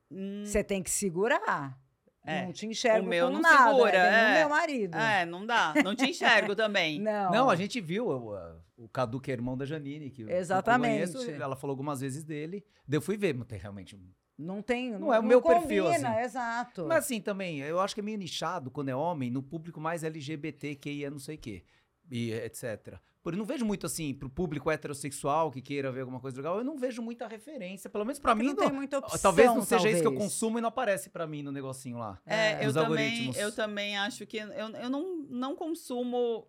[SPEAKER 3] hum,
[SPEAKER 2] Você tem que segurar.
[SPEAKER 3] É.
[SPEAKER 2] Não te enxergo
[SPEAKER 3] O meu
[SPEAKER 2] como
[SPEAKER 3] não
[SPEAKER 2] nada.
[SPEAKER 3] segura,
[SPEAKER 2] é bem no
[SPEAKER 3] é.
[SPEAKER 2] meu marido.
[SPEAKER 3] é, não dá. Não te enxergo também.
[SPEAKER 2] Não.
[SPEAKER 1] Não, a gente viu eu, uh, o Cadu, que é irmão da Janine, que eu- que eu
[SPEAKER 2] Exatamente.
[SPEAKER 1] conheço, ela falou algumas vezes dele. Daí eu fui ver, mas tem realmente. um-
[SPEAKER 2] Não tem.
[SPEAKER 1] Não é o meu
[SPEAKER 2] combina,
[SPEAKER 1] perfil, assim.
[SPEAKER 2] Exato.
[SPEAKER 1] Mas assim também, eu acho que é meio nichado quando é homem, no público mais LGBTQIA, não sei o quê. e etc. Por eu não vejo muito assim pro público heterossexual que queira ver alguma coisa legal, eu não vejo muita referência, pelo menos pra
[SPEAKER 2] Porque
[SPEAKER 1] mim
[SPEAKER 2] É não
[SPEAKER 1] não-
[SPEAKER 2] tem muita opção,
[SPEAKER 1] talvez não seja isso que eu
[SPEAKER 2] talvez.
[SPEAKER 1] consumo e não aparece pra mim no negocinho lá.
[SPEAKER 3] É, eu
[SPEAKER 1] Os
[SPEAKER 3] também,
[SPEAKER 1] algoritmos.
[SPEAKER 3] eu também acho que eu, eu não, não consumo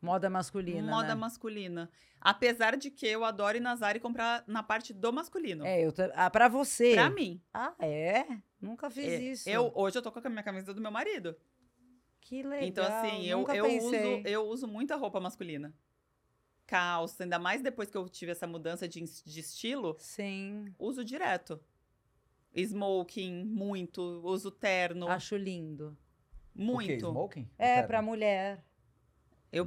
[SPEAKER 2] Moda masculina,
[SPEAKER 3] moda
[SPEAKER 2] né?
[SPEAKER 3] masculina. Apesar de que eu adoro ir na Zara e comprar na parte do masculino.
[SPEAKER 2] É, eu ta- ah, pra você.
[SPEAKER 3] Pra mim.
[SPEAKER 2] Ah, é? Nunca fiz
[SPEAKER 3] É,
[SPEAKER 2] isso.
[SPEAKER 3] Eu, hoje eu tô com a minha camisa do meu marido.
[SPEAKER 2] Que legal.
[SPEAKER 3] Então, assim, eu,
[SPEAKER 2] Nunca
[SPEAKER 3] eu, uso,
[SPEAKER 2] pensei.
[SPEAKER 3] eu uso muita roupa masculina. Calça, ainda mais depois que eu tive essa mudança de, ins- de estilo,
[SPEAKER 2] Sim,
[SPEAKER 3] uso direto. Smoking, muito. Uso terno,
[SPEAKER 2] acho lindo.
[SPEAKER 1] O quê?
[SPEAKER 3] muito.
[SPEAKER 1] Smoking?
[SPEAKER 2] É,
[SPEAKER 1] Eterno?
[SPEAKER 2] pra mulher.
[SPEAKER 3] eu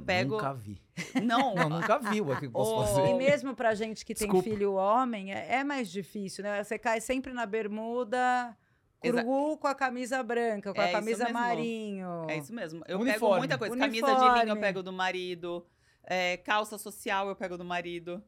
[SPEAKER 3] pego.
[SPEAKER 1] Nunca vi.
[SPEAKER 3] Não,
[SPEAKER 1] Não, nunca vi. O que eu posso
[SPEAKER 3] Oh.
[SPEAKER 1] fazer?
[SPEAKER 2] E mesmo pra gente que tem
[SPEAKER 1] Desculpa.
[SPEAKER 2] filho homem, é, é mais difícil, né? Você cai sempre na bermuda cru com a camisa branca, com
[SPEAKER 3] É
[SPEAKER 2] a
[SPEAKER 3] isso
[SPEAKER 2] camisa
[SPEAKER 3] mesmo.
[SPEAKER 2] marinho.
[SPEAKER 3] É isso mesmo. Eu
[SPEAKER 1] Uniforme.
[SPEAKER 3] pego muita coisa. Camisa de
[SPEAKER 2] Uniforme.
[SPEAKER 3] linho eu pego do marido. é, calça social eu pego do marido.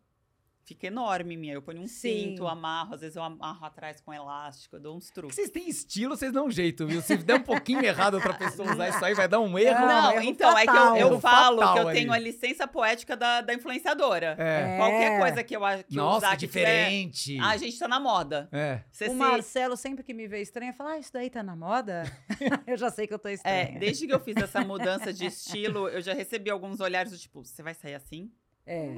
[SPEAKER 3] Fica enorme minha. Eu ponho um
[SPEAKER 2] Sim.
[SPEAKER 3] cinto, amarro. Às vezes eu amarro atrás com elástico. Eu dou uns
[SPEAKER 1] Porque
[SPEAKER 3] truques.
[SPEAKER 1] Vocês têm estilo, vocês dão um jeito, viu? Se der um pouquinho errado outra pessoa usar isso aí, vai dar um erro.
[SPEAKER 2] Não,
[SPEAKER 3] Não,
[SPEAKER 2] erro
[SPEAKER 3] então,
[SPEAKER 2] fatal.
[SPEAKER 3] é que eu- eu,
[SPEAKER 1] Erro
[SPEAKER 3] falo
[SPEAKER 1] fatal
[SPEAKER 3] que eu
[SPEAKER 1] ali.
[SPEAKER 3] tenho a licença poética da, da influenciadora.
[SPEAKER 1] É.
[SPEAKER 2] É.
[SPEAKER 3] Qualquer coisa que eu a- que eu
[SPEAKER 1] Nossa,
[SPEAKER 3] usar
[SPEAKER 1] que
[SPEAKER 3] que tiver,
[SPEAKER 1] diferente.
[SPEAKER 3] a gente tá na moda.
[SPEAKER 1] É.
[SPEAKER 3] Você
[SPEAKER 2] O
[SPEAKER 3] se-
[SPEAKER 2] Marcelo, sempre que me vê estranha, fala: Ah, isso daí tá na moda? eu já sei que eu tô
[SPEAKER 3] é,
[SPEAKER 2] estranha.
[SPEAKER 3] desde que eu fiz essa mudança de estilo, eu já recebi alguns olhares do tipo, você vai sair assim?
[SPEAKER 2] É.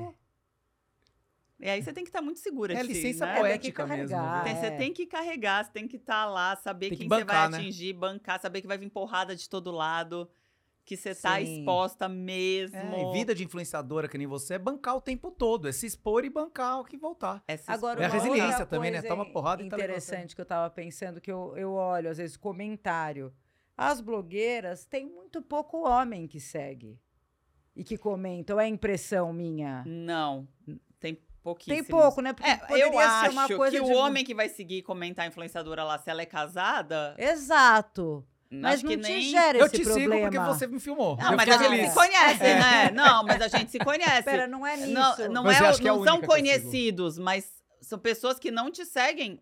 [SPEAKER 3] E aí você tem que estar muito segura
[SPEAKER 1] É
[SPEAKER 3] de si,
[SPEAKER 1] licença
[SPEAKER 3] né?
[SPEAKER 2] poética.
[SPEAKER 1] poética
[SPEAKER 2] carregar.
[SPEAKER 1] mesmo. viu?
[SPEAKER 3] Tem- Você
[SPEAKER 2] É.
[SPEAKER 3] tem que carregar, você tem que estar lá, saber
[SPEAKER 1] Tem que
[SPEAKER 3] quem
[SPEAKER 1] bancar,
[SPEAKER 3] você
[SPEAKER 1] né?
[SPEAKER 3] vai atingir, bancar, saber que vai vir porrada de todo lado, que você tá
[SPEAKER 2] Sim.
[SPEAKER 3] exposta mesmo.
[SPEAKER 1] É, e vida de influenciadora que nem você é bancar o tempo todo, é se expor e bancar o que voltar.
[SPEAKER 3] É se
[SPEAKER 2] Agora,
[SPEAKER 1] É a
[SPEAKER 2] uma
[SPEAKER 3] expor.
[SPEAKER 1] resiliência
[SPEAKER 2] outra
[SPEAKER 1] também, né?
[SPEAKER 2] coisa
[SPEAKER 1] Toma porrada e tá
[SPEAKER 2] Interessante que eu tava pensando, que eu, eu olho, às vezes, comentário. As blogueiras têm muito pouco homem que segue e que comentam. É impressão minha.
[SPEAKER 3] Não, tem pouquíssimo.
[SPEAKER 2] Tem pouco, né? Porque
[SPEAKER 3] É,
[SPEAKER 2] poderia
[SPEAKER 3] eu
[SPEAKER 2] ser
[SPEAKER 3] acho
[SPEAKER 2] uma coisa
[SPEAKER 3] que
[SPEAKER 2] de-
[SPEAKER 3] o homem que vai seguir e comentar a influenciadora lá, se ela é casada,
[SPEAKER 2] Exato. Mas
[SPEAKER 3] acho
[SPEAKER 2] não
[SPEAKER 3] que
[SPEAKER 2] te
[SPEAKER 3] nem...
[SPEAKER 2] gera
[SPEAKER 1] eu
[SPEAKER 2] esse
[SPEAKER 1] te
[SPEAKER 2] problema.
[SPEAKER 1] sigo porque você me filmou.
[SPEAKER 3] Não,
[SPEAKER 1] eu
[SPEAKER 3] mas assim, a
[SPEAKER 1] fiquei
[SPEAKER 2] fico
[SPEAKER 3] gente
[SPEAKER 1] feliz.
[SPEAKER 3] se conhece, né? Não, mas a gente se conhece.
[SPEAKER 2] Pera, não é nisso.
[SPEAKER 3] Assim, não não,
[SPEAKER 1] Mas eu
[SPEAKER 3] é,
[SPEAKER 1] acho que é a
[SPEAKER 3] não
[SPEAKER 1] única
[SPEAKER 3] são
[SPEAKER 1] que eu sigo.
[SPEAKER 3] conhecidos, mas são pessoas que não te seguem.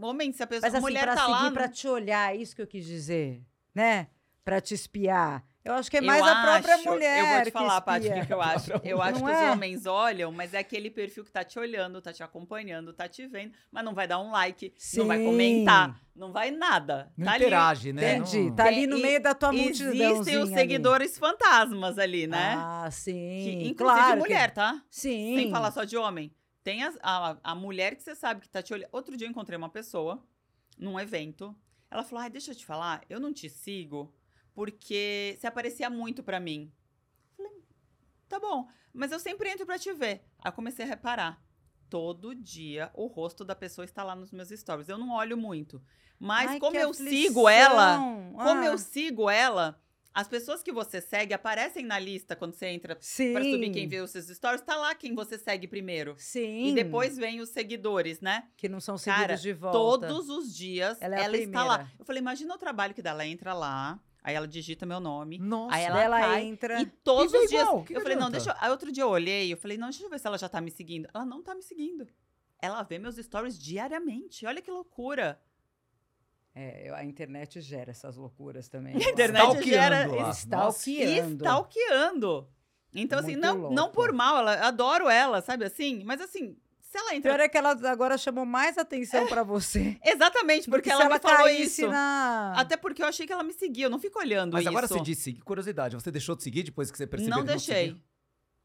[SPEAKER 3] Homem, se a pessoa,
[SPEAKER 2] Mas assim,
[SPEAKER 3] mulher
[SPEAKER 2] pra
[SPEAKER 3] tá
[SPEAKER 2] seguir,
[SPEAKER 3] lá...
[SPEAKER 2] pra te olhar, é isso que eu quis dizer, né? Pra te espiar. Eu acho que é
[SPEAKER 3] Eu
[SPEAKER 2] mais a própria
[SPEAKER 3] acho-
[SPEAKER 2] mulher
[SPEAKER 3] Eu vou te falar,
[SPEAKER 2] que
[SPEAKER 3] Paty, o
[SPEAKER 2] espia.
[SPEAKER 3] que, que eu acho. Eu acho
[SPEAKER 2] Não
[SPEAKER 3] que
[SPEAKER 2] é?
[SPEAKER 3] os homens olham, mas é aquele perfil que tá te olhando, tá te acompanhando, tá te vendo, mas não vai dar um like, não vai
[SPEAKER 2] Sim.
[SPEAKER 3] comentar, não vai nada.
[SPEAKER 1] Não
[SPEAKER 3] tá ali.
[SPEAKER 1] interage, né?
[SPEAKER 2] Entendi.
[SPEAKER 1] Não-
[SPEAKER 2] Tá ali no
[SPEAKER 3] E-
[SPEAKER 2] meio da tua multidão.
[SPEAKER 3] Existem os seguidores fantasmas ali, né?
[SPEAKER 2] Ah,
[SPEAKER 3] Que,
[SPEAKER 2] sim.
[SPEAKER 3] inclusive
[SPEAKER 2] claro. que-
[SPEAKER 3] mulher, tá?
[SPEAKER 2] Sim.
[SPEAKER 3] Sem falar só de homem. Tem as- a, a mulher que você sabe que tá te olhando. Outro dia eu encontrei uma pessoa num evento. Ela falou: ai, deixa eu te falar, eu não te sigo porque você aparecia muito pra mim. Eu Falei, tá bom, mas eu sempre entro pra te ver. Aí eu comecei a reparar. Todo dia o rosto da pessoa está lá nos meus stories. Eu não olho muito. Mas
[SPEAKER 2] Ai,
[SPEAKER 3] como
[SPEAKER 2] que
[SPEAKER 3] eu
[SPEAKER 2] aflição.
[SPEAKER 3] sigo ela, como
[SPEAKER 2] Ah,
[SPEAKER 3] eu sigo ela, as pessoas que você segue aparecem na lista quando você entra
[SPEAKER 2] Sim.
[SPEAKER 3] Pra subir quem vê os seus stories, tá lá quem você segue primeiro.
[SPEAKER 2] Sim.
[SPEAKER 3] E depois vem os seguidores, né?
[SPEAKER 2] Que não são seguidos
[SPEAKER 3] Cara,
[SPEAKER 2] de volta.
[SPEAKER 3] Todos os dias
[SPEAKER 2] Ela
[SPEAKER 3] ela,
[SPEAKER 2] é a
[SPEAKER 3] está
[SPEAKER 2] primeira.
[SPEAKER 3] lá. Eu falei, imagina o trabalho que dá. Ela entra lá, aí ela digita meu nome.
[SPEAKER 1] Nossa.
[SPEAKER 3] Aí
[SPEAKER 2] Ela,
[SPEAKER 3] cai
[SPEAKER 2] entra.
[SPEAKER 3] E todos
[SPEAKER 1] E vê
[SPEAKER 3] os dias.
[SPEAKER 1] igual, que
[SPEAKER 3] eu falei, não,
[SPEAKER 1] adianta?
[SPEAKER 3] deixa. eu- Aí outro dia eu olhei, eu falei, não, deixa eu ver se ela já tá me seguindo. Ela não tá me seguindo. Ela vê meus stories diariamente. Olha que loucura.
[SPEAKER 2] É, eu- a internet gera essas loucuras também.
[SPEAKER 3] A
[SPEAKER 2] eu
[SPEAKER 3] internet
[SPEAKER 2] acho.
[SPEAKER 3] né? gera-
[SPEAKER 1] Stalkeando lá. Nossa.
[SPEAKER 3] E
[SPEAKER 2] Stalkeando.
[SPEAKER 3] stalkeando. Então, assim,
[SPEAKER 2] Muito
[SPEAKER 3] não, não
[SPEAKER 2] louco.
[SPEAKER 3] por mal, ela, adoro ela, sabe assim? Mas assim, se ela entra
[SPEAKER 2] Pior é que ela agora chamou mais atenção pra você.
[SPEAKER 3] Exatamente,
[SPEAKER 2] do que
[SPEAKER 3] porque
[SPEAKER 2] se
[SPEAKER 3] ela, me falou
[SPEAKER 2] caísse
[SPEAKER 3] isso.
[SPEAKER 2] na.
[SPEAKER 3] Até porque eu achei que ela me seguia, eu não fico olhando
[SPEAKER 1] Mas
[SPEAKER 3] isso.
[SPEAKER 1] agora você disse, que curiosidade, você deixou de seguir depois que você percebeu
[SPEAKER 3] não
[SPEAKER 1] que
[SPEAKER 3] deixei.
[SPEAKER 1] seguia?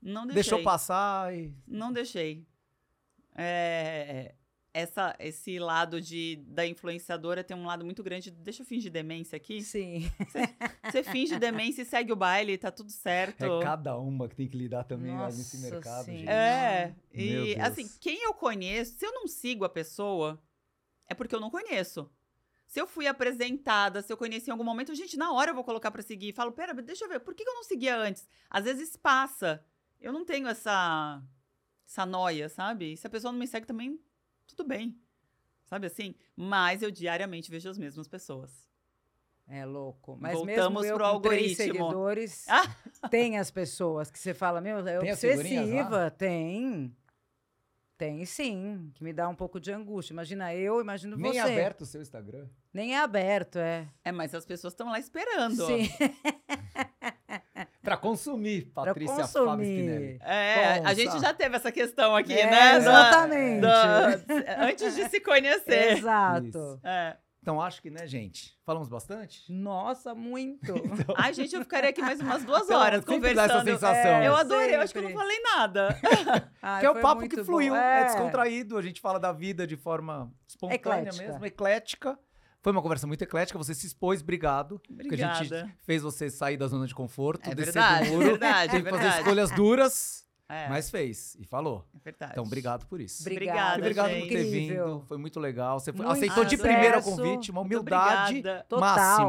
[SPEAKER 3] Não deixei.
[SPEAKER 1] Deixou passar e...
[SPEAKER 3] Não deixei. É, essa, esse lado de, da influenciadora tem um lado muito grande. de, Deixa eu fingir demência aqui.
[SPEAKER 2] Sim.
[SPEAKER 3] Você finge demência e segue o baile, tá tudo certo.
[SPEAKER 1] É cada uma que tem que lidar também ó, nesse
[SPEAKER 2] Nossa
[SPEAKER 1] mercado, gente.
[SPEAKER 2] Senhora.
[SPEAKER 3] É,
[SPEAKER 1] Meu
[SPEAKER 3] e
[SPEAKER 1] Deus.
[SPEAKER 3] assim, quem eu conheço, se eu não sigo a pessoa, é porque eu não conheço. Se eu fui apresentada, se eu conheci em algum momento, gente, na hora eu vou colocar pra seguir. Falo, pera, deixa eu ver, por que que eu não seguia antes? Às vezes passa. Eu não tenho essa, essa noia, sabe? E se a pessoa não me segue também, tudo bem. Sabe assim? Mas eu diariamente vejo as mesmas pessoas.
[SPEAKER 2] É louco. Mas
[SPEAKER 3] Voltamos
[SPEAKER 2] mesmo eu
[SPEAKER 3] pro
[SPEAKER 2] com três
[SPEAKER 3] algoritmo.
[SPEAKER 2] seguidores,
[SPEAKER 3] Ah!
[SPEAKER 2] tem as pessoas que você fala, meu, é
[SPEAKER 1] Tem as figurinhas
[SPEAKER 2] obsessiva. Tem. Tem sim, que me dá um pouco de angústia. Imagina eu, imagino
[SPEAKER 1] Nem
[SPEAKER 2] você.
[SPEAKER 1] é aberto o seu Instagram.
[SPEAKER 2] Nem é aberto, é.
[SPEAKER 3] É, mas as pessoas estão lá esperando.
[SPEAKER 2] Sim.
[SPEAKER 1] Pra consumir, Patrícia
[SPEAKER 2] consumir.
[SPEAKER 1] Fábio Spinelli.
[SPEAKER 3] É, a
[SPEAKER 1] Nossa.
[SPEAKER 3] gente já teve essa questão aqui,
[SPEAKER 2] É,
[SPEAKER 3] né? Da-
[SPEAKER 1] né?
[SPEAKER 2] Exatamente.
[SPEAKER 3] da- antes de se conhecer.
[SPEAKER 2] Exato.
[SPEAKER 1] Isso.
[SPEAKER 3] É.
[SPEAKER 1] Então acho que, né, gente? Falamos bastante?
[SPEAKER 2] Nossa, muito.
[SPEAKER 3] Ai, gente, eu ficaria aqui mais umas duas
[SPEAKER 1] Então,
[SPEAKER 3] horas
[SPEAKER 1] sempre dá essa
[SPEAKER 3] conversando.
[SPEAKER 1] sensação.
[SPEAKER 2] É,
[SPEAKER 3] Eu adorei, eu acho que eu
[SPEAKER 2] Sempre.
[SPEAKER 3] não falei nada.
[SPEAKER 2] Ai,
[SPEAKER 1] que é o
[SPEAKER 2] Ah, foi
[SPEAKER 1] papo
[SPEAKER 2] muito
[SPEAKER 1] que
[SPEAKER 2] bom.
[SPEAKER 1] fluiu, é. descontraído, a gente fala da vida de forma espontânea
[SPEAKER 2] Eclética.
[SPEAKER 1] mesmo, eclética. Foi uma conversa muito eclética, você se expôs, obrigado. Que a
[SPEAKER 3] Obrigada.
[SPEAKER 1] gente fez você sair da zona de conforto,
[SPEAKER 3] É
[SPEAKER 1] descer do
[SPEAKER 3] verdade, é
[SPEAKER 1] muro,
[SPEAKER 3] verdade, é
[SPEAKER 1] teve que fazer
[SPEAKER 3] verdade.
[SPEAKER 1] escolhas duras,
[SPEAKER 3] É,
[SPEAKER 1] mas fez e falou.
[SPEAKER 3] é verdade.
[SPEAKER 1] Então, obrigado por isso.
[SPEAKER 2] Obrigada,
[SPEAKER 1] E obrigado
[SPEAKER 3] gente.
[SPEAKER 1] por ter
[SPEAKER 2] Incrível.
[SPEAKER 1] vindo, foi muito legal. Você foi-
[SPEAKER 2] Muito
[SPEAKER 1] aceitou de
[SPEAKER 3] sucesso.
[SPEAKER 1] primeira o convite, uma
[SPEAKER 3] Muito
[SPEAKER 1] humildade
[SPEAKER 3] obrigada.
[SPEAKER 2] Total.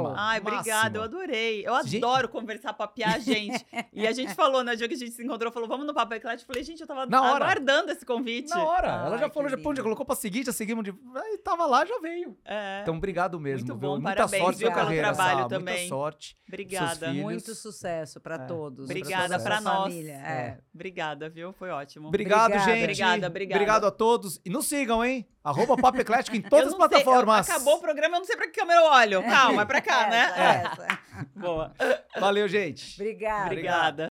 [SPEAKER 1] máxima.
[SPEAKER 3] Ai, obrigada, eu
[SPEAKER 1] máxima.
[SPEAKER 3] adorei. Eu
[SPEAKER 1] Gente-
[SPEAKER 3] adoro conversar, papiar a gente. e a gente falou, né, dia que a gente se encontrou, falou, vamos no Papo Eclético. Eu Falei, gente, eu tava
[SPEAKER 1] Na hora.
[SPEAKER 3] aguardando esse convite.
[SPEAKER 1] Na hora,
[SPEAKER 2] Ai,
[SPEAKER 1] ela já falou,
[SPEAKER 2] que
[SPEAKER 1] já, pô, já
[SPEAKER 2] lindo.
[SPEAKER 1] colocou pra seguir, já seguimos de. Aí tava lá, já veio.
[SPEAKER 3] É,
[SPEAKER 1] Então, obrigado mesmo.
[SPEAKER 3] Muito
[SPEAKER 1] viu?
[SPEAKER 3] bom,
[SPEAKER 1] Muita
[SPEAKER 3] parabéns,
[SPEAKER 1] sorte
[SPEAKER 2] viu,
[SPEAKER 1] na
[SPEAKER 2] pelo
[SPEAKER 1] carreira,
[SPEAKER 3] trabalho
[SPEAKER 1] Sá, Muita
[SPEAKER 3] também.
[SPEAKER 1] sorte.
[SPEAKER 3] obrigada.
[SPEAKER 1] filhos.
[SPEAKER 2] Ah, Muito sucesso para
[SPEAKER 1] É.
[SPEAKER 2] todos. pra
[SPEAKER 3] Obrigada
[SPEAKER 2] toda a
[SPEAKER 3] pra
[SPEAKER 2] sua
[SPEAKER 3] nós.
[SPEAKER 2] família. É.
[SPEAKER 3] Obrigada, viu? Foi ótimo.
[SPEAKER 1] Obrigado,
[SPEAKER 2] Obrigada.
[SPEAKER 1] gente.
[SPEAKER 3] Obrigada, obrigada.
[SPEAKER 1] Obrigado a todos. E nos sigam, hein? Arroba Papo Eclético em
[SPEAKER 3] Eu
[SPEAKER 1] todas as
[SPEAKER 3] não sei, eu-
[SPEAKER 1] plataformas.
[SPEAKER 3] acabou o programa, eu não sei pra que câmera eu olho. Calma, é pra cá, né?
[SPEAKER 2] Essa, essa.
[SPEAKER 3] Boa.
[SPEAKER 1] Valeu, gente.
[SPEAKER 2] Obrigada.
[SPEAKER 3] Obrigada.